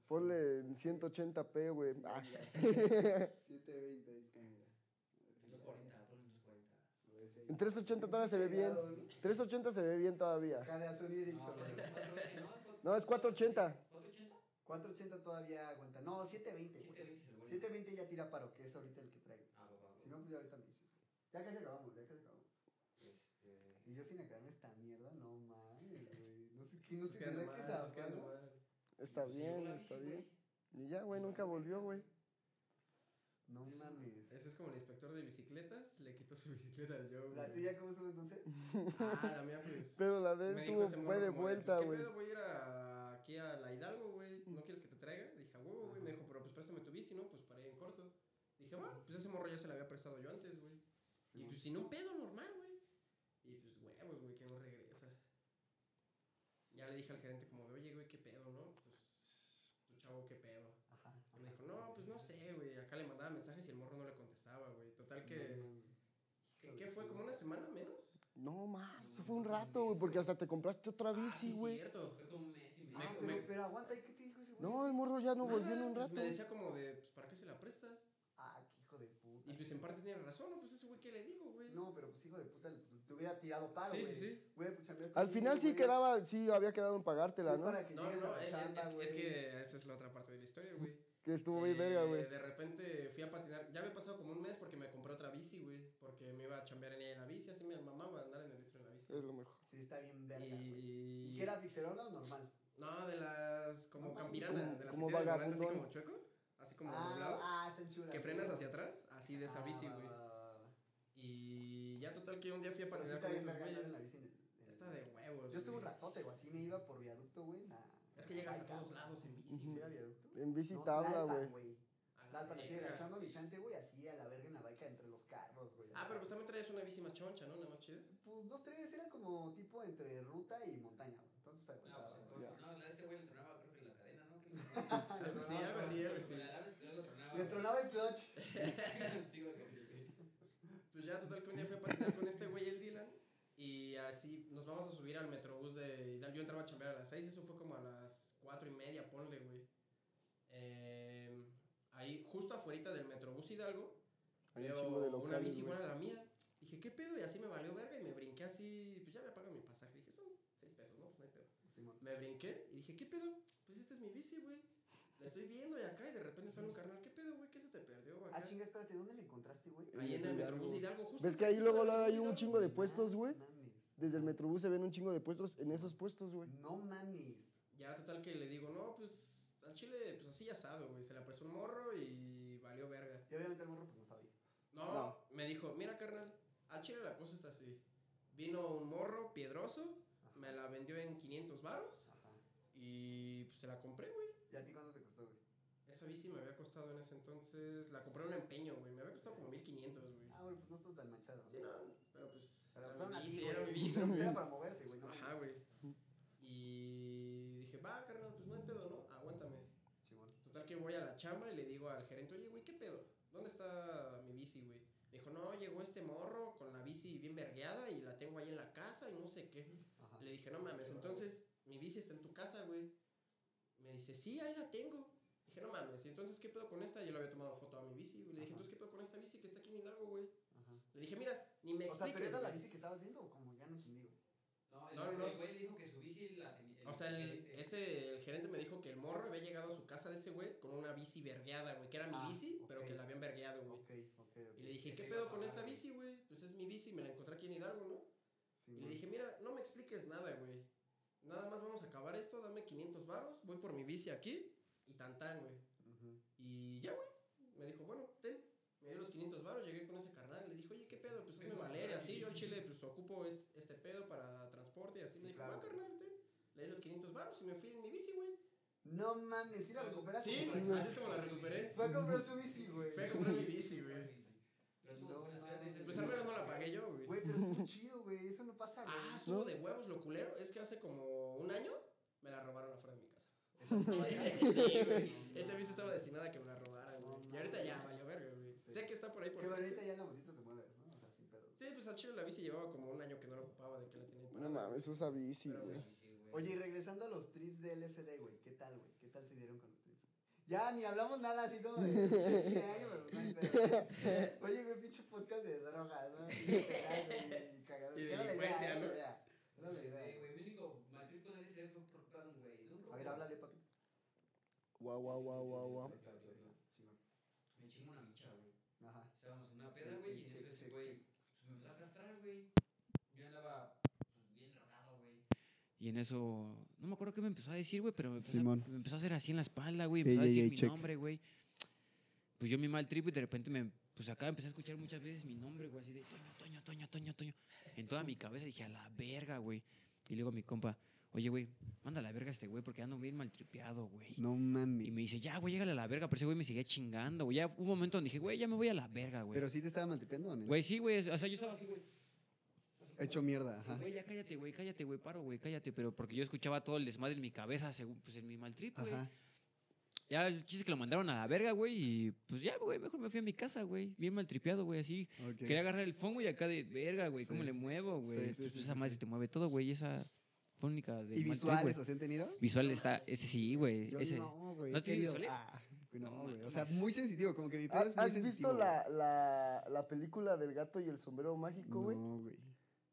Speaker 4: Ponle en 180p, güey. Ah,
Speaker 1: 720, ahí está, mira. A ver si- a ver si ahí-
Speaker 4: en 380 todavía se ve bien. 380 se ve bien todavía.
Speaker 1: Acá de Sony Ericsson,
Speaker 3: Ah,
Speaker 1: güey.
Speaker 4: No, es 480.
Speaker 1: 480 todavía aguanta. No, 720. güey. 720 ya tira paro, que es ahorita el que traigo.
Speaker 2: Ah,
Speaker 1: Si no, pues ya ahorita me dices. Ya casi acabamos, ya casi acabamos.
Speaker 2: Este,
Speaker 1: Y yo sin acabarme esta mierda, no mames, güey. No sé qué, no sé qué,
Speaker 3: Buscando
Speaker 1: ¿verdad que
Speaker 3: más,
Speaker 1: se
Speaker 3: buscando
Speaker 1: afana?
Speaker 3: más.
Speaker 4: Está
Speaker 2: pues,
Speaker 4: bien, está bien. Y ya, güey, nunca volvió, güey.
Speaker 1: No mames.
Speaker 3: Ese es como el inspector de bicicletas. Le quitó su bicicleta al Joe.
Speaker 1: ¿La
Speaker 3: güey.
Speaker 1: tuya cómo estuvo entonces?
Speaker 3: Ah, la mía, pues.
Speaker 4: Pero la de
Speaker 3: me
Speaker 4: él
Speaker 3: dijo
Speaker 4: tuvo,
Speaker 3: ese
Speaker 4: fue
Speaker 3: morro
Speaker 4: de
Speaker 3: como
Speaker 4: vuelta,
Speaker 3: pues,
Speaker 4: güey.
Speaker 3: ¿Qué pedo? Voy a ir a- aquí a la Hidalgo, güey. ¿No quieres que te traiga? Dije, "A huevo, güey. Me dijo, pero pues préstame tu bici, ¿no? Pues para ir en corto. Dije, bueno, pues ese morro ya se la había prestado yo antes, güey. Y pues sin un pedo normal, güey. Y pues huevos, güey, que no regresa. Ya le dije al gerente como de, oye, güey, qué pedo, ¿no? Pues, tu chavo, qué pedo.
Speaker 1: Ajá.
Speaker 3: Y me dijo, no, pues no sé, güey. Acá le mandaba mensajes y el morro no le contestaba, güey. Total que, que,
Speaker 4: Mm.
Speaker 3: ¿qué fue? ¿Como una semana menos?
Speaker 4: No más, eso fue un rato, güey, porque hasta te compraste otra
Speaker 3: Ah,
Speaker 4: bici, güey.
Speaker 3: cierto.
Speaker 1: Ah,
Speaker 3: Me-
Speaker 1: pero,
Speaker 3: me-
Speaker 1: pero aguanta, ¿y qué te dijo ese güey?
Speaker 4: No, el morro ya no volvió en
Speaker 3: Nada,
Speaker 4: un
Speaker 3: pues,
Speaker 4: rato.
Speaker 3: Me decía como de, pues, ¿para qué se la prestas?
Speaker 1: Ah, qué hijo de puta.
Speaker 3: Y pues en parte tenía razón, ¿no? Pues ese güey, ¿qué le digo, güey?
Speaker 1: No, pero pues hijo de puta, le- te hubiera tirado paro,
Speaker 3: Sí,
Speaker 1: güey.
Speaker 3: sí, sí.
Speaker 1: Güey, pues, chambeas
Speaker 4: Al
Speaker 1: conmigo,
Speaker 4: final sí
Speaker 1: güey.
Speaker 4: quedaba, sí, había quedado en pagártela,
Speaker 1: Sí,
Speaker 4: ¿no?
Speaker 1: para que
Speaker 3: No,
Speaker 1: llegues a
Speaker 3: no,
Speaker 1: la
Speaker 3: es,
Speaker 1: chamba,
Speaker 3: es- es
Speaker 1: güey.
Speaker 3: que esa es la otra parte de la historia, güey.
Speaker 4: Que estuvo muy
Speaker 3: Eh,
Speaker 4: verga, güey.
Speaker 3: De repente fui a patinar. Ya había pasado como un mes porque me compré otra bici, güey. Porque me iba a chambear en ella en la bici, así mi mamá va a andar en el distro en la bici.
Speaker 4: Es lo mejor.
Speaker 1: Sí, está bien verga, güey.
Speaker 3: Y.
Speaker 1: ¿Y qué era, pixelona o normal?
Speaker 3: No, de las como
Speaker 1: No,
Speaker 3: campiranas,
Speaker 4: como-
Speaker 3: de las
Speaker 4: como
Speaker 3: que tienen el volante así
Speaker 4: vagabundón.
Speaker 3: como chueco, así como doblado,
Speaker 1: Ah, ah, están chulas.
Speaker 3: que frenas
Speaker 1: chulas.
Speaker 3: hacia atrás, así de esa
Speaker 1: Ah,
Speaker 3: bici,
Speaker 1: va,
Speaker 3: güey.
Speaker 1: va, va, va.
Speaker 3: Y ya total que un día fui a
Speaker 1: Pero sí
Speaker 3: patinar
Speaker 1: está
Speaker 3: con
Speaker 1: bien
Speaker 3: esos
Speaker 1: verga andar en la
Speaker 3: güeyes.
Speaker 1: bici en el- en
Speaker 3: Está
Speaker 1: el-
Speaker 3: de huevos.
Speaker 1: Yo estuve un
Speaker 3: güey.
Speaker 1: ratote, güey, así me iba por viaducto, güey. na-
Speaker 3: Es que llegas a
Speaker 1: Tlalpan,
Speaker 3: todos lados en bici,
Speaker 1: ¿Sí
Speaker 3: güey.
Speaker 1: era viaducto?
Speaker 4: En bici
Speaker 1: No,
Speaker 4: tabla,
Speaker 1: Tlalpan,
Speaker 4: güey.
Speaker 3: A la
Speaker 1: Tlalpan, así
Speaker 3: verga.
Speaker 1: agachando mi chante, güey, así a la verga en la baica entre los carros, güey.
Speaker 3: Ah, pero pues también traías una bici más choncha, ¿no? Nada más chida.
Speaker 1: Pues dos, tres era como tipo entre ruta y montaña, güey. Entonces, pues, aguantaba, güey.
Speaker 4: Ah,
Speaker 3: Algo así, algo así, algo así.
Speaker 1: Le
Speaker 2: ah,
Speaker 1: tronaba el clutch.
Speaker 3: Pues ya total que un día fui a patinar con este güey, el Dylan. Y así nos vamos a subir al metrobús de Hidalgo. Yo entraba a chambear a las 6, eso fue como a las 4 y media, ponle, güey. Eh, ahí, justo afuera del metrobús Hidalgo,
Speaker 4: Hay un
Speaker 3: Veo
Speaker 4: chingo de
Speaker 3: una bici
Speaker 4: locales, güey.
Speaker 3: igual a la mía. Dije, ¿qué pedo? Y así me valió verga y me brinqué así. Pues ya me pagan mi pasaje. Dije, son 6 pesos, ¿no? No hay pedo.
Speaker 1: Simón.
Speaker 3: Me brinqué y dije, ¿qué pedo? Pues esta es mi bici, güey. La estoy viendo y acá y de repente sale un carnal, ¿qué pedo, güey? ¿Qué se te perdió, güey?
Speaker 1: Ah, chinga, espérate, ¿dónde le encontraste, güey?
Speaker 4: En
Speaker 3: Ahí en el
Speaker 4: Hidalgo.
Speaker 3: Metrobús de Hidalgo, justo.
Speaker 4: ¿Ves que ahí luego luego hay un chingo de puestos, güey?
Speaker 1: No mames.
Speaker 4: Desde el Metrobús se ven un chingo de puestos en esos puestos, güey.
Speaker 1: No mames.
Speaker 3: Ya total que le digo, no, pues al chile, pues así asado, güey. Se le apresó un morro y valió verga.
Speaker 1: Y obviamente el morro pues no sabía.
Speaker 3: No,
Speaker 4: No.
Speaker 3: me dijo, mira, carnal, al chile la cosa está así. Vino un morro piedroso,
Speaker 1: Ajá.
Speaker 3: me la vendió en 500 varos
Speaker 1: Ajá.
Speaker 3: y pues se la compré, güey.
Speaker 1: ¿Y a ti cuánto te costó, güey?
Speaker 3: Esa bici me había costado en ese entonces, la compré en un empeño, güey. Me había costado como 1500, güey.
Speaker 1: Ah, güey, pues no están tan manchados.
Speaker 3: Sí, no, pero pues.
Speaker 1: Pero
Speaker 3: era
Speaker 1: pues aún
Speaker 3: mi
Speaker 1: así,
Speaker 3: bici,
Speaker 1: güey.
Speaker 3: era mi bici.
Speaker 1: Pues, Era para moverte, güey. No
Speaker 3: Ajá, güey. Y dije, va, carnal, pues no hay pedo, ¿no? Aguántame.
Speaker 1: Simón.
Speaker 3: Total que voy a la chamba y le digo al gerente, oye, güey, ¿qué pedo? ¿Dónde está mi bici, güey? Me dijo, no, llegó este morro con la bici bien vergueada y la tengo ahí en la casa y no sé qué.
Speaker 1: Ajá.
Speaker 3: Le dije, no mames, entonces mi bici está en tu casa, güey. Me dice, sí, ahí la tengo. Dije, no mames, ¿y entonces qué pedo con esta? Yo le había tomado foto a mi bici, güey. Le dije,
Speaker 1: Ajá.
Speaker 3: entonces qué pedo con esta bici que está aquí en Hidalgo, güey.
Speaker 1: Ajá.
Speaker 3: Le dije, mira, ni me
Speaker 1: O sea,
Speaker 3: expliques.
Speaker 1: pero era la
Speaker 3: güey".
Speaker 1: bici que estabas viendo o como ya no entendí, güey.
Speaker 3: O sea, el, ese, el gerente me dijo que el morro había llegado a su casa de ese güey con una bici vergueada, güey, que era mi
Speaker 1: Ah,
Speaker 3: bici, pero
Speaker 1: ok.
Speaker 3: que la habían vergueado, güey.
Speaker 1: Ok, ok, ok.
Speaker 3: Y le dije,
Speaker 2: Que
Speaker 3: ¿qué
Speaker 2: se
Speaker 3: pedo
Speaker 2: iba a
Speaker 3: con
Speaker 2: pagar,
Speaker 3: esta
Speaker 2: güey.
Speaker 3: bici, güey? Pues es mi bici, me la encontré aquí en Hidalgo, ¿no? Y
Speaker 1: Simón.
Speaker 3: le dije, mira, no me expliques nada, güey. Nada más vamos a acabar esto, dame 500 varos, voy por mi bici aquí y tan tan, güey.
Speaker 1: Ujú.
Speaker 3: Y ya, güey. Me dijo, bueno, ten. Me dio los 500 varos, llegué con ese carnal. Le dije, oye, ¿qué pedo? Pues que me
Speaker 2: Vengo a
Speaker 3: valer,
Speaker 2: comprar
Speaker 3: así.
Speaker 2: mi
Speaker 3: Yo en
Speaker 2: bici.
Speaker 3: Chile, pues ocupo es- este, pedo para transporte y así.
Speaker 1: Sí,
Speaker 3: me dijo, "Ah,
Speaker 1: claro.
Speaker 3: va, carnal, ten. Le di los 500 varos y me fui en mi bici, güey.
Speaker 1: No mames, ¿sí la recuperaste?
Speaker 3: Sí,
Speaker 1: Sí, güey.
Speaker 3: así es como la recuperé.
Speaker 1: Fue a comprar su bici, güey.
Speaker 3: Fue a comprar mi bici, güey.
Speaker 5: Pero
Speaker 1: No,
Speaker 5: tuvo buena
Speaker 1: no,
Speaker 5: suerte.
Speaker 1: no.
Speaker 3: Pues al menos no la pagué yo, güey.
Speaker 1: Güey, pero estuvo chido, güey. Eso no pasa, güey.
Speaker 3: Ah, estuvo de huevos lo culero. Es que hace como un año me la robaron afuera de mi casa. sí, güey. Esa bici estaba destinada a que me la robaran, güey. Y ahorita ya, valió verga, güey. Sé que está por ahí por
Speaker 1: Que
Speaker 3: ahí.
Speaker 1: ahorita ya en la motita te mueves, ¿no? O sea, sin pedos.
Speaker 3: Sí, pues al chile la bici llevaba como un año que no la ocupaba, de que la tenía.
Speaker 4: No mames, usa bici,
Speaker 3: Pero,
Speaker 4: güey.
Speaker 3: güey,
Speaker 1: Oye, y regresando a los trips de LSD, güey. ¿Qué tal, güey? ¿Qué tal se dieron con los trips? Ya, ni hablamos nada así como de... de ay, güey, no hay pedo. Oye, güey, pinche podcast de drogas, ¿no? Pinche pedazos Y cagados.
Speaker 3: Y
Speaker 1: Era la idea,
Speaker 3: delincuencia,
Speaker 1: era la
Speaker 3: ¿no?
Speaker 1: idea. Era la
Speaker 5: Sí,
Speaker 1: idea.
Speaker 5: güey, mi único mal trip con LSD fue por pan, güey. De un
Speaker 1: A ver,
Speaker 5: rojo.
Speaker 1: háblale, papi.
Speaker 4: Guau, guau, guau, guau,
Speaker 1: Ahí
Speaker 4: guau.
Speaker 1: está, ahí está, ahí está. Chingón.
Speaker 5: Me chingo una micha, güey.
Speaker 1: Ajá.
Speaker 5: Estábamos en una peda, güey, y en
Speaker 1: Sí,
Speaker 5: eso
Speaker 1: sí,
Speaker 5: ese
Speaker 1: sí.
Speaker 5: güey pues, me empezó a castrar, güey. Yo andaba pues, bien drogado, güey.
Speaker 2: Y en eso, no me acuerdo qué me empezó a decir, güey, pero me empezó,
Speaker 1: Simón.
Speaker 2: me empezó a hacer así en la espalda, güey.
Speaker 1: Sí, ya,
Speaker 2: Empezó a decir
Speaker 1: ya,
Speaker 2: mi
Speaker 1: check.
Speaker 2: nombre, güey. Pues yo mi mal trip y de repente me, pues acá empecé a escuchar muchas veces mi nombre, güey, así de Toño, Toño, Toño, Toño, Toño. En toda mi cabeza dije, a la verga, güey. Y le digo a mi compa, oye, güey, manda a la verga a este güey porque ando bien mal tripeado, güey.
Speaker 1: No
Speaker 2: Y
Speaker 1: mames.
Speaker 2: me dice, ya, güey, llégale a la verga. Pero ese güey me seguía chingando, güey. Ya hubo un momento donde dije, güey, ya me voy a la verga, güey.
Speaker 1: Pero sí te estaba mantipeando, ¿no?
Speaker 2: Güey, sí, güey. O sea, yo estaba así, güey.
Speaker 1: Hecho mierda, ajá.
Speaker 2: Güey, ya cállate, güey, cállate, güey, paro, güey, cállate. Pero porque yo escuchaba todo el desmadre en mi cabeza, según, pues en mi mal trip, güey.
Speaker 1: Ajá.
Speaker 2: Ya el chiste es que lo mandaron a la verga, güey. Y pues ya, güey, mejor me fui a mi casa, güey. Bien maltripeado, güey, así.
Speaker 1: Ok.
Speaker 2: Quería agarrar el fondo y acá de verga, güey. ¿Cómo
Speaker 1: Sí.
Speaker 2: le muevo, güey?
Speaker 1: Sí, sí,
Speaker 2: Pues
Speaker 1: sí,
Speaker 2: esa
Speaker 1: sí,
Speaker 2: madre
Speaker 1: sí.
Speaker 2: se te mueve todo, güey. y Esa fue única de.
Speaker 1: ¿Y
Speaker 2: mal trip,
Speaker 1: visuales
Speaker 2: güey.
Speaker 1: así han tenido?
Speaker 2: Visual está. Ese sí, güey.
Speaker 1: Yo
Speaker 2: Ese.
Speaker 1: No, güey.
Speaker 2: ¿No
Speaker 1: he
Speaker 2: has
Speaker 1: querido-
Speaker 2: tenido visuales?
Speaker 1: Ah, güey, no,
Speaker 2: No
Speaker 1: güey. O
Speaker 2: mames.
Speaker 1: sea, muy sensitivo, como que mi pedo
Speaker 4: ¿Has,
Speaker 1: es muy
Speaker 4: has
Speaker 1: sensitivo.
Speaker 4: visto la, la, la película del gato y el sombrero mágico, güey?
Speaker 1: No, güey.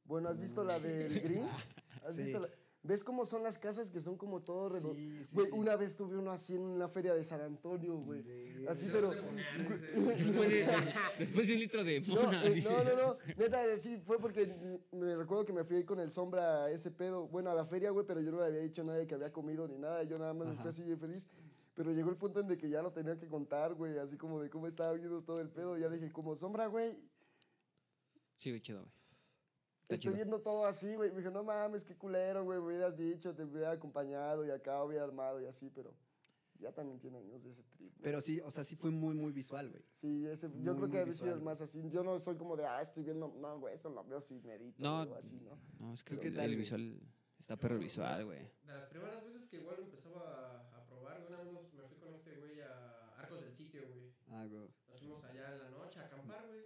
Speaker 4: Bueno, ¿has visto la del Grinch? ¿Has
Speaker 1: Sí.
Speaker 4: visto la- ¿Ves cómo son las casas que son como todo redondo?
Speaker 1: Sí, sí,
Speaker 4: Güey,
Speaker 1: sí.
Speaker 4: una vez tuve uno así en una feria de San Antonio, güey.
Speaker 1: Güey.
Speaker 4: Así,
Speaker 3: se
Speaker 4: pero...
Speaker 3: va a demonar,
Speaker 4: güey,
Speaker 3: ese-
Speaker 2: Después de, después de un litro de
Speaker 4: No,
Speaker 2: mona,
Speaker 4: eh,
Speaker 2: dice.
Speaker 4: no, no, no, neta, eh, sí, fue porque me recuerdo que me fui ahí con el sombra a ese pedo, bueno, a la feria, güey, pero yo no le había dicho a nadie que había comido ni nada, yo nada más me fui así bien feliz, pero llegó el punto en de que ya lo tenía que contar, güey, así como de cómo estaba viendo todo el pedo, ya le dije, como, sombra, güey,
Speaker 2: Sí, güey, chido, güey. Está
Speaker 4: estoy
Speaker 2: chido.
Speaker 4: viendo todo así, güey, me dijo, no mames, qué culero, güey, me hubieras dicho, te hubiera acompañado y acá hubiera armado y así, pero ya también tiene años de ese trip, güey.
Speaker 1: Pero sí, o sea, sí fue muy, muy visual, güey.
Speaker 4: Sí, ese, yo
Speaker 1: Muy,
Speaker 4: creo que
Speaker 1: muy
Speaker 4: a veces
Speaker 1: visual.
Speaker 4: es más así. Yo no soy como de, ah, estoy viendo. No, güey, eso lo veo así, medito.
Speaker 2: No,
Speaker 4: o así, ¿no?
Speaker 2: No, es que
Speaker 1: Pues, ¿qué
Speaker 2: el,
Speaker 1: tal,
Speaker 2: el
Speaker 1: güey?
Speaker 2: visual. Está perro el visual, güey.
Speaker 3: De las primeras veces que igual empezaba a, a probar, güey, una vez nos- me fui con este güey a Arcos del Sitio, güey.
Speaker 1: Ah, güey.
Speaker 3: Nos fuimos allá en la noche a acampar, güey.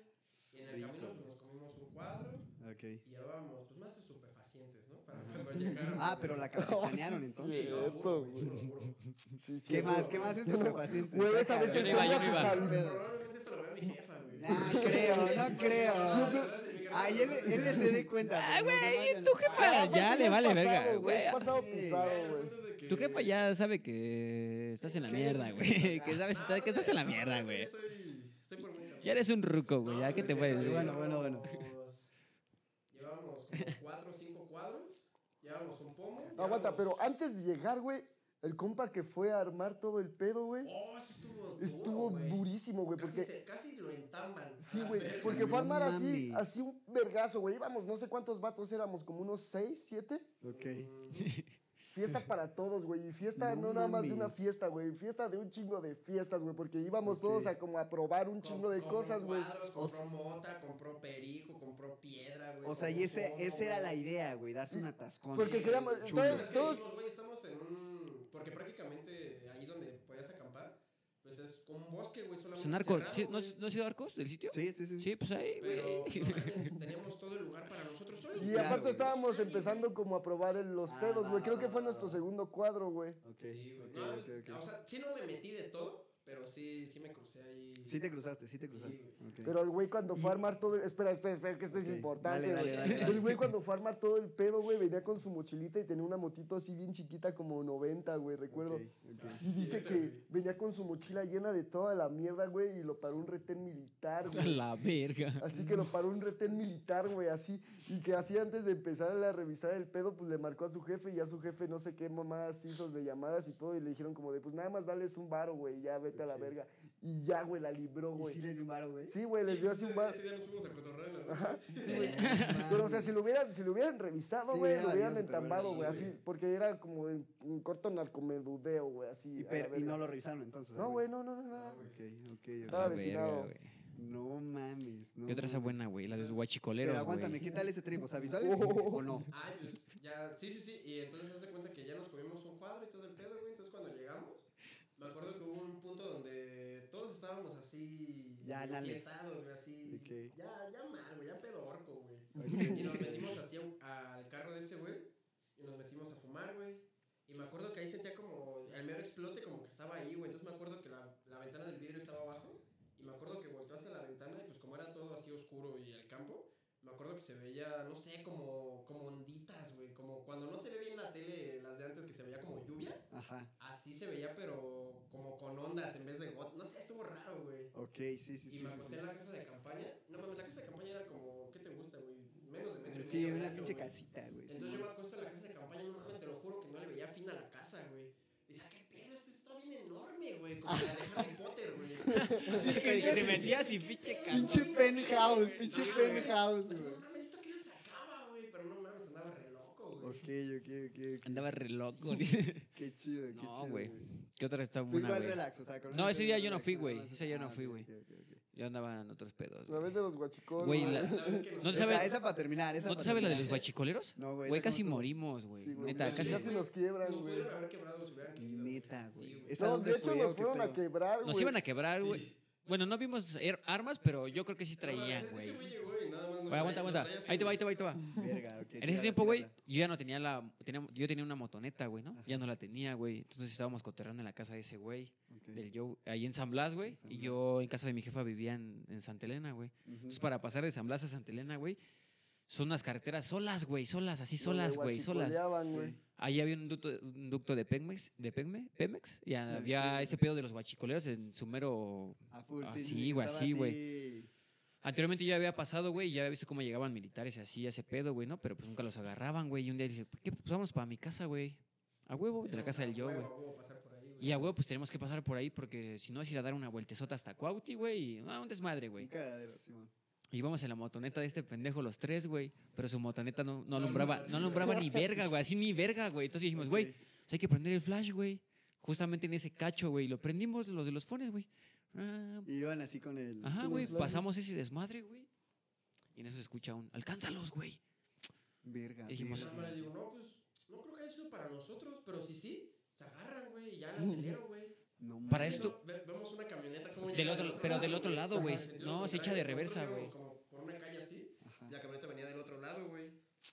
Speaker 3: Y en el
Speaker 1: Rico.
Speaker 3: camino pues, nos comimos un cuadro
Speaker 1: Ok.
Speaker 3: y llevábamos pues más estupefacientes, ¿no? Para cuando llegáramos.
Speaker 1: Ah, pero la capitanearon
Speaker 4: sí,
Speaker 1: entonces.
Speaker 4: sí.
Speaker 3: Lo juro,
Speaker 4: Cierto,
Speaker 3: güey, juro, juro.
Speaker 4: Sí, sí.
Speaker 1: ¿Qué
Speaker 4: güey.
Speaker 1: más? ¿Qué más es tu capacente?
Speaker 4: Güey, esa vez
Speaker 2: el Yo no iba, yo no iba.
Speaker 3: Probablemente esto lo vea mi jefa, güey.
Speaker 1: Nah, creo, no creo. Ay, él, él se dé cuenta.
Speaker 2: Ay,
Speaker 1: pero no se
Speaker 2: güey,
Speaker 1: vayan.
Speaker 2: tu jefa
Speaker 4: Aparte,
Speaker 2: ya le
Speaker 4: es
Speaker 2: vale
Speaker 4: pasado,
Speaker 2: verga,
Speaker 4: güey.
Speaker 2: güey.
Speaker 4: Es pasado
Speaker 1: Sí,
Speaker 4: pisado, güey.
Speaker 2: Tu jefa ya sabe que estás en la mierda, güey. Que sabes está- que estás en la mierda, güey.
Speaker 3: Estoy, estoy por mí.
Speaker 2: Ya eres un ruco, güey. Ya que te puedes
Speaker 1: decir?
Speaker 2: decir.
Speaker 1: Bueno, bueno, bueno.
Speaker 3: Llevábamos- Llevábamos como cuatro o cinco cuadros. Llevábamos un pomo.
Speaker 4: Aguanta,
Speaker 3: llevábamos-
Speaker 4: pero antes de llegar, güey, el compa que fue a armar todo el pedo, güey,
Speaker 3: Oh, eso estuvo duro,
Speaker 4: estuvo
Speaker 3: güey.
Speaker 4: durísimo, güey,
Speaker 3: Casi
Speaker 4: porque.
Speaker 3: se- Casi lo entamban.
Speaker 4: Sí,
Speaker 3: A la
Speaker 4: güey,
Speaker 3: verga.
Speaker 4: porque fue a armar así,
Speaker 1: Ah, mames.
Speaker 4: así un vergazo, güey. Íbamos, no sé cuántos vatos éramos, como unos seis, siete.
Speaker 1: Ok.
Speaker 4: Fiesta para todos, güey. Y fiesta
Speaker 1: No
Speaker 4: no, nada más de una
Speaker 1: mames.
Speaker 4: fiesta, güey. Fiesta de un chingo de fiestas, güey. Porque íbamos todos
Speaker 1: Ok.
Speaker 4: a como a probar un
Speaker 3: Com-
Speaker 4: chingo de
Speaker 3: compró
Speaker 4: cosas, güey.
Speaker 3: cuadros,
Speaker 1: O
Speaker 3: Compró mota, compró perico, compró piedra, güey.
Speaker 1: O sea, y
Speaker 3: compró
Speaker 1: ese,
Speaker 3: pomo,
Speaker 1: esa era la
Speaker 3: güey.
Speaker 1: idea, güey, Mm. darse un atascón.
Speaker 4: Porque queríamos-
Speaker 1: Chulo.
Speaker 3: Pero es que
Speaker 4: todos-
Speaker 3: dijimos, güey, estamos en un. Porque prácticamente ahí donde podías acampar, pues es como un bosque, güey.
Speaker 2: Es
Speaker 3: Solamente.
Speaker 2: un arco.
Speaker 3: cerrado,
Speaker 2: ¿Sí- ¿No,
Speaker 3: güey.
Speaker 2: ¿No has sido arcos del sitio?
Speaker 1: Sí, sí, sí.
Speaker 2: Sí, pues ahí,
Speaker 3: Pero
Speaker 2: güey.
Speaker 3: no mames, teníamos todo el lugar para nosotros solos.
Speaker 4: Y
Speaker 3: güey.
Speaker 1: Claro,
Speaker 4: aparte
Speaker 1: güey.
Speaker 4: estábamos empezando como a probar el- los
Speaker 1: Ah,
Speaker 4: pedos, güey.
Speaker 1: va,
Speaker 4: Creo
Speaker 1: va,
Speaker 4: que
Speaker 1: va,
Speaker 4: fue
Speaker 1: va,
Speaker 4: nuestro
Speaker 1: va.
Speaker 4: segundo cuadro, güey.
Speaker 1: Ok,
Speaker 3: Sí, güey.
Speaker 1: ok,
Speaker 3: No,
Speaker 1: ok,
Speaker 3: O
Speaker 1: ok.
Speaker 3: sea, sí no me metí de todo, pero sí, sí me crucé ahí.
Speaker 1: Sí te cruzaste, sí te
Speaker 3: Sí,
Speaker 1: cruzaste. Ok.
Speaker 4: Pero el güey cuando fue a armar todo... Espera, espera, espera, es que esto
Speaker 1: Ok,
Speaker 4: es importante,
Speaker 1: dale,
Speaker 4: güey.
Speaker 1: dale, dale, dale.
Speaker 4: El güey cuando fue a armar todo el pedo, güey, venía con su mochilita y tenía una motito así bien chiquita, como 90, güey, recuerdo.
Speaker 1: Ok, ok.
Speaker 4: Y dice
Speaker 3: Cierto,
Speaker 4: que
Speaker 3: güey.
Speaker 4: venía con su mochila llena de toda la mierda, güey, y lo paró un retén militar,
Speaker 2: A
Speaker 4: güey.
Speaker 2: la verga.
Speaker 4: Así que lo paró un retén militar, güey, así. Y que así antes de empezar a revisar el pedo, pues le marcó a su jefe y a su jefe no sé qué mamadas hizo de llamadas y todo. Y le dijeron como de, pues nada más dales un varo, güey, ya vete a la verga. Y ya, güey, la libró,
Speaker 1: Y
Speaker 4: güey.
Speaker 1: sí les dio varo, güey.
Speaker 4: Sí, güey, les dio así un bar.
Speaker 3: Ese día nos fuimos a cotorrear. ¿no?
Speaker 4: Sí, güey. Pero, o sea, si lo hubieran, si lo hubieran revisado,
Speaker 1: Sí,
Speaker 4: güey,
Speaker 1: era
Speaker 4: lo hubieran
Speaker 1: valioso, pero
Speaker 4: entambado,
Speaker 1: bueno,
Speaker 4: güey,
Speaker 1: sí,
Speaker 4: así. Porque era como en, en corto narcomedudeo, güey, así.
Speaker 1: Y,
Speaker 4: a la
Speaker 1: pero- y
Speaker 4: verga.
Speaker 1: no lo revisaron entonces.
Speaker 4: No, güey, no, no, no, no.
Speaker 1: Ok, ok, ok.
Speaker 4: Estaba
Speaker 2: La verga,
Speaker 4: destinado.
Speaker 2: güey.
Speaker 1: No mames. No
Speaker 2: ¿Qué otra esa
Speaker 1: mames.
Speaker 2: buena, güey? La de los guachicoleros,
Speaker 1: Pero
Speaker 2: güey.
Speaker 1: aguántame, ¿qué tal ese trip? O sea, ¿visuales o no?
Speaker 3: Ah, pues ya, sí, sí, sí. Y entonces se hace cuenta que ya nos comimos un cuadro y todo el pedo, güey. Entonces cuando llegamos, me acuerdo que hubo un punto donde todos estábamos así.
Speaker 1: Ya, anales.
Speaker 3: empiezados, güey, así.
Speaker 1: Ok.
Speaker 3: Ya, ya mal, güey, ya pedo orco, güey. Y
Speaker 1: Ok.
Speaker 3: nos metimos así a un- al carro de ese güey. Y nos metimos a fumar, güey. Y me acuerdo que ahí sentía como el mero explote, como que estaba ahí, güey. Entonces me acuerdo que la, la ventana del vidrio estaba abajo. Y me acuerdo que volteó hacia la ventana y pues como era todo así oscuro y el campo, me acuerdo que se veía, no sé, como, como onditas, güey. Como cuando no se ve bien la tele, las de antes que se veía como lluvia.
Speaker 1: Ajá.
Speaker 3: Así se veía, pero como con ondas en vez de gotas. No sé, estuvo raro, güey.
Speaker 1: Ok, sí, sí, sí.
Speaker 3: Y me
Speaker 1: sí,
Speaker 3: acosté
Speaker 1: sí.
Speaker 3: en la casa de campaña. No mames, la casa de campaña era como, ¿qué te gusta, güey? Menos de metro y
Speaker 1: Sí,
Speaker 3: medio de
Speaker 1: una
Speaker 3: alto,
Speaker 1: pinche
Speaker 3: güey.
Speaker 1: casita, güey. sí,
Speaker 3: Entonces yo
Speaker 1: güey.
Speaker 3: me acuesto en la casa de campaña, no mames, te lo juro que no le veía fin a la casa, güey. Dice, ¿qué pedo? Este está bien enorme, güey. Como la de Harry Potter, güey.
Speaker 1: Sí, que
Speaker 2: Que
Speaker 1: te
Speaker 2: te metías y pinche
Speaker 1: Pinche penthouse, pinche
Speaker 3: No, güey.
Speaker 1: penthouse, güey.
Speaker 3: No mames, ¿esto qué le sacaba, güey? Pero no mames, andaba re loco, güey.
Speaker 1: Ok, ok, ok. ok.
Speaker 2: Andaba re loco, dice.
Speaker 1: Qué chido, qué
Speaker 2: No,
Speaker 1: chido.
Speaker 2: güey. ¿Qué otra está
Speaker 1: Tú
Speaker 2: buena,
Speaker 1: igual
Speaker 2: güey?
Speaker 1: relax, o sea, con
Speaker 2: No,
Speaker 1: una
Speaker 2: ese
Speaker 1: peli
Speaker 2: día yo no
Speaker 1: relax,
Speaker 2: fui,
Speaker 1: nada
Speaker 2: güey.
Speaker 1: más.
Speaker 2: Ese día yo no
Speaker 1: Ah,
Speaker 2: fui,
Speaker 1: ok,
Speaker 2: güey.
Speaker 1: ok, ok, ok.
Speaker 2: Yo andaba en otros pedos.
Speaker 4: La vez de los guachicones.
Speaker 2: Güey,
Speaker 4: güey.
Speaker 2: la-
Speaker 3: vez que nos-
Speaker 2: ¿No te
Speaker 1: Esa,
Speaker 2: sabes-
Speaker 1: esa para terminar, esa
Speaker 2: ¿No
Speaker 1: pa'
Speaker 2: te sabes la de los
Speaker 1: terminar.
Speaker 2: guachicoleros?
Speaker 1: No, güey.
Speaker 2: Güey,
Speaker 1: esa
Speaker 2: casi
Speaker 1: como-
Speaker 2: morimos, güey.
Speaker 4: Sí, güey,
Speaker 2: Neta,
Speaker 4: nos-
Speaker 2: casi
Speaker 4: casi nos quiebran,
Speaker 3: Nos
Speaker 4: güey.
Speaker 3: pudieron haber quebrado si hubieran querido. güey.
Speaker 1: Neta,
Speaker 3: Sí,
Speaker 1: güey.
Speaker 3: güey.
Speaker 1: Esa
Speaker 4: No,
Speaker 1: dónde
Speaker 4: de hecho
Speaker 1: fue, o
Speaker 4: nos
Speaker 1: qué
Speaker 4: fueron a
Speaker 1: pedo?
Speaker 4: quebrar, güey.
Speaker 2: Nos iban a quebrar, güey. Bueno, no vimos er- armas, pero yo creo que sí
Speaker 3: No, ese-
Speaker 2: traían,
Speaker 3: ese
Speaker 2: güey.
Speaker 3: güey llegó y nada más nos
Speaker 2: Güey,
Speaker 3: traía-
Speaker 2: aguanta,
Speaker 3: nos
Speaker 2: aguanta.
Speaker 3: traía así,
Speaker 2: Ahí te va, ahí
Speaker 3: güey.
Speaker 2: te va, ahí te va.
Speaker 1: Verga, ok,
Speaker 2: En
Speaker 1: tírala,
Speaker 2: ese tiempo, güey,
Speaker 1: tírala.
Speaker 2: yo ya no tenía la... tenía- yo tenía una motoneta, güey, ¿no?
Speaker 1: Ajá.
Speaker 2: Ya no la tenía, güey. Entonces estábamos coterrando en la casa de ese güey,
Speaker 1: Ok.
Speaker 2: del Joe, ahí en San Blas, güey.
Speaker 1: En San
Speaker 2: Y
Speaker 1: Blas.
Speaker 2: yo en casa de mi jefa vivía en, en Santa Elena, güey.
Speaker 1: Ujú.
Speaker 2: Entonces para pasar de San Blas a Santa Elena, güey, son unas carreteras solas, güey, solas, así solas, güey, solas.
Speaker 4: guachicoleaban, güey.
Speaker 2: Ahí había un ducto, un ducto de Pemex, de Pegme- Pemex, y había
Speaker 1: sí.
Speaker 2: ese pedo de los guachicoleros en su mero...
Speaker 1: A full,
Speaker 2: Ah,
Speaker 1: sí,
Speaker 2: sí, güey,
Speaker 1: estaba
Speaker 2: sí, güey.
Speaker 1: así.
Speaker 2: Anteriormente ya había pasado, güey, y ya había visto cómo llegaban militares y así, ese pedo, güey, ¿no? Pero pues nunca los agarraban, güey. Y un día dije, ¿qué? Pues vamos para mi casa, güey. A huevo, de la
Speaker 3: Tenemos
Speaker 2: casa
Speaker 3: a
Speaker 2: del yo, güey.
Speaker 3: huevo, a huevo pasar por ahí, güey.
Speaker 2: Y a huevo, pues tenemos que pasar por ahí porque si no es ir a dar una vueltezota hasta Cuauti, güey. y, Ah, un desmadre,
Speaker 1: Un
Speaker 2: güey.
Speaker 1: cagadero, Simón.
Speaker 2: Y vamos en la motoneta de este pendejo los tres, güey. Pero su motoneta no, no alumbraba, no alumbraba ni verga, güey. Así ni verga, güey. Entonces dijimos, güey,
Speaker 1: Ok.
Speaker 2: pues hay que prender el flash, güey. Justamente en ese cacho, güey. y Lo prendimos los de los fones, güey. Ah,
Speaker 1: Y iban así con el.
Speaker 2: Ajá,
Speaker 4: Los
Speaker 2: güey,
Speaker 4: flashes.
Speaker 2: pasamos ese desmadre, güey. Y en eso se escucha un, alcánzalos, güey.
Speaker 1: Verga.
Speaker 2: Dijimos,
Speaker 3: Nada
Speaker 1: verga.
Speaker 3: más digo, no, pues no creo que haya sido para nosotros, pero si sí, se agarran, güey, y ya la acelero, güey.
Speaker 1: No
Speaker 2: Para
Speaker 1: mames.
Speaker 2: esto-
Speaker 3: Ve- Vemos una camioneta como
Speaker 2: Del
Speaker 3: llega
Speaker 2: otro- pero del otro lado, güey.
Speaker 3: Ajá, sentido
Speaker 2: No, se echa
Speaker 3: contrario.
Speaker 2: de reversa,
Speaker 3: Nosotros
Speaker 2: güey.
Speaker 3: íbamos Como por una calle así,
Speaker 1: Ajá.
Speaker 3: y la camioneta venía del otro lado, güey.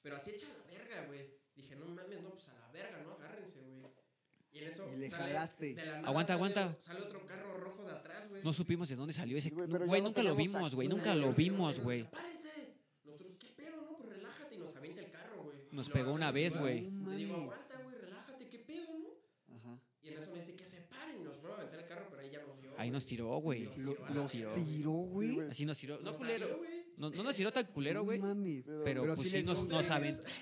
Speaker 3: Pero así echa la verga, güey. Dije, no mames, no, pues a la verga, no, agárrense, güey. Y en eso.
Speaker 1: Y le
Speaker 3: sale-
Speaker 1: jalaste.
Speaker 3: de la nada
Speaker 2: Aguanta,
Speaker 3: sale-
Speaker 2: aguanta.
Speaker 3: Sale otro carro rojo de atrás, güey.
Speaker 2: No supimos de dónde salió ese.
Speaker 4: Sí, güey,
Speaker 2: no,
Speaker 4: pero ya
Speaker 2: Güey,
Speaker 4: lo
Speaker 2: nunca lo
Speaker 4: teníamos
Speaker 2: vimos, güey.
Speaker 4: aquí,
Speaker 2: Nunca
Speaker 4: güey.
Speaker 2: lo vimos, güey.
Speaker 3: ¡Párense! Nosotros, ¿qué pedo, no? Pues relájate y nos avienta el carro, güey.
Speaker 2: Nos
Speaker 3: Lo
Speaker 2: pegó una
Speaker 3: agarra
Speaker 2: vez,
Speaker 3: igual.
Speaker 2: güey.
Speaker 1: No
Speaker 3: Le digo,
Speaker 1: mames.
Speaker 3: aguanta, güey, relájate, ¿qué pedo, no?
Speaker 1: Ajá.
Speaker 3: Y en eso me dice que se paren. Nos vuelve a aventar el carro, pero ahí ya nos dio.
Speaker 2: Ahí
Speaker 3: güey.
Speaker 2: nos tiró, güey.
Speaker 3: Nos
Speaker 1: Lo-
Speaker 3: tiró a la
Speaker 1: los
Speaker 3: verga,
Speaker 1: tiró,
Speaker 4: Sí,
Speaker 1: güey.
Speaker 4: güey.
Speaker 2: Así nos tiró. No,
Speaker 3: Nos
Speaker 2: culero.
Speaker 3: tiró, güey.
Speaker 2: No, no nos tiró tan culero, güey.
Speaker 1: No mames.
Speaker 4: Pero-
Speaker 2: Pero,
Speaker 1: pero
Speaker 2: pues
Speaker 1: sí
Speaker 2: sí
Speaker 1: les
Speaker 2: nos,
Speaker 1: dio
Speaker 2: nos
Speaker 1: ustedes.
Speaker 2: aventó.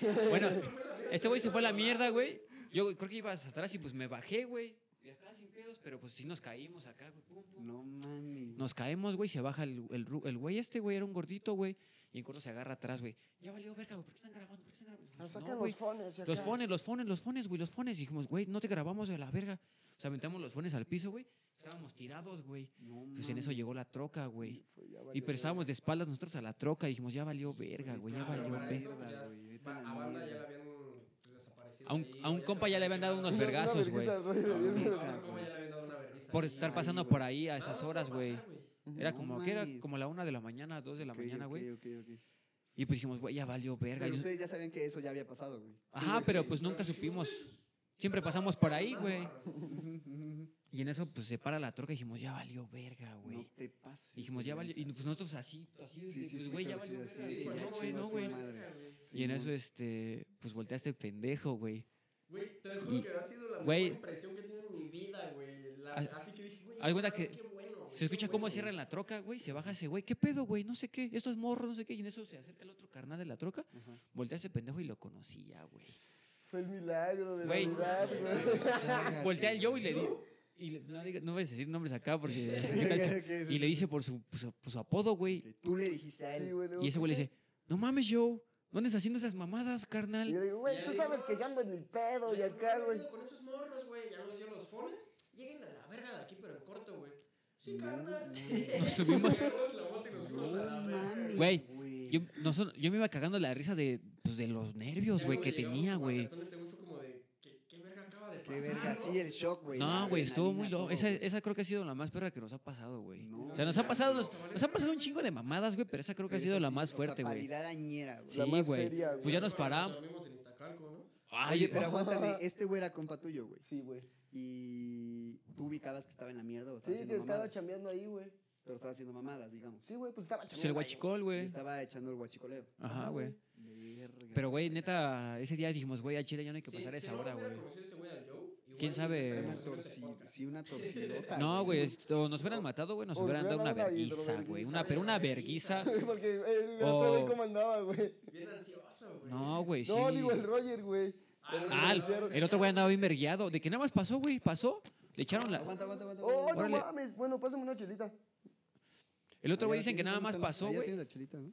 Speaker 2: Bueno, este güey se fue a la mierda, güey. Yo creo que ibas atrás y pues me bajé, güey. Y acá sin pedos, pero pues sí nos caímos acá, güey. pum, pum.
Speaker 1: No mames.
Speaker 2: Nos caemos, güey, se baja el, el, ru- el güey este, güey, era un gordito, güey. Y en corto se agarra atrás, güey. Ya valió verga, güey, ¿por qué están grabando? ¿Por qué están grabando? Pues,
Speaker 4: Nos
Speaker 2: No, güey.
Speaker 4: sacan Ah, los fones.
Speaker 2: Los fones, los fones, los fones, güey, los fones. Y dijimos, güey, no te grabamos de la verga. O sea, aventamos los fones al piso, güey. Estábamos tirados, güey.
Speaker 1: No
Speaker 2: Pues en eso
Speaker 1: mames.
Speaker 2: llegó la troca, güey. Y pero estábamos de espaldas nosotros a la troca. Y dijimos, ya valió verga, güey, ya
Speaker 1: Ah, pero
Speaker 2: valió
Speaker 1: para
Speaker 2: verga.
Speaker 1: eso- verga,
Speaker 3: ya
Speaker 1: güey, vete
Speaker 3: va-
Speaker 1: a la
Speaker 3: a banda ya
Speaker 1: mierda.
Speaker 3: la habían pues, desaparecido.
Speaker 2: A un-
Speaker 3: ahí,
Speaker 2: a un
Speaker 3: se
Speaker 2: compa ya le habían dado
Speaker 3: habían
Speaker 2: unos vergazos, güey.
Speaker 3: A un compa ya le habían dado una vergüenza
Speaker 2: Por
Speaker 3: ahí,
Speaker 2: estar
Speaker 3: güey.
Speaker 2: pasando
Speaker 1: güey.
Speaker 2: por ahí a
Speaker 3: Nada más
Speaker 2: esas
Speaker 3: por
Speaker 2: horas, güey.
Speaker 3: pasar,
Speaker 2: Era
Speaker 1: No
Speaker 2: como que era
Speaker 1: mames.
Speaker 2: como la una de la mañana, dos de la
Speaker 1: Ok,
Speaker 2: mañana,
Speaker 1: ok,
Speaker 2: güey.
Speaker 1: ok, ok.
Speaker 2: Y pues dijimos, güey, ya valió verga.
Speaker 1: Pero
Speaker 2: Yo-
Speaker 1: ustedes ya sabían que eso ya había pasado, güey.
Speaker 2: Ajá,
Speaker 3: Sí,
Speaker 2: pero
Speaker 3: sí,
Speaker 2: pues
Speaker 3: pero
Speaker 2: nunca
Speaker 3: dijimos,
Speaker 2: supimos.
Speaker 3: "Güey, pues,
Speaker 2: Siempre pasamos por ahí, güey.
Speaker 1: Ujú, ujú.
Speaker 2: Y en eso, pues se para la troca y dijimos, ya valió verga, güey.
Speaker 1: No te pases.
Speaker 2: dijimos,
Speaker 1: de
Speaker 2: ya valió. Y
Speaker 1: lanza.
Speaker 2: pues nosotros así, así,
Speaker 1: Sí,
Speaker 2: de-
Speaker 1: sí,
Speaker 2: pues,
Speaker 1: sí,
Speaker 2: güey, ya
Speaker 1: pero sí,
Speaker 2: valió
Speaker 1: así
Speaker 2: verga.
Speaker 1: de
Speaker 2: Sí,
Speaker 1: que
Speaker 2: no,
Speaker 1: ya
Speaker 2: güey,
Speaker 1: chingó
Speaker 2: no,
Speaker 1: su
Speaker 2: güey.
Speaker 1: madre.
Speaker 2: Y
Speaker 1: Simón.
Speaker 2: en eso, este, pues voltea este pendejo, güey.
Speaker 3: Güey, te lo juro que ha sido la
Speaker 2: Güey.
Speaker 3: mejor impresión que he tenido en mi vida, güey. La-
Speaker 2: Haz-
Speaker 3: Así que dije, güey,
Speaker 2: haz cuenta
Speaker 3: no
Speaker 2: que
Speaker 3: mames, qué bueno, güey,
Speaker 2: Se escucha
Speaker 3: qué
Speaker 2: cómo
Speaker 3: bueno.
Speaker 2: cierran la troca, güey. Se baja ese güey. ¿Qué pedo, güey? No sé qué. Esto es morro, no sé qué. Y en eso se acerca el otro carnal de la troca.
Speaker 1: Ajá.
Speaker 2: Voltea ese pendejo y lo conocía, güey.
Speaker 4: Fue el milagro de
Speaker 2: Güey.
Speaker 4: Navidad, güey.
Speaker 1: Verga,
Speaker 2: Voltea
Speaker 1: güey.
Speaker 2: el Joe y le dice. Y le- no, diga- no voy a decir nombres acá porque. ¿qué tal si- y le dice por su, por su, por su apodo, güey.
Speaker 1: Tú le dijiste a él.
Speaker 4: Sí, güey, luego-
Speaker 2: Y ese güey le dice: No mames, Joe. No andes haciendo esas mamadas,
Speaker 4: Y yo
Speaker 2: carnal.
Speaker 4: digo,
Speaker 3: Y
Speaker 4: güey,
Speaker 3: ya
Speaker 4: tú
Speaker 3: digo,
Speaker 4: sabes que yo ando en mi pedo y
Speaker 3: Güey,
Speaker 4: acá,
Speaker 3: no,
Speaker 4: güey.
Speaker 3: Con esos morros, güey. Ya nos dio los fones. Lleguen a la verga de aquí, pero en corto, güey. Sí, carnal.
Speaker 2: Nos subimos.
Speaker 3: Agarramos la moto y nos fuimos a la verga.
Speaker 2: Güey,
Speaker 1: güey.
Speaker 2: Yo, nosotros- yo me iba cagando la risa de, pues, de los nervios,
Speaker 3: Ya
Speaker 2: güey,
Speaker 3: cuando
Speaker 2: que
Speaker 3: llegamos
Speaker 2: tenía,
Speaker 3: a
Speaker 2: güey.
Speaker 3: Mazatlán, Este güey fue como de, ¿qué, qué verga acaba de
Speaker 1: Qué
Speaker 3: pasar?
Speaker 1: verga,
Speaker 3: no?
Speaker 1: sí, el shock, güey.
Speaker 2: No,
Speaker 1: la
Speaker 2: güey, estuvo muy
Speaker 1: adrenalina,
Speaker 2: loco.
Speaker 1: todo,
Speaker 2: Esa,
Speaker 1: güey.
Speaker 2: esa creo que ha sido la más perra que nos ha pasado, güey.
Speaker 1: No,
Speaker 2: o sea, nos ha
Speaker 1: no,
Speaker 2: pasado,
Speaker 1: no,
Speaker 2: nos, nos ha pasado un chingo de mamadas, güey, pero esa creo que ha
Speaker 1: Pero
Speaker 2: sido
Speaker 1: esa
Speaker 2: la
Speaker 1: sí,
Speaker 2: más
Speaker 1: o sea,
Speaker 2: fuerte, güey.
Speaker 1: Calidad añera, güey.
Speaker 2: Sí,
Speaker 4: la más
Speaker 2: güey.
Speaker 4: seria,
Speaker 2: Pues ya
Speaker 4: güey.
Speaker 2: nos paramos.
Speaker 3: dormimos en Iztacalco, ¿no?
Speaker 2: Ay,
Speaker 1: Oye, pero aguántame, este güey era compa tuyo, güey.
Speaker 4: Sí, güey.
Speaker 1: Y tú ubicabas que estaba en la mierda o
Speaker 4: Sí,
Speaker 1: estaba
Speaker 4: que
Speaker 1: haciendo
Speaker 4: estaba
Speaker 1: mamadas.
Speaker 4: chambeando ahí, güey.
Speaker 1: Pero estaba haciendo mamadas, digamos.
Speaker 4: Sí, güey, pues estaba chambeando.
Speaker 2: pues el
Speaker 4: ahí,
Speaker 2: guachicol,
Speaker 1: Y
Speaker 2: güey.
Speaker 1: estaba echando el guachicoleo.
Speaker 2: Ajá, güey.
Speaker 1: Verga.
Speaker 2: Pero, güey, neta, ese día dijimos, güey, al chile ya no hay que
Speaker 3: Sí,
Speaker 2: pasar a
Speaker 3: si
Speaker 2: esa
Speaker 3: no
Speaker 2: hora,
Speaker 3: hubiera
Speaker 2: güey.
Speaker 3: conocido ese güey al Joe, igual
Speaker 2: ¿Quién sabe?
Speaker 3: estaríamos
Speaker 1: Una
Speaker 3: haciendo este
Speaker 1: torcida,
Speaker 3: podcast.
Speaker 1: sí, una torcidota.
Speaker 2: eh, No, güey, esto- nos hubieran matado, güey, nos
Speaker 4: O nos
Speaker 2: hubieran dado una
Speaker 4: hubieran dado una
Speaker 2: verguiza,
Speaker 4: hidroverguiza,
Speaker 2: güey. Una, pero una verguiza.
Speaker 4: güey. Porque el
Speaker 2: O-
Speaker 4: otro güey cómo andaba, güey.
Speaker 3: Bien ansioso, güey.
Speaker 2: No, güey, Oh. sí.
Speaker 4: No, digo el Roger, güey. Pero
Speaker 2: Ah,
Speaker 4: se
Speaker 2: el,
Speaker 4: golpearon.
Speaker 2: el otro güey andaba bien vergueado. De que nada más pasó, güey, pasó. Le echaron la.
Speaker 1: Aguanta, aguanta, aguanta.
Speaker 4: Oh, no
Speaker 2: Órale.
Speaker 4: mames. Bueno, pásame una chelita.
Speaker 2: El otro güey dicen que nada más pasó,
Speaker 1: Ya
Speaker 2: güey.
Speaker 1: tienes la chelita, ¿no?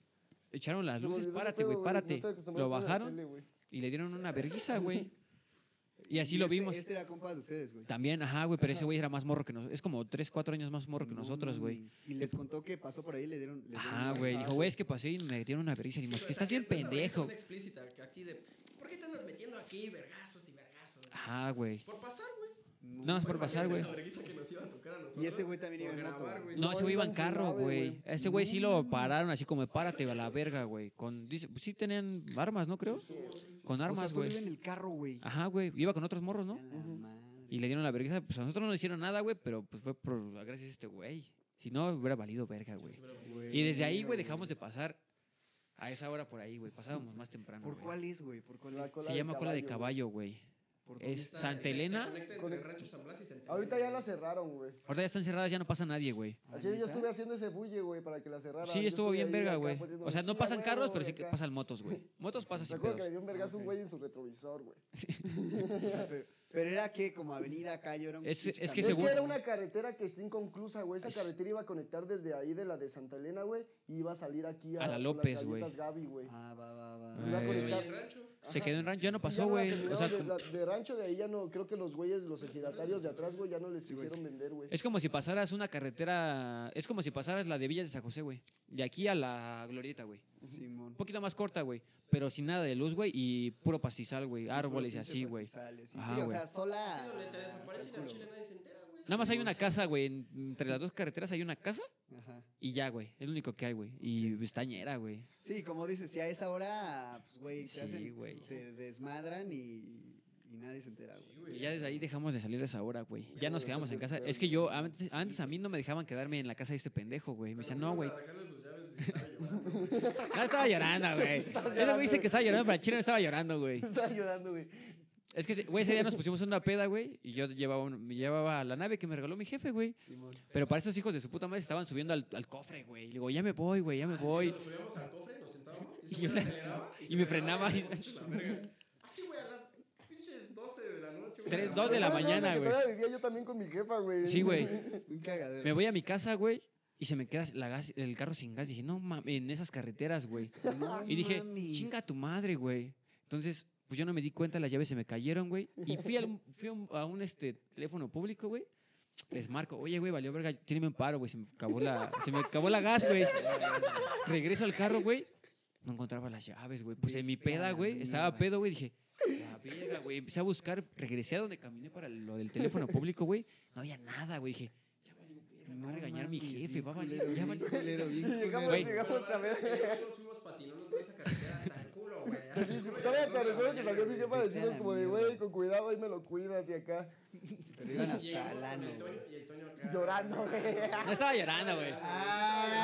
Speaker 2: Echaron las
Speaker 4: Se me
Speaker 2: luces,
Speaker 4: olvidó ese
Speaker 2: párate,
Speaker 4: pedo,
Speaker 2: güey,
Speaker 4: no
Speaker 2: párate.
Speaker 4: estoy acostumbrado
Speaker 2: Lo
Speaker 4: a estar en la
Speaker 2: bajaron
Speaker 4: tele, güey.
Speaker 2: y le dieron una verguiza, güey. Y así
Speaker 1: Y
Speaker 2: lo
Speaker 1: este-
Speaker 2: vimos.
Speaker 1: Este era compa de ustedes, güey.
Speaker 2: También, ajá, güey, pero ese güey era más morro que nosotros. Es como 3, 4 años más morro que
Speaker 1: No
Speaker 2: nosotros, güey.
Speaker 1: mames. Y les contó que pasó por ahí, le dieron. les dieron
Speaker 2: Ajá,
Speaker 1: un
Speaker 2: güey.
Speaker 1: putazo.
Speaker 2: Dijo, güey, es que pasé y me dieron una vergüenza. Dijimos,
Speaker 3: Sí,
Speaker 2: Pues que
Speaker 3: o sea,
Speaker 2: estás bien
Speaker 3: esa verga es
Speaker 2: pendejo.
Speaker 3: una explícita, que aquí de, ¿por qué te andas metiendo aquí, vergazos y vergazos?
Speaker 2: Ajá, güey.
Speaker 3: Por pasar, güey.
Speaker 2: Nada más por
Speaker 3: Imagínate
Speaker 2: pasar, güey.
Speaker 3: la vergüenza que nos iba a tocar a nosotros
Speaker 1: Y este güey también iba
Speaker 3: por
Speaker 1: en moto,
Speaker 3: grabar,
Speaker 1: güey.
Speaker 3: güey.
Speaker 2: No, ese güey iba en
Speaker 4: íbamos en
Speaker 2: carro,
Speaker 4: nave,
Speaker 2: güey.
Speaker 4: güey.
Speaker 2: A Este güey sí lo pararon así como, párate a la verga, güey. Con, dice, pues sí tenían armas, ¿no creo? Con
Speaker 1: O sea,
Speaker 2: armas,
Speaker 1: solo
Speaker 2: güey.
Speaker 1: iba en el carro, güey.
Speaker 2: Ajá, güey. Iba con otros morros,
Speaker 1: A
Speaker 2: ¿no?
Speaker 1: la madre.
Speaker 2: Y le dieron la vergüenza. Pues a nosotros no nos hicieron nada, güey, pero pues fue por gracias a este güey. Si no, hubiera valido verga, güey. Y desde ahí, güey, dejamos de pasar a esa hora por ahí, güey. Pasábamos más temprano.
Speaker 1: ¿Por
Speaker 2: güey.
Speaker 1: cuál es, güey? ¿Por cuál
Speaker 4: La
Speaker 1: es?
Speaker 4: cola
Speaker 2: Se llama cola de
Speaker 4: caballo,
Speaker 2: caballo, güey.
Speaker 1: ¿Por dónde
Speaker 2: Es
Speaker 1: está?
Speaker 2: Santa Elena.
Speaker 3: Con el rancho San Blas y Santa
Speaker 4: Ahorita ya
Speaker 3: Elena.
Speaker 4: la cerraron, güey.
Speaker 2: Ahorita ya están cerradas, ya no pasa nadie, güey.
Speaker 1: Ah,
Speaker 4: Ayer yo
Speaker 1: ¿neta?
Speaker 4: estuve haciendo ese bulle, güey, para que la cerraran.
Speaker 2: Sí,
Speaker 4: Yo
Speaker 2: estuvo
Speaker 4: estuve
Speaker 2: bien
Speaker 4: ahí
Speaker 2: verga,
Speaker 4: acá
Speaker 2: güey.
Speaker 4: poniéndole,
Speaker 2: O sea, no
Speaker 4: "Sí, a
Speaker 2: pasan
Speaker 4: huevo",
Speaker 2: carros,
Speaker 4: y
Speaker 2: pero sí que
Speaker 4: acá.
Speaker 2: pasan motos, güey. Motos pasan
Speaker 4: Me
Speaker 2: sin
Speaker 4: acuerdo que
Speaker 2: pedos.
Speaker 4: le dio un vergazo a un
Speaker 1: ok.
Speaker 4: güey en su retrovisor, güey.
Speaker 1: Pero, pero era que como avenida calle era un
Speaker 2: Este, Es-
Speaker 1: pinche
Speaker 2: es que
Speaker 1: camino.
Speaker 4: es
Speaker 2: según-
Speaker 4: que era una carretera que está inconclusa, güey. Esa
Speaker 2: Es-
Speaker 4: carretera iba a conectar desde ahí de la de Santa Elena, güey. Y iba a salir aquí
Speaker 2: A la
Speaker 4: por
Speaker 2: López,
Speaker 4: las
Speaker 2: güey.
Speaker 4: galletas Gaby, güey.
Speaker 1: Ah, va, va,
Speaker 2: Ah,
Speaker 1: va.
Speaker 4: Iba a
Speaker 2: eh.
Speaker 3: Ahí en
Speaker 4: conectar.
Speaker 3: el rancho.
Speaker 2: Se quedó en rancho, ya no
Speaker 4: Sí, ya
Speaker 2: pasó,
Speaker 4: no la
Speaker 2: güey. O sea,
Speaker 4: terminaron de,
Speaker 2: como-
Speaker 4: la- de rancho de ahí ya no, creo que los güeyes, los ejidatarios de atrás, güey, ya no les
Speaker 1: güey.
Speaker 4: hicieron vender, güey.
Speaker 2: es como si pasaras una carretera. Es como si pasaras la de Villas de San José, güey. De aquí a la Glorieta, güey.
Speaker 1: Simón.
Speaker 2: Un poquito más corta, güey. Pero sin nada de luz, güey. Y puro pastizal, güey. Árboles y
Speaker 1: Pinche
Speaker 2: así, güey.
Speaker 1: pastizales. Sí,
Speaker 2: Ajá,
Speaker 1: sí, o
Speaker 2: güey.
Speaker 1: sea, sola.
Speaker 3: No, neta, desaparece y
Speaker 1: calculo,
Speaker 3: al chile nadie se entera, güey.
Speaker 2: Nada más hay una casa, güey. en- Entre las dos carreteras hay una casa
Speaker 1: güey. Ajá.
Speaker 2: y ya, güey. Es lo único que hay, güey. Y estañera, güey.
Speaker 1: Sí, como dices, si a esa hora, pues, güey,
Speaker 2: Sí,
Speaker 1: se hacen,
Speaker 2: güey.
Speaker 1: te desmadran y, y nadie se entera,
Speaker 3: Sí,
Speaker 1: güey.
Speaker 3: güey.
Speaker 2: Y ya desde ahí dejamos de salir a esa hora, güey. Ya
Speaker 4: Ya
Speaker 2: nos
Speaker 4: no
Speaker 2: quedamos en
Speaker 4: sabes
Speaker 2: casa.
Speaker 4: qué
Speaker 2: Es que yo, antes, antes a mí no me dejaban quedarme en la casa de este pendejo, güey. Me
Speaker 3: Cuando
Speaker 2: decían, no, güey.
Speaker 3: fuimos a dejarle sus llaves, estaba llorando, güey.
Speaker 2: No estaba llorando, güey. Ese güey dice que estaba llorando, pero el chino estaba llorando, güey.
Speaker 4: Se está llorando, güey.
Speaker 2: Es que, güey, ese día nos pusimos una peda, güey. Y yo llevaba, un- me llevaba la nave que me regaló mi jefe, güey.
Speaker 1: Simón.
Speaker 2: Pero para esos hijos de su puta madre se estaban subiendo al, al cofre, güey. Y le digo, ya me voy, güey, ya me
Speaker 3: Así
Speaker 2: voy.
Speaker 3: Nos subíamos al cofre, nos sentábamos.
Speaker 2: Y
Speaker 3: Y,
Speaker 2: yo
Speaker 3: yo
Speaker 2: le- y me frenaba y-
Speaker 3: Así, güey, a las pinches 12 de la noche. güey.
Speaker 2: Tres, dos de la
Speaker 4: Yo me acuerdo
Speaker 2: mañana,
Speaker 4: que
Speaker 2: güey.
Speaker 4: Todavía vivía yo también con mi jefa, güey.
Speaker 2: Sí, güey.
Speaker 1: Un cagadero.
Speaker 2: Me voy a mi casa, güey. Y se me queda la gas- el carro sin gas. Dije, no mames, en esas carreteras, güey.
Speaker 1: No
Speaker 2: Y dije,
Speaker 1: mames.
Speaker 2: chinga tu madre, güey. Entonces, pues yo no me di cuenta, las llaves se me cayeron, güey. Y fui, al- fui a un- a un este, teléfono público, güey. Les marco, oye, güey, valió verga, tiene un paro, güey. Se me acabó la, se me acabó la gas, güey. Regreso al carro, güey. No encontraba las llaves, güey. Pues en mi peda, güey. Estaba pedo, güey. Dije, la verga, güey. Empecé a buscar, regresé a donde caminé para lo del teléfono público, güey. No había nada, güey. Dije, ya valió verga, me va a regañar mi
Speaker 1: mames,
Speaker 2: jefe,
Speaker 1: bien
Speaker 2: va a valer,
Speaker 1: culero,
Speaker 2: ya
Speaker 1: bien
Speaker 2: valió
Speaker 1: culero, bien culero.
Speaker 4: Llegamos,
Speaker 2: Güey.
Speaker 4: llegamos a ver.
Speaker 3: Luego Nos fuimos patinando toda esa carretera hasta el culo, güey. Hasta
Speaker 4: Sí,
Speaker 3: el
Speaker 4: sí,
Speaker 3: culo de
Speaker 4: Todavía
Speaker 3: las dos
Speaker 4: te
Speaker 3: de la
Speaker 4: recuerdo que salió mi
Speaker 3: mañana,
Speaker 4: jefa a
Speaker 1: güey.
Speaker 4: decirnos como de,
Speaker 1: Vete a la
Speaker 4: güey,
Speaker 1: mierda.
Speaker 4: con cuidado, ahí me lo cuidas y acá.
Speaker 1: Pero iban
Speaker 3: güey. Llegamos
Speaker 1: hasta el
Speaker 3: con
Speaker 1: ano,
Speaker 3: el
Speaker 1: güey.
Speaker 3: Toño y el Toño acá.
Speaker 4: Llorando, güey.
Speaker 2: No estaba llorando, güey.
Speaker 1: Ah.
Speaker 3: Estaba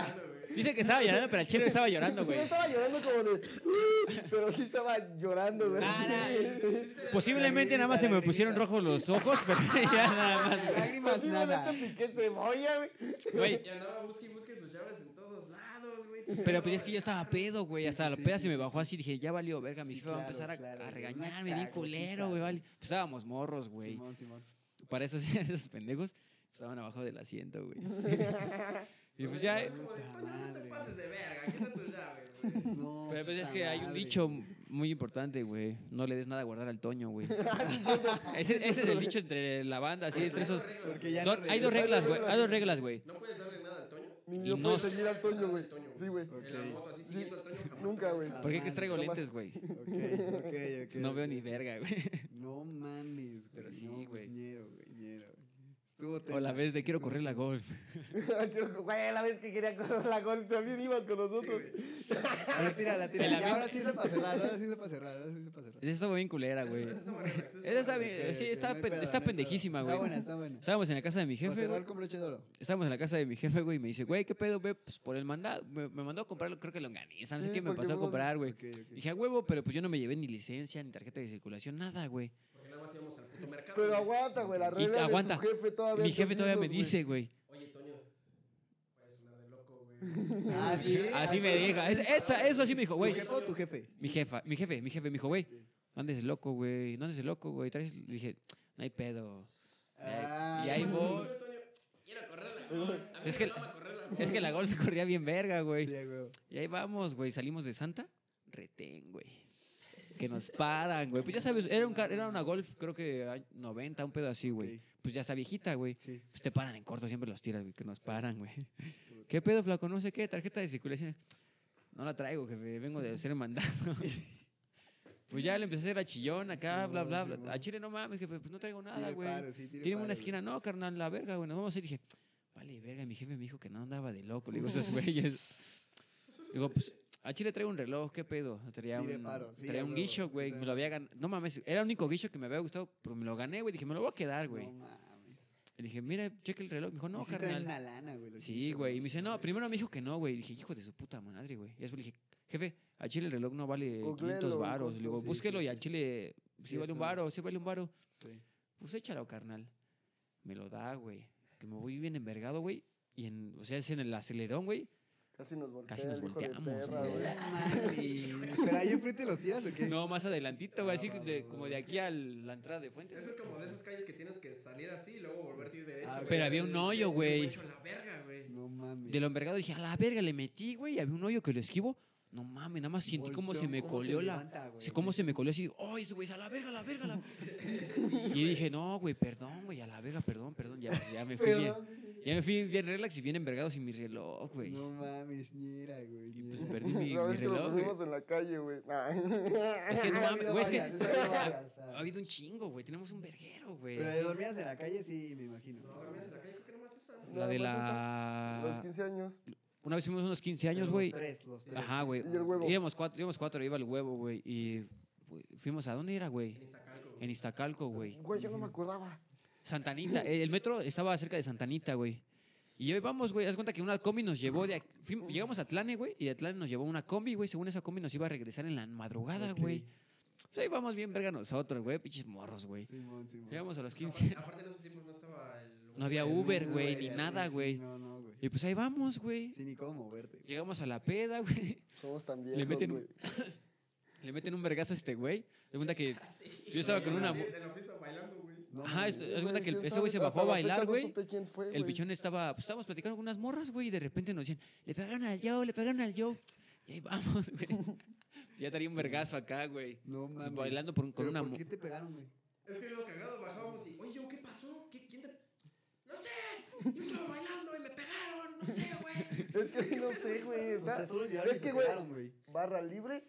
Speaker 3: llorando, güey.
Speaker 2: Dice que estaba llorando, pero el chile estaba llorando,
Speaker 4: Yo
Speaker 2: güey.
Speaker 4: estaba llorando como de, "Uh", pero sí estaba llorando, güey.
Speaker 2: Nada.
Speaker 4: Sí.
Speaker 2: Posiblemente nada más se me pusieron rojos los ojos, pero ya nada más.
Speaker 1: Lágrimas,
Speaker 4: Posiblemente
Speaker 1: nada.
Speaker 4: piqué cebolla, güey.
Speaker 2: Güey,
Speaker 3: Y andaba busque y busque sus llaves en todos lados, güey.
Speaker 2: pero pues es que yo estaba pedo, güey. Hasta la
Speaker 1: Sí,
Speaker 2: peda
Speaker 1: sí,
Speaker 2: se me
Speaker 1: sí,
Speaker 2: bajó así. Dije, ya valió, verga. Mi
Speaker 1: Sí,
Speaker 2: jefe va a
Speaker 1: claro,
Speaker 2: empezar a,
Speaker 1: claro,
Speaker 2: a
Speaker 1: güey, una
Speaker 2: regañarme bien
Speaker 1: cagotiza,
Speaker 2: culero, güey. Vale. Pues estábamos morros, güey.
Speaker 1: Simón, Simón.
Speaker 2: Para eso sí, esos pendejos estaban abajo del asiento, güey. y pues
Speaker 3: Güey,
Speaker 2: ya.
Speaker 3: Es como de,
Speaker 1: Puta
Speaker 3: "Oye, no te
Speaker 1: madre.
Speaker 3: pases de verga, aquí están tus llaves, güey.
Speaker 1: No,
Speaker 2: Pero pues es
Speaker 1: puta
Speaker 2: que hay un
Speaker 1: madre.
Speaker 2: dicho muy importante, güey. No le des nada a guardar al Toño, güey.
Speaker 1: Ah,
Speaker 2: ese ese es el dicho entre la banda, así, entre
Speaker 3: Hay dos
Speaker 2: esos.
Speaker 3: reglas,
Speaker 1: Porque
Speaker 3: güey.
Speaker 1: ya
Speaker 2: No,
Speaker 1: no
Speaker 2: hay dos
Speaker 1: regresa.
Speaker 2: reglas, güey. Hay dos reglas, güey.
Speaker 3: No puedes darle nada al Toño.
Speaker 4: Ni
Speaker 2: Y
Speaker 4: yo
Speaker 2: no
Speaker 4: puedo seguir al Toño, güey.
Speaker 3: Toño, güey.
Speaker 4: Sí, güey.
Speaker 3: En la moto, así siguiendo al Toño jamás.
Speaker 4: Nunca, güey.
Speaker 2: ¿Por qué que traigo
Speaker 4: Jamás.
Speaker 2: lentes, güey?
Speaker 1: Ok, ok, ok.
Speaker 2: No veo
Speaker 1: ok.
Speaker 2: ni verga, güey.
Speaker 1: No mames, güey.
Speaker 2: Pero sí,
Speaker 1: no, pues,
Speaker 2: güey.
Speaker 1: ñero, güey, ñero. Estuvo
Speaker 2: O la
Speaker 1: tenso.
Speaker 2: vez de quiero correr la golf.
Speaker 4: Quiero- Güey, la vez que quería correr la gol también ibas con
Speaker 3: Sí,
Speaker 4: nosotros.
Speaker 3: güey.
Speaker 1: A ver, tírala,
Speaker 2: Te la
Speaker 1: tírala. Y
Speaker 2: vi-
Speaker 1: ahora sí se para cerrar, ahora sí se para cerrar, ahora sí se para cerrar.
Speaker 2: Esa estaba bien culera, güey.
Speaker 3: Esa está buena, esa
Speaker 2: Esa está
Speaker 3: buena.
Speaker 2: bien,
Speaker 1: Ok,
Speaker 2: sí,
Speaker 1: ok, no
Speaker 2: está
Speaker 1: hay
Speaker 2: pen-
Speaker 1: pedo,
Speaker 2: está
Speaker 1: no hay
Speaker 2: pendejisima,
Speaker 1: pedo.
Speaker 2: güey.
Speaker 1: Está buena, está buena.
Speaker 2: Estábamos en la casa de mi
Speaker 1: Para
Speaker 2: jefe, güey.
Speaker 1: cerrar con broche de oro.
Speaker 2: Estábamos en la casa de mi jefe, güey, y me dice, güey, ¿qué pedo, güey? Pues por el mandado, me, me mandó a comprar, creo que lo organizan, no sé
Speaker 4: Sí,
Speaker 2: qué, me
Speaker 4: porque
Speaker 2: pasó a
Speaker 4: vos-
Speaker 2: comprar, güey.
Speaker 1: Ok, ok.
Speaker 2: Dije, a huevo, pero pues yo no me llevé ni licencia, ni tarjeta de circulación, nada, güey.
Speaker 3: Porque nada más íbamos al puto mercado.
Speaker 4: Pero
Speaker 3: güey.
Speaker 4: aguanta, güey. La
Speaker 2: Y
Speaker 4: regla de
Speaker 2: aguanta.
Speaker 4: tu jefe todavía.
Speaker 2: Mi jefe todavía me
Speaker 4: tosinos, güey.
Speaker 2: dice, güey.
Speaker 3: Oye, Toño, puedes andar de loco, güey.
Speaker 1: Ah, sí.
Speaker 2: Así me dijo, es- esa- eso sí me dijo, güey.
Speaker 1: ¿Tu jefe o tu jefe?
Speaker 2: Mi jefa, mi jefe, mi jefe me dijo, güey, no andes de loco, güey, no andes de loco, güey. Traes, dije, no hay pedo.
Speaker 1: Ah,
Speaker 2: y ahí voy.
Speaker 3: Oye, Toño, Quiero correr la gol. A mí
Speaker 2: Es
Speaker 3: es
Speaker 2: que-
Speaker 3: que, me mama correr la gol.
Speaker 2: Es que la golf corría bien verga,
Speaker 1: Sí,
Speaker 2: güey.
Speaker 1: güey.
Speaker 2: Y ahí vamos, güey. Salimos de Santa. Retén, güey. Que nos paran, güey. Pues ya sabes, era, un, car- era una golf, creo que ah, 90, un pedo así, güey.
Speaker 1: Ok.
Speaker 2: Pues ya está viejita, güey.
Speaker 1: Sí.
Speaker 2: Pues te paran en corto, siempre los tiras, güey. Que nos paran, güey. ¿Qué pedo, flaco? No sé qué, tarjeta de circulación. No la traigo, jefe. Vengo de ser mandado. Pues ya le empecé a hacer a chillón acá, bla, bla,
Speaker 1: Simón,
Speaker 2: bla.
Speaker 1: Simón.
Speaker 2: A Chile no mames, jefe, pues no traigo nada,
Speaker 1: Tire
Speaker 2: güey.
Speaker 1: paro, sí, tire
Speaker 2: Tiene
Speaker 1: paro,
Speaker 2: una esquina, no, carnal, la verga, güey, nos vamos a ir. Y dije, vale, verga, mi jefe me dijo que no andaba de loco, le digo, esos güeyes. Digo, pues, a Chile traigo un reloj, ¿qué pedo? Traía
Speaker 1: Tire
Speaker 2: un,
Speaker 1: paro, sí,
Speaker 2: traía
Speaker 1: a
Speaker 2: un
Speaker 1: huevo,
Speaker 2: guicho, güey,
Speaker 1: yo
Speaker 2: me lo había ganado. No mames, era el único guicho que me había gustado, pero me lo gané, güey, dije, me lo voy a quedar, güey.
Speaker 1: No mames.
Speaker 2: Le dije, mira, checa el reloj, me dijo, no,
Speaker 1: Hiciste una
Speaker 2: carnal.
Speaker 1: lana, güey. los
Speaker 2: Sí,
Speaker 1: guichos.
Speaker 2: güey, y me dice, no, primero me dijo que no, güey, y dije, hijo de su puta madre, güey. Y después le dije, jefe, a Chile el reloj no vale
Speaker 4: Googléalo,
Speaker 2: 500
Speaker 4: un
Speaker 2: varos. Le
Speaker 4: costo,
Speaker 2: digo,
Speaker 1: sí,
Speaker 2: búsquelo
Speaker 1: sí,
Speaker 2: y a
Speaker 1: sí.
Speaker 2: Chile, si
Speaker 1: Sí,
Speaker 2: vale un
Speaker 1: está.
Speaker 2: varo, si vale un varo.
Speaker 1: Sí.
Speaker 2: Pues échalo, carnal. Me lo da, güey. Que me voy bien envergado, güey. Y en, o sea, es en el acelerón, güey.
Speaker 4: Casi nos volteamos.
Speaker 2: Casi nos volteamos,
Speaker 1: No mames. ¿Pero ahí enfrente los tiras o qué? Ah,
Speaker 2: No, más adelantito, güey. Así de- como de aquí a la entrada de Fuentes.
Speaker 3: Eso es como de esas calles que tienes que salir así y luego volverte a ir derecho.
Speaker 1: Ah,
Speaker 3: güey.
Speaker 2: Pero había un
Speaker 3: Ese
Speaker 2: hoyo,
Speaker 3: güey
Speaker 2: güey.
Speaker 3: echó la verga, güey.
Speaker 1: No mames.
Speaker 2: De lo envergado dije, a la verga, le metí, güey. y Había un hoyo que lo esquivo. No mames, nada más sentí cómo se
Speaker 1: Volteó,
Speaker 2: me
Speaker 1: cómo se
Speaker 2: colió la...
Speaker 1: levanta, güey.
Speaker 2: Sí, cómo se me colió así. ¡Ay, ese güey! es ¡A la verga, a la verga! a la-". y dije, no, güey, perdón, güey. A la verga, perdón, perdón. Ya, ya me fui bien. Ya me fui bien relax y bien envergado sin mi reloj, güey.
Speaker 1: No mames, ñera, güey.
Speaker 2: Y pues
Speaker 1: ñera.
Speaker 2: perdí mi,
Speaker 4: La
Speaker 2: mi
Speaker 4: vez que nos
Speaker 2: reloj, güey.
Speaker 4: subimos en la calle, güey.
Speaker 2: Es que no
Speaker 1: Ha
Speaker 2: mames,
Speaker 1: habido
Speaker 2: güey, es que
Speaker 1: varias, ha habido varias,
Speaker 2: ha
Speaker 1: ah.
Speaker 2: ha habido un chingo, güey. Tenemos un verguero, güey.
Speaker 1: Pero de
Speaker 2: así.
Speaker 1: dormidas en la calle, sí, me imagino.
Speaker 3: No, dormías en la calle, creo que nomás esa. ¿no?
Speaker 2: La de
Speaker 4: Nada Los
Speaker 2: la.
Speaker 4: 15 años.
Speaker 2: Una vez fuimos unos 15 años,
Speaker 1: Los
Speaker 2: güey.
Speaker 1: tres, los tres.
Speaker 2: Ajá, güey.
Speaker 4: Y el huevo.
Speaker 2: Íbamos cuatro, íbamos cuatro, iba el huevo, güey. Y güey, fuimos a dónde era, güey.
Speaker 3: En Iztacalco, güey.
Speaker 2: En Iztacalco, güey.
Speaker 4: Güey, yo no me acordaba.
Speaker 2: Santanita. eh, El metro estaba cerca de Santanita, güey. Y ahí vamos, güey. Haz cuenta que una combi nos llevó de. ac- fuim- Llegamos a Atlane, güey. Y de Atlane nos llevó una combi, güey. Según esa combi nos iba a regresar en la madrugada,
Speaker 1: Ok.
Speaker 2: güey. Pues ahí vamos bien, verga, nosotros, güey. Pinches morros, güey.
Speaker 1: Simón, Simón.
Speaker 2: Llegamos a los
Speaker 3: Aparte-
Speaker 2: 15.
Speaker 3: Aparte en esos tiempos no estaba el...
Speaker 2: No había Uber, güey, ni
Speaker 1: sí,
Speaker 2: nada,
Speaker 1: sí,
Speaker 2: güey.
Speaker 1: No, no, güey.
Speaker 2: Y pues ahí vamos, güey.
Speaker 1: Sí, ni cómo moverte. güey.
Speaker 2: Llegamos a la peda, güey.
Speaker 4: Somos tan
Speaker 2: Le
Speaker 4: viejos,
Speaker 2: meten-
Speaker 4: güey.
Speaker 2: Le meten un vergazo a este güey. De cuenta que yo estaba con
Speaker 3: Ah, En la
Speaker 2: una... mu-
Speaker 3: fiesta- En la fiesta bailando, güey.
Speaker 1: No,
Speaker 2: Ajá, esto-
Speaker 1: güey.
Speaker 2: haz cuenta que el-
Speaker 4: ¿Quién
Speaker 2: ese
Speaker 4: sabe?
Speaker 2: güey se
Speaker 4: Hasta
Speaker 2: bajó a
Speaker 4: la
Speaker 2: bailar,
Speaker 4: fecha
Speaker 2: güey.
Speaker 4: No supe quién fue,
Speaker 2: El
Speaker 4: güey.
Speaker 2: pichón estaba... Pues estábamos platicando con unas morras, güey. Y de repente nos decían, le pegaron al yo, le pegaron al yo. Y ahí vamos, güey. Ya traía un vergazo acá, güey.
Speaker 1: No mames.
Speaker 2: pues, Bailando por un- con
Speaker 1: ¿Pero
Speaker 2: una
Speaker 1: ¿Por
Speaker 2: mu-
Speaker 1: qué te pegaron, güey?
Speaker 3: Es que lo cagado bajábamos y, oye, yo, ¿qué pasó? ¿Qué, ¿Quién te.? No sé, yo estaba bailando y me pegaron, no sé, güey.
Speaker 4: Es que no sé, güey.
Speaker 1: O sea,
Speaker 4: Está...
Speaker 1: solo llegaron
Speaker 4: Es
Speaker 1: y
Speaker 4: que,
Speaker 1: te
Speaker 4: güey,
Speaker 1: pegaron, güey.
Speaker 4: barra libre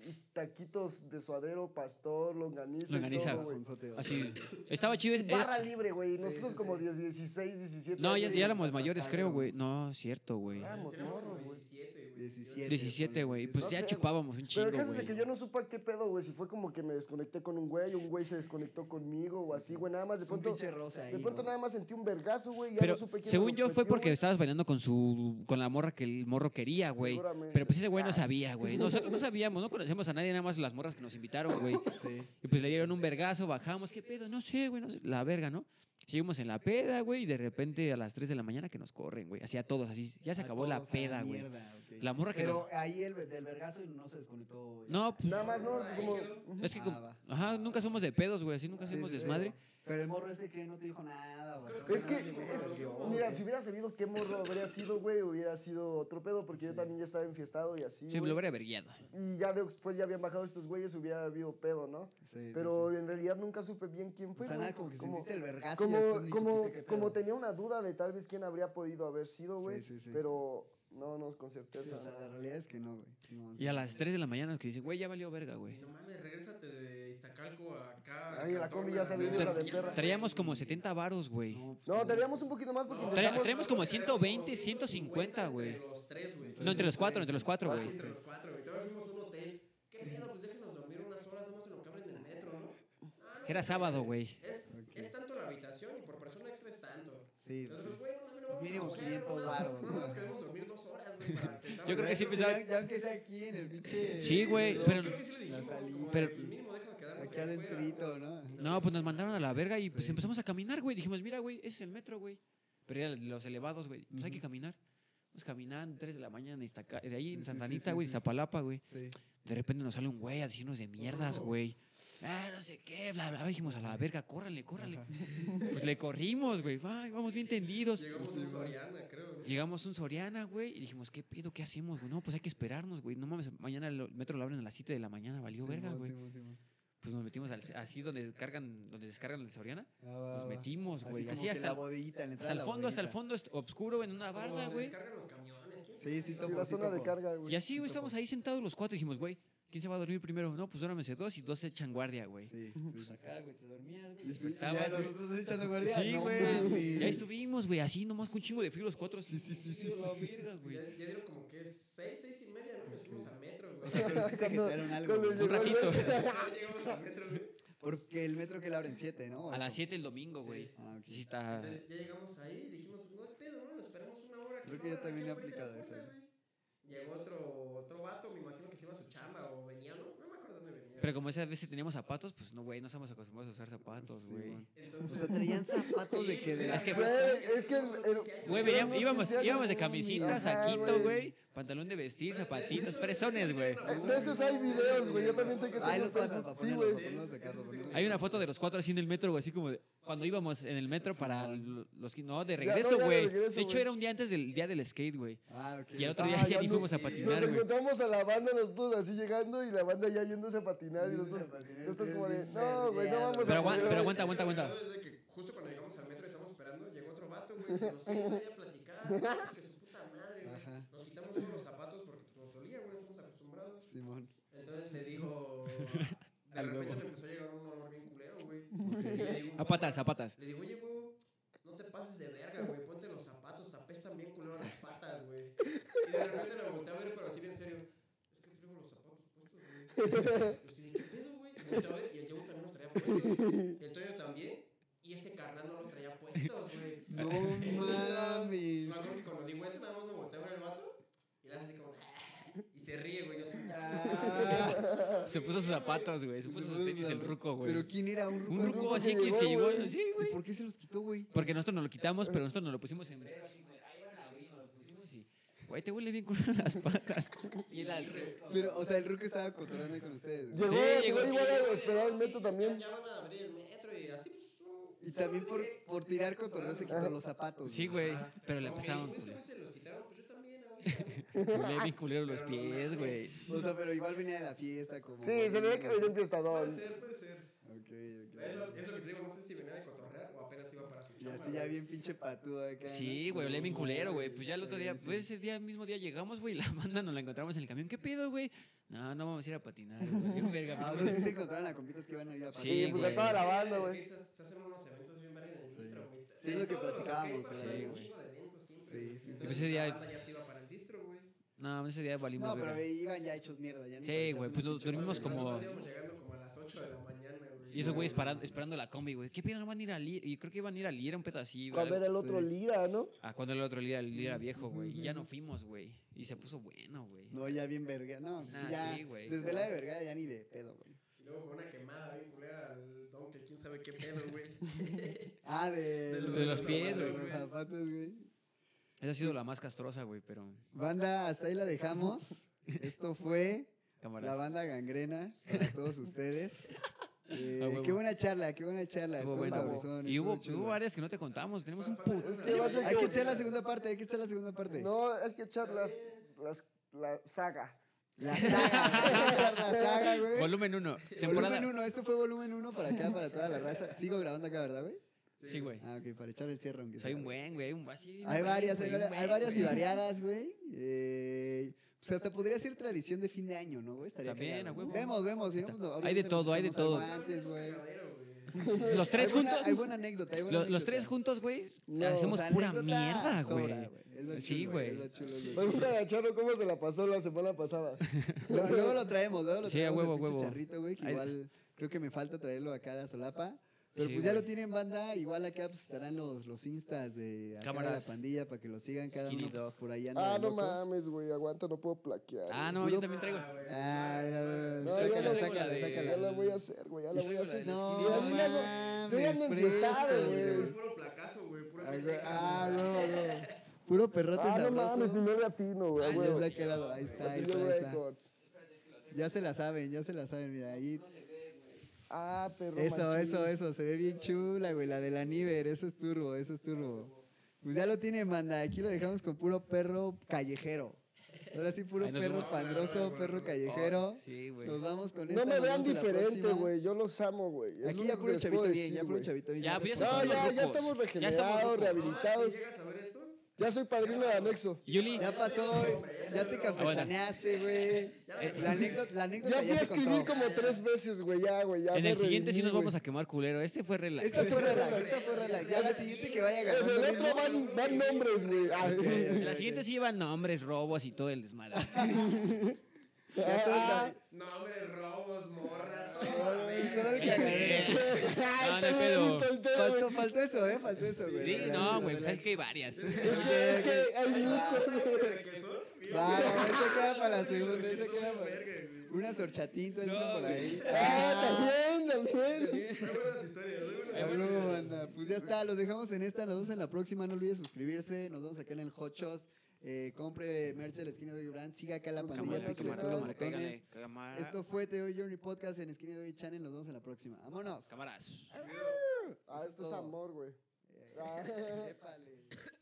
Speaker 4: y taquitos de suadero, pastor, longaniza. y
Speaker 2: Longaniza.
Speaker 4: todo, güey.
Speaker 1: Bajonzote, güey.
Speaker 2: Así. Estaba chido. es-
Speaker 4: Barra libre, güey. Nosotros
Speaker 1: sí,
Speaker 4: como
Speaker 1: sí.
Speaker 4: 10, 16, 17.
Speaker 2: No, ya,
Speaker 4: años,
Speaker 2: ya
Speaker 4: güey.
Speaker 2: éramos mayores, creo,
Speaker 1: güey.
Speaker 2: güey. No, cierto, güey.
Speaker 4: Estábamos
Speaker 3: Tenemos como
Speaker 4: morros, güey.
Speaker 3: 17, güey.
Speaker 1: 17.
Speaker 2: 17, güey. Pues
Speaker 4: No
Speaker 2: ya
Speaker 4: sé,
Speaker 2: chupábamos un
Speaker 4: Pero
Speaker 2: chingo,
Speaker 4: el caso es de que yo
Speaker 2: güey.
Speaker 4: no supa qué pedo, güey. Si fue como que me desconecté con un güey, un güey se desconectó conmigo o así, güey. Nada más de
Speaker 1: Es un
Speaker 4: pronto.
Speaker 1: pinche rosa ahí,
Speaker 4: de pronto
Speaker 1: ¿no?
Speaker 4: nada más sentí un vergazo, güey. y Ya
Speaker 2: Pero
Speaker 4: no supe quién me
Speaker 2: según
Speaker 4: lo
Speaker 2: yo fue
Speaker 4: metió,
Speaker 2: porque
Speaker 4: güey.
Speaker 2: estabas bailando con su con la morra que el morro quería, güey.
Speaker 4: Seguramente. Ah.
Speaker 2: Pero pues ese güey no sabía, güey. Nosotros no sabíamos, no conocemos a nadie, nada más las morras que nos invitaron, güey.
Speaker 1: Sí.
Speaker 2: Y pues le dieron un vergazo, bajamos, ¿qué pedo? No sé, güey, no sé. La verga, ¿no? Seguimos en la peda, güey, y de repente a las 3 de la mañana que nos corren, güey. Así a todos, así. Ya se
Speaker 1: A
Speaker 2: acabó la
Speaker 1: todos a
Speaker 2: peda, güey.
Speaker 1: mierda, ok.
Speaker 2: La morra que
Speaker 1: Pero ahí el del vergazo no se desconectó.
Speaker 2: No, pues,
Speaker 4: Nada más, ¿no?
Speaker 3: Ahí
Speaker 4: Como.
Speaker 3: quedó.
Speaker 2: es que
Speaker 1: Ah,
Speaker 2: como-
Speaker 1: va.
Speaker 2: ajá, nunca somos de pedos, güey. Así nunca
Speaker 1: Sí,
Speaker 2: hacemos
Speaker 1: sí, sí.
Speaker 2: desmadre.
Speaker 1: Pero el morro este que no te dijo nada, güey.
Speaker 3: Creo
Speaker 4: Es que,
Speaker 1: No te
Speaker 4: es-
Speaker 1: dio, güey.
Speaker 4: mira, si hubiera sabido qué morro habría sido, güey, hubiera sido otro pedo, porque yo también ya estaba enfiestado y así.
Speaker 2: Sí, me
Speaker 4: güey.
Speaker 2: lo hubiera averiado.
Speaker 4: Y ya después ya habían bajado estos güeyes, hubiera habido pedo, ¿no?
Speaker 1: Sí, sí,
Speaker 4: Pero
Speaker 1: sí.
Speaker 4: en realidad nunca supe bien quién fue.
Speaker 1: O sea, nada,
Speaker 4: güey,
Speaker 1: como que
Speaker 4: como-
Speaker 1: sentiste el vergazo y después
Speaker 4: como,
Speaker 1: ni
Speaker 4: como,
Speaker 1: supiste qué
Speaker 4: como
Speaker 1: pedo.
Speaker 4: tenía una duda de tal vez quién habría podido haber sido, güey.
Speaker 1: sí, sí.
Speaker 4: Pero no, no, con
Speaker 1: Sí,
Speaker 4: certeza.
Speaker 1: o sea, la realidad es que no, güey. No,
Speaker 2: Y a las 3 de la mañana que dicen, güey, ya valió verga, güey.
Speaker 3: No mames, regrésate de Iztacalco a acá.
Speaker 4: Ay, la combi ya salió
Speaker 3: salió
Speaker 4: de la de perra.
Speaker 2: Traíamos como 70 varos, güey.
Speaker 1: pues,
Speaker 4: No, teníamos un poquito más porque
Speaker 3: No,
Speaker 2: Tra-
Speaker 4: intentamos-
Speaker 2: traemos como 120, 150, güey.
Speaker 3: Entre los tres, güey.
Speaker 2: No, entre los cuatro, entre los cuatro,
Speaker 3: Ah,
Speaker 2: güey.
Speaker 3: entre los cuatro, güey. Todavía fuimos a un hotel. ¿Qué pedo? Pues déjenos dormir unas horas, vamos en lo que abren el metro, ¿no? Ah, no,
Speaker 2: Era sábado, güey.
Speaker 3: Es, es tanto la habitación y por persona extra es tanto.
Speaker 1: Sí, pues,
Speaker 3: Nosotros,
Speaker 1: sí.
Speaker 3: güey, no mames, no vamos
Speaker 1: Mínimo
Speaker 3: a coger,
Speaker 1: 500
Speaker 3: no mames,
Speaker 1: varos,
Speaker 3: no
Speaker 1: ¿no?
Speaker 3: nos queremos dormir dos horas, güey, para que
Speaker 2: Yo creo que sí
Speaker 1: Ya-
Speaker 2: pensaba-
Speaker 1: Ya empecé aquí en el pinche.
Speaker 2: Sí, güey, pero-
Speaker 3: Creo que sí le dijimos,
Speaker 1: La salida.
Speaker 3: como de,
Speaker 2: Pero-
Speaker 3: pues, mínimo deja quedarnos
Speaker 1: Aquí adentrito, ¿no?
Speaker 2: No, pues nos mandaron a la verga y pues
Speaker 1: Sí.
Speaker 2: empezamos a caminar, güey. Dijimos, mira, güey, ese es el metro, güey. Pero eran los elevados, güey. Pues hay que
Speaker 1: Ujú.
Speaker 2: caminar. Vamos caminando, 3 de la mañana, en Iztaca- de ahí
Speaker 1: Sí, sí,
Speaker 2: en
Speaker 1: sí,
Speaker 2: Santanita,
Speaker 1: sí,
Speaker 2: güey,
Speaker 1: sí, sí.
Speaker 2: Zapalapa, güey.
Speaker 1: Sí.
Speaker 2: De repente nos sale un güey a decirnos de mierdas,
Speaker 1: Oh.
Speaker 2: güey. Ah, no sé qué, bla, bla. bla. Dijimos, a la verga, córranle, córranle.
Speaker 1: Ajá.
Speaker 2: Pues le corrimos, güey. Ay, Vamos bien tendidos.
Speaker 3: Llegamos a un Soriana, creo. ¿no?
Speaker 2: Llegamos a un Soriana, güey, y dijimos, ¿qué pedo? ¿Qué hacemos, güey? No, pues hay que esperarnos, güey. No mames, mañana el metro lo abren a las 7 de la mañana, valió verga,
Speaker 1: Simón,
Speaker 2: güey.
Speaker 1: Simón, Simón. Ah,
Speaker 2: Pues nos metimos al- así donde cargan, donde descargan el Soriana.
Speaker 1: Ah, va,
Speaker 2: Nos
Speaker 1: va.
Speaker 2: metimos, güey.
Speaker 1: como
Speaker 2: Así,
Speaker 1: que
Speaker 2: hasta,
Speaker 1: la bodeguita, en la
Speaker 2: hasta
Speaker 1: entrada
Speaker 2: el
Speaker 1: de la
Speaker 2: fondo, hasta el
Speaker 1: bodeguita.
Speaker 2: fondo est- obscuro en una barda,
Speaker 3: Donde
Speaker 2: güey.
Speaker 3: Descargan los camiones. ¿quién
Speaker 1: Sí, sí,
Speaker 4: Sí,
Speaker 1: topo,
Speaker 4: la zona de
Speaker 1: topo.
Speaker 4: carga, güey.
Speaker 2: Y así, güey,
Speaker 1: Sí, topo.
Speaker 2: estamos ahí sentados los cuatro. Dijimos, güey, ¿quién se va a dormir primero? No, pues duérmese dos y dos se echan guardia, güey.
Speaker 1: Sí, sí, sí.
Speaker 2: Acá, güey, te dormías,
Speaker 1: Pues, Y después-
Speaker 2: güey. despertabas,
Speaker 1: ya
Speaker 2: güey.
Speaker 1: nosotros echando guardia.
Speaker 2: Sí,
Speaker 1: no
Speaker 2: güey.
Speaker 1: mames.
Speaker 2: Ya estuvimos, güey, así nomás con un chingo de frío los cuatro. Sí, sí, sí, sí.
Speaker 3: Ya, ya dieron como que seis, seis y media, ¿no? Nos fuimos al metro, güey.
Speaker 1: Pero sí se
Speaker 4: Cuando-
Speaker 1: quitaron algo,
Speaker 4: cuando
Speaker 1: güey.
Speaker 4: llegó el
Speaker 2: ratito.
Speaker 4: güey-
Speaker 3: Llegamos al metro, güey.
Speaker 1: Porque el metro que le abren 7, ¿no?
Speaker 2: A las 7 el domingo, güey.
Speaker 1: Ah, ok.
Speaker 2: Sí, está.
Speaker 3: Entonces, ya llegamos ahí y dijimos, pues, no hay pedo, ¿no? Nos esperamos una hora.
Speaker 1: Creo
Speaker 3: una
Speaker 1: que yo
Speaker 3: hora,
Speaker 1: también
Speaker 3: aquí
Speaker 1: he
Speaker 3: enfrente de la
Speaker 1: aplicado
Speaker 3: puerta, güey. Llegó otro, otro vato, me imagino que se iba a su chamba o venía, ¿no? No me acuerdo dónde venía.
Speaker 2: Pero como esas veces teníamos zapatos, pues no, güey, no estamos acostumbrados a usar zapatos,
Speaker 1: Sí,
Speaker 2: güey.
Speaker 1: mon. O
Speaker 3: Entonces,
Speaker 2: pues,
Speaker 1: sea, traían zapatos de que de
Speaker 2: Es que-
Speaker 4: Güey, es que el- el-
Speaker 2: Güey,
Speaker 4: Pero
Speaker 2: veníamos-
Speaker 4: unos
Speaker 2: íbamos,
Speaker 4: 15 años,
Speaker 2: íbamos de
Speaker 4: no,
Speaker 2: camisita,
Speaker 4: mames.
Speaker 2: saquito,
Speaker 4: Ajá, güey.
Speaker 2: güey, pantalón de vestir, zapatitos, fresones, güey.
Speaker 4: De esos hay videos, güey. Yo también sé que
Speaker 1: Ahí
Speaker 4: tengo
Speaker 1: los pasan,
Speaker 4: Facebook.
Speaker 1: para
Speaker 4: Sí,
Speaker 1: ponerlos,
Speaker 4: güey.
Speaker 1: para ponerlos acá, para ponerlos.
Speaker 2: Hay una foto de los cuatro así en el metro, güey, así como de- cuando íbamos en el metro para lo- los... No, de
Speaker 4: no, ya
Speaker 2: regreso,
Speaker 4: de
Speaker 2: güey.
Speaker 4: regreso,
Speaker 2: De hecho,
Speaker 4: güey.
Speaker 2: era un día antes del día del skate, güey.
Speaker 1: Ah, ok.
Speaker 2: Y el otro
Speaker 4: Ah,
Speaker 2: día
Speaker 4: ya
Speaker 2: ya ni
Speaker 4: no-
Speaker 2: fuimos a
Speaker 3: sí,
Speaker 4: Nos
Speaker 2: patinar, güey.
Speaker 4: encontramos a la banda, nosotros así llegando y la banda ya yéndose a patinar. Y nosotros, nosotros como de, no, güey, no vamos
Speaker 2: Pero
Speaker 4: a
Speaker 2: Ah, aguanta, pero
Speaker 4: comer, güey".
Speaker 2: aguanta, aguanta, aguanta.
Speaker 3: Desde que justo cuando llegamos al metro y estamos esperando, llegó otro vato, güey. Se nos sienta ahí a platicar, güey, que su puta madre, güey.
Speaker 1: Ajá.
Speaker 3: Nos quitamos todos los zapatos porque pues, nos dolía, güey, estamos acostumbrados.
Speaker 1: Simón.
Speaker 3: Entonces le digo. De
Speaker 2: Al
Speaker 3: repente
Speaker 2: huevo.
Speaker 3: le empezó a llegar un olor bien culero, güey. Y le digo,
Speaker 2: A patas, a patas.
Speaker 3: Le digo, oye, huevo, no te pases de verga, güey. Ponte los zapatos, te apestan bien culero las patas, güey. Y de repente me volteé a ver, pero así bien serio. Es que traigo los zapatos puestos, güey. Yo sí, ¿qué pedo, güey? Y volteé a ver, y el Diego también los traía puestos. Y el Toño también. Y ese carnal no los traía puestos, güey.
Speaker 1: No
Speaker 3: Me
Speaker 1: mames.
Speaker 3: acuerdo que cuando digo eso, nada más me volteé a ver el vato. Y le hace así como. "Ah", Y se ríe, güey. Yo así, "Ah".
Speaker 2: Se puso sus zapatos, güey. Se puso sus tenis el ruco, güey.
Speaker 1: Pero quién era un ruco.
Speaker 2: Un ruco
Speaker 4: ruco
Speaker 2: así
Speaker 4: que
Speaker 2: que es que
Speaker 4: llegó,
Speaker 2: llegó.
Speaker 4: güey.
Speaker 2: Sí,
Speaker 1: ¿Y
Speaker 2: güey.
Speaker 1: por qué se los quitó, güey?
Speaker 2: Porque nosotros nos lo quitamos, pero nosotros nos lo pusimos en breve, así, güey. Ahí van a abrir, nos lo pusimos y. Güey, te huele bien con las patas. Y el alcohol.
Speaker 1: Pero, o sea, el ruco estaba cotorreando con ustedes. güey.
Speaker 4: Llegó,
Speaker 2: Sí,
Speaker 4: llegó
Speaker 2: llegó.
Speaker 4: igual a
Speaker 3: Sí,
Speaker 4: esperar el
Speaker 3: sí,
Speaker 4: metro
Speaker 3: ya-
Speaker 4: también.
Speaker 3: Ya van a abrir el metro y así, pues. no.
Speaker 1: Y también por, por tirar cotorreo se quitó los zapatos.
Speaker 2: Sí, güey. Pero le
Speaker 3: Como que
Speaker 2: pasaron.
Speaker 3: dijo, "Este güey se los quitaron, pues yo también ahorita, güey".
Speaker 2: Huele bien culero los pies, güey.
Speaker 1: O sea, pero igual venía de la fiesta. Como
Speaker 4: Sí, se veía que venía
Speaker 3: Puede
Speaker 4: empiestadón.
Speaker 3: ser, puede ser. Es
Speaker 1: Ok,
Speaker 3: lo,
Speaker 1: ok.
Speaker 3: es lo que te digo, no sé si venía de cotorrear o apenas iba para su
Speaker 1: Y
Speaker 3: chamba.
Speaker 1: así ya bien pinche patudo acá.
Speaker 2: Sí,
Speaker 1: ¿no?
Speaker 2: güey, olé bien culero, güey. Pues ya el otro día,
Speaker 1: Sí, sí.
Speaker 2: pues ese día, mismo día llegamos, güey, y la banda nos la encontramos en el camión. ¿Qué pedo, güey? No, no vamos a ir a patinar, güey. Bien verga,
Speaker 1: Ah, o
Speaker 2: pero-
Speaker 1: sea, sí se encontraron a compitas que iban a ir a
Speaker 2: Sí,
Speaker 1: pasar.
Speaker 4: Sí, pues a
Speaker 2: güey.
Speaker 4: toda la
Speaker 3: En
Speaker 4: banda,
Speaker 3: el
Speaker 4: güey.
Speaker 3: skate Se se hacen unos eventos bien varios en el
Speaker 1: Sí.
Speaker 3: distro, güey.
Speaker 1: Sí, es lo
Speaker 3: En
Speaker 1: que
Speaker 3: todos los
Speaker 1: platicábamos,
Speaker 3: skateparks
Speaker 2: sí,
Speaker 3: hay un
Speaker 2: güey.
Speaker 3: chingo de eventos siempre,
Speaker 1: Sí,
Speaker 3: güey.
Speaker 1: sí, sí.
Speaker 3: Entonces,
Speaker 2: Y pues ese día-
Speaker 3: la banda ya se iba para el distro, güey.
Speaker 2: No, ese día valimos,
Speaker 1: No,
Speaker 2: verga.
Speaker 1: pero iban ya hechos mierda. Ya ni
Speaker 2: Sí,
Speaker 1: para echarse
Speaker 2: güey,
Speaker 1: una
Speaker 2: pues nos
Speaker 1: pinche
Speaker 2: dormimos
Speaker 1: peda.
Speaker 2: como-
Speaker 3: Nosotros íbamos llegando como a las 8 de la mañana, güey.
Speaker 2: Y esos güeyes parando- esperando la combi, güey. ¿Qué pedo? No van a ir a Lira. Y creo que iban a ir a Lira un pedacillo.
Speaker 4: A ver al otro
Speaker 1: Sí.
Speaker 4: Lira, ¿no?
Speaker 2: Ah, cuando el otro Lira, el Lira viejo, güey. Y ya no fuimos, güey. Y se puso bueno, güey.
Speaker 1: No, ya bien verga. No, pues
Speaker 2: Ah,
Speaker 1: ya.
Speaker 2: sí, güey.
Speaker 1: desde la de verga ya ni de pedo, güey.
Speaker 3: Y luego con una quemada bien culera al don que quién sabe qué pedo, güey.
Speaker 1: Ah, de,
Speaker 3: los-
Speaker 2: de los pies,
Speaker 1: de
Speaker 3: güey.
Speaker 1: los zapatos, güey.
Speaker 2: Esa ha sido la más castrosa, güey, pero.
Speaker 1: Banda, hasta ahí la dejamos. Esto fue la
Speaker 2: Cámaras.
Speaker 1: banda gangrena para todos ustedes. Eh,
Speaker 2: Ah, huevo.
Speaker 1: qué buena charla, qué buena charla.
Speaker 2: Estuvo
Speaker 1: estuvo
Speaker 2: bueno.
Speaker 1: sabrosón,
Speaker 2: Y hubo,
Speaker 1: estuvo
Speaker 2: hubo
Speaker 1: chido.
Speaker 2: varias que no te contamos. Tenemos un
Speaker 4: Es
Speaker 2: puto.
Speaker 4: que va a ser
Speaker 1: Hay que
Speaker 4: como-
Speaker 1: echar la segunda parte, hay que echar la segunda parte.
Speaker 4: No, hay que echar las, las, la saga.
Speaker 1: La saga, hay que echar la saga, güey.
Speaker 2: Volumen 1. Temporada.
Speaker 1: Volumen 1, esto fue volumen 1 para acá, para toda la raza. Sigo grabando acá, ¿verdad, güey?
Speaker 2: Sí, güey.
Speaker 1: Ah, ok, para echar el cierre. aunque sea
Speaker 2: Soy un
Speaker 1: largo.
Speaker 2: buen, güey. un- así, un
Speaker 1: Hay
Speaker 2: buen,
Speaker 1: varias, hay
Speaker 2: güey, un
Speaker 1: varias, hay
Speaker 2: buen,
Speaker 1: varias y
Speaker 2: güey.
Speaker 1: variadas, güey. Eh, pues hasta podría ser tradición de fin de año, ¿no, güey? Estaría
Speaker 2: También,
Speaker 1: cagado.
Speaker 2: a huevo.
Speaker 1: Vemos, vemos. si no, pues,
Speaker 2: de
Speaker 1: obviamente
Speaker 2: todo,
Speaker 1: nos
Speaker 2: hay de
Speaker 1: echamos
Speaker 2: todo.
Speaker 1: aguantes, güey.
Speaker 2: Los tres
Speaker 1: Hay buena-
Speaker 2: juntos.
Speaker 1: Hay buena anécdota, hay buena
Speaker 2: Los, los tres
Speaker 1: anécdota.
Speaker 2: juntos, güey.
Speaker 4: No,
Speaker 2: hacemos
Speaker 1: O sea,
Speaker 2: pura
Speaker 1: anécdota
Speaker 2: mierda,
Speaker 1: sobra,
Speaker 2: güey.
Speaker 1: Es lo
Speaker 2: Sí,
Speaker 1: chulo,
Speaker 2: güey.
Speaker 1: es lo chulo, es lo chulo.
Speaker 4: Pregúntale a Charo cómo se la pasó la semana pasada.
Speaker 1: Lo- Luego lo traemos, luego lo
Speaker 2: Sí,
Speaker 1: traemos.
Speaker 2: a huevo,
Speaker 1: al pinche
Speaker 2: huevo.
Speaker 1: Charrito, güey, que
Speaker 2: Ahí-
Speaker 1: igual creo que me falta traerlo acá a la solapa. Pero
Speaker 2: Sí,
Speaker 1: pues ya
Speaker 2: güey.
Speaker 1: lo tienen banda, igual acá pues, estarán los, los instas de, acá de la
Speaker 2: Cámaras.
Speaker 1: pandilla para que lo sigan cada
Speaker 2: Skinny
Speaker 1: uno pues,
Speaker 2: Dog.
Speaker 1: por ahí anda.
Speaker 4: Ah, no mames, güey, aguanta, no puedo plaquear.
Speaker 2: Ah, no,
Speaker 1: Puro-
Speaker 2: yo también traigo.
Speaker 1: Ah, no,
Speaker 4: No,
Speaker 1: no,
Speaker 4: yo
Speaker 1: sácala,
Speaker 4: no-
Speaker 1: sácala,
Speaker 4: Ya la
Speaker 1: sácala.
Speaker 4: voy a hacer, güey, ya la voy a hacer.
Speaker 1: No,
Speaker 4: Yo ya no- yo ya ando
Speaker 1: mames,
Speaker 4: enfiestado,
Speaker 1: fresco,
Speaker 4: güey.
Speaker 1: güey.
Speaker 3: Puro placazo, güey. Pura
Speaker 1: Ah, güey,
Speaker 3: gente
Speaker 1: Ah, no, no. Puro perrote
Speaker 4: Ah, no mames,
Speaker 1: sabroso.
Speaker 4: si no le atino, güey.
Speaker 1: Ah,
Speaker 4: a
Speaker 1: sí,
Speaker 4: huevo.
Speaker 1: es de aquel lado. Ahí está, ahí está,
Speaker 4: Atino
Speaker 1: ahí está.
Speaker 4: Records.
Speaker 1: Ya se la saben, ya se la saben, mira, ahí.
Speaker 4: Ah, perro
Speaker 1: Eso,
Speaker 4: machín.
Speaker 1: eso, eso, se ve bien chula, güey, la de la Niver, eso es turbo, eso es turbo. Pues ya lo tiene, manda, aquí lo dejamos con puro perro callejero. Ahora sí, puro
Speaker 2: Ahí nos
Speaker 1: perro
Speaker 2: vemos.
Speaker 1: pandroso, perro callejero.
Speaker 2: Oh, Sí, güey.
Speaker 1: Nos vamos con
Speaker 4: No
Speaker 1: esta,
Speaker 4: me
Speaker 1: nos
Speaker 4: vean
Speaker 1: vemos en la
Speaker 4: diferente,
Speaker 1: próxima.
Speaker 4: güey. Yo los amo, güey. Es lo
Speaker 1: Aquí ya
Speaker 4: único que
Speaker 1: puro
Speaker 4: les
Speaker 1: chavito
Speaker 4: puedo
Speaker 1: bien,
Speaker 4: decir,
Speaker 1: ya puro
Speaker 4: güey.
Speaker 1: chavito bien.
Speaker 2: Ya, pues ya se
Speaker 4: No,
Speaker 2: Estamos
Speaker 4: ya, ya
Speaker 2: rucos.
Speaker 4: estamos
Speaker 2: Ya estamos
Speaker 4: regenerados,
Speaker 2: rucos.
Speaker 3: ¿Ah, sí
Speaker 4: rehabilitados.
Speaker 3: llegas a ver esto?
Speaker 4: Ya soy padrino de anexo.
Speaker 2: Yuli,
Speaker 1: Ya pasó,
Speaker 4: Ah,
Speaker 1: ya te campechaneaste, güey. Eh, La anécdota, la anécdota
Speaker 4: Ya fui a
Speaker 1: se
Speaker 4: escribir
Speaker 1: contó.
Speaker 4: como tres veces, güey. Ya, güey. ya
Speaker 2: en
Speaker 4: me
Speaker 2: el siguiente sí
Speaker 4: redimí,
Speaker 2: nos
Speaker 4: güey.
Speaker 2: vamos a quemar culero. Este fue relax.
Speaker 1: Esta fue relax, esta fue relax. Ya la siguiente que vaya
Speaker 4: En
Speaker 1: ganando.
Speaker 4: el
Speaker 1: ritmo.
Speaker 4: otro van, van nombres, güey. Ah,
Speaker 2: En la siguiente sí llevan nombres, robos y todo el desmadre.
Speaker 1: Ya todos
Speaker 4: ah,
Speaker 1: la-
Speaker 3: No, hombre, robos, morras.
Speaker 1: Ah, todo el cagadero.
Speaker 2: no hay
Speaker 4: ah, también
Speaker 2: pedo.
Speaker 4: un soltero, güey.
Speaker 1: Faltó, faltó eso, ¿eh? Faltó eso, güey.
Speaker 2: Sí,
Speaker 1: La- la- la-
Speaker 2: no, güey,
Speaker 1: la-
Speaker 2: pues es que hay varias.
Speaker 4: Es que, es que hay muchos, güey.
Speaker 1: Ah, ese queda para la segunda, ese queda para... Unas horchatitas dicen por ahí.
Speaker 4: Ah, también, también.
Speaker 1: Ah, bueno, banda, Pues ya está, los dejamos en esta, nos vemos en la próxima. No olviden suscribirse, nos vemos acá en el Hot Shots. Eh, compre merch de la esquina de Gran, siga acá la pandilla,
Speaker 4: cámara,
Speaker 1: píquele
Speaker 4: cámara,
Speaker 1: todos los
Speaker 4: cámara,
Speaker 1: botones. Esto fue Teo Journey Podcast en Esquina de Hoy Channel. Nos vemos en la próxima. ¡Vámonos!
Speaker 2: Cámaras.
Speaker 4: Ah, esto es amor, güey. Ah.
Speaker 1: Épale.